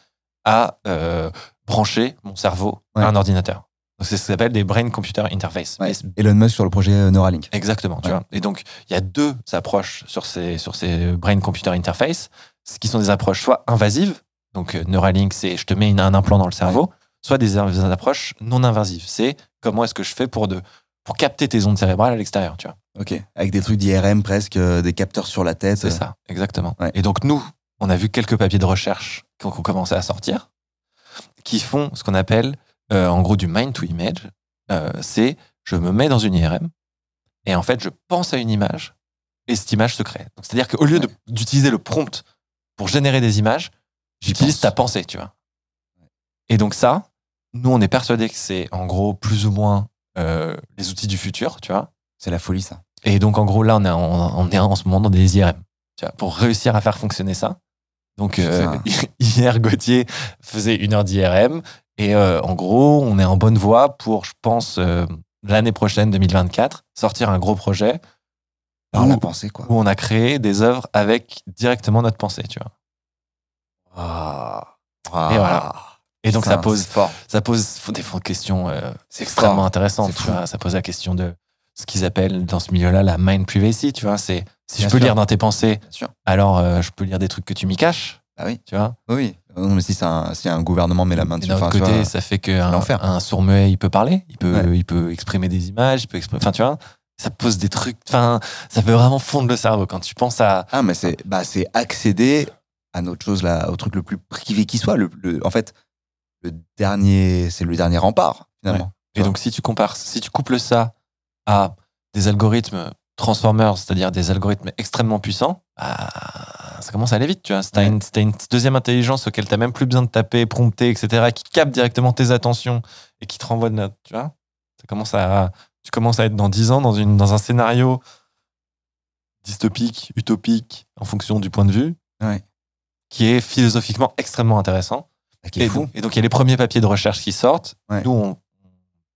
à euh, brancher mon cerveau
Ouais.
à un ordinateur. Donc c'est ce qu'on appelle des brain computer interface.
Ouais.
Et c'est-
Elon Musk sur le projet euh, Neuralink.
Exactement, tu
Ouais.
vois. Et donc, il y a deux approches sur ces, sur ces brain-computer interface, ce qui sont des approches soit invasives, donc euh, Neuralink, c'est je te mets une- un implant dans le cerveau, soit des, in- des approches non invasives. C'est comment est-ce que je fais pour, de, pour capter tes ondes cérébrales à l'extérieur, tu vois.
Ok. Avec des trucs d'IRM presque, euh, des capteurs sur la tête.
C'est ça, exactement.
Ouais.
Et donc, nous, on a vu quelques papiers de recherche qui ont qui ont commencé à sortir, qui font ce qu'on appelle, euh, en gros, du mind to image. Euh, c'est je me mets dans une IRM et en fait, je pense à une image et cette image se crée. Donc, c'est-à-dire qu'au lieu de- d'utiliser le prompt pour générer des images,
J'y
j'utilise
pense.
ta pensée, tu vois. Et donc, ça, nous, on est persuadé que c'est en gros plus ou moins euh, les outils du futur, tu vois.
euh, C'est la folie, ça.
Et donc, en gros, là, on est en, on est en ce moment dans des IRM. Tu vois, pour réussir à faire fonctionner ça. Donc, euh, [LAUGHS] hier, Gauthier faisait une heure d'IRM. Et euh, en gros, on est en bonne voie pour, je pense, euh, l'année prochaine, 2024, sortir un gros projet
Par
Ou-
la pensée, quoi.
où on a créé des œuvres avec directement notre pensée. Tu vois.
Ah.
Et voilà. Et donc, ça pose,
fort.
ça pose des fonds de questions euh,
C'est
extrêmement
fort.
intéressantes.
C'est
tu
fou.
vois. ça pose la question de ce qu'ils appellent dans ce milieu-là la mind privacy. Tu vois, c'est si
Bien
je peux
sûr.
lire dans tes pensées,
Bien sûr.
alors euh, je peux lire des trucs que tu m'y caches.
Ah oui.
Tu vois
Oui. Non, mais si, c'est un, si un gouvernement met la main
Et
dessus.
d'un autre
enfin, tu
côté,
vois,
ça fait qu'un
l'enfer.
un sourd muet, il peut parler, il peut,
Ouais.
il peut exprimer des images, il peut exprimer. Enfin, tu vois, ça pose des trucs. Enfin, ça peut vraiment fondre le cerveau quand tu penses à.
Ah, mais c'est bah, c'est accéder à notre chose, là, au truc le plus privé qui soit. Le, le- en fait, le dernier, c'est le dernier rempart, finalement.
Et donc, si tu compares, si tu couples ça à des algorithmes transformers, c'est-à-dire des algorithmes extrêmement puissants, bah, ça commence à aller vite, tu vois. Si t'as une, si t'as une deuxième intelligence auquel t'as même plus besoin de taper, prompter, etc., qui capte directement tes attentions et qui te renvoie de notes, tu vois. Ça commence à, tu commences à être dans 10 ans dans, une, dans un scénario dystopique, utopique, en fonction du point de vue,
Ouais.
qui est philosophiquement extrêmement intéressant.
Ah, qui est
Et,
fou.
donc- et donc, il y a les premiers papiers de recherche qui sortent.
Ouais.
Nous, on-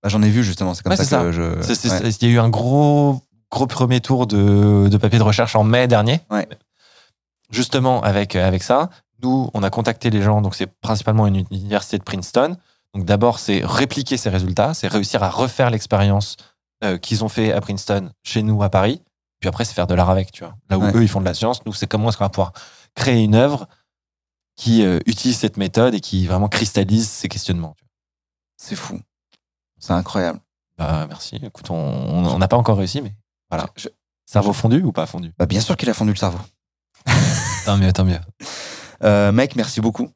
Bah, J'en ai vu justement, c'est comme
Ouais,
ça que
c'est ça.
je.
c'est- c'est-
ouais.
c'est- il y a eu un gros, gros premier tour de, de papiers de recherche en mai dernier.
Ouais.
Justement, avec, avec ça, nous, on a contacté les gens. Donc, c'est principalement une université de Princeton. Donc, d'abord, c'est répliquer ces résultats, c'est réussir à refaire l'expérience euh, qu'ils ont fait à Princeton chez nous à Paris. Puis après, c'est faire de l'art avec, tu vois. Là où
Ouais.
eux, ils font de la science, nous, c'est comment est-ce qu'on va pouvoir créer une œuvre qui euh, utilise cette méthode et qui vraiment cristallise ces questionnements. tu
C'est fou. C'est incroyable.
vois. Bah, merci. Écoute, on- on on n'a pas encore réussi, mais voilà.
Je-
Cerveau fondu ou pas fondu
Bah, bien sûr qu'il a fondu le cerveau.
Tant mieux, tant mieux.
Euh, mec, merci beaucoup.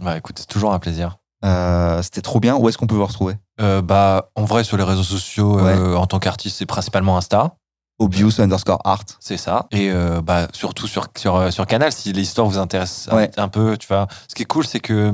Bah, écoute, c'est toujours un plaisir.
Euh, C'était trop bien. Où est-ce qu'on peut vous retrouver
Euh, bah, en vrai, sur les réseaux sociaux, euh, en tant qu'artiste, c'est principalement Insta.
Obvious underscore art.
C'est ça. Et euh, bah, surtout sur, sur, euh, sur Canal, si l'histoire vous intéresse un-
Ouais.
un, peu, tu vois. Ce qui est cool, c'est que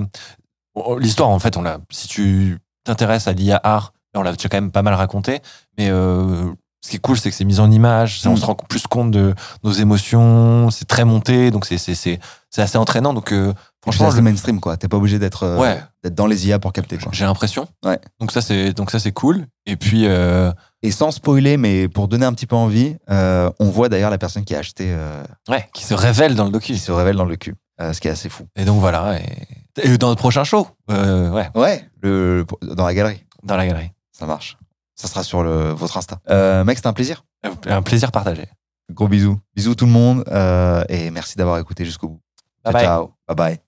oh, l'histoire, en fait, on l'a. Si tu t'intéresses à l'IA art, on l'a déjà quand même pas mal raconté. Mais euh, ce qui est cool, c'est que c'est mis en image, ça, on
Mm.
se rend plus compte de nos émotions, c'est très monté, donc c'est- c'est c'est- c'est assez entraînant. Donc, euh,
Franchement,
franchement,
le mainstream, quoi. T'es pas obligé d'être euh,
ouais,
d'être dans les IA pour capter, quoi.
j'ai l'impression.
Ouais.
Donc, ça, c'est donc ça, c'est cool. Et puis, euh,
Et sans spoiler, mais pour donner un petit peu envie, euh, on voit d'ailleurs la personne qui a acheté euh,
ouais, qui se révèle dans le docu.
qui se révèle dans le cul, euh, ce qui est assez fou.
Et donc, voilà. Et, et dans le prochain show, euh, ouais,
Ouais, le, le- dans la galerie,
dans la galerie.
ça marche. Ça sera sur le, votre Insta. Euh, mec, c'était un plaisir.
Un plaisir partagé.
Gros bisous. Bisous tout le monde euh, et merci d'avoir écouté jusqu'au bout. ciao,
Bye bye.
ciao. Bye bye.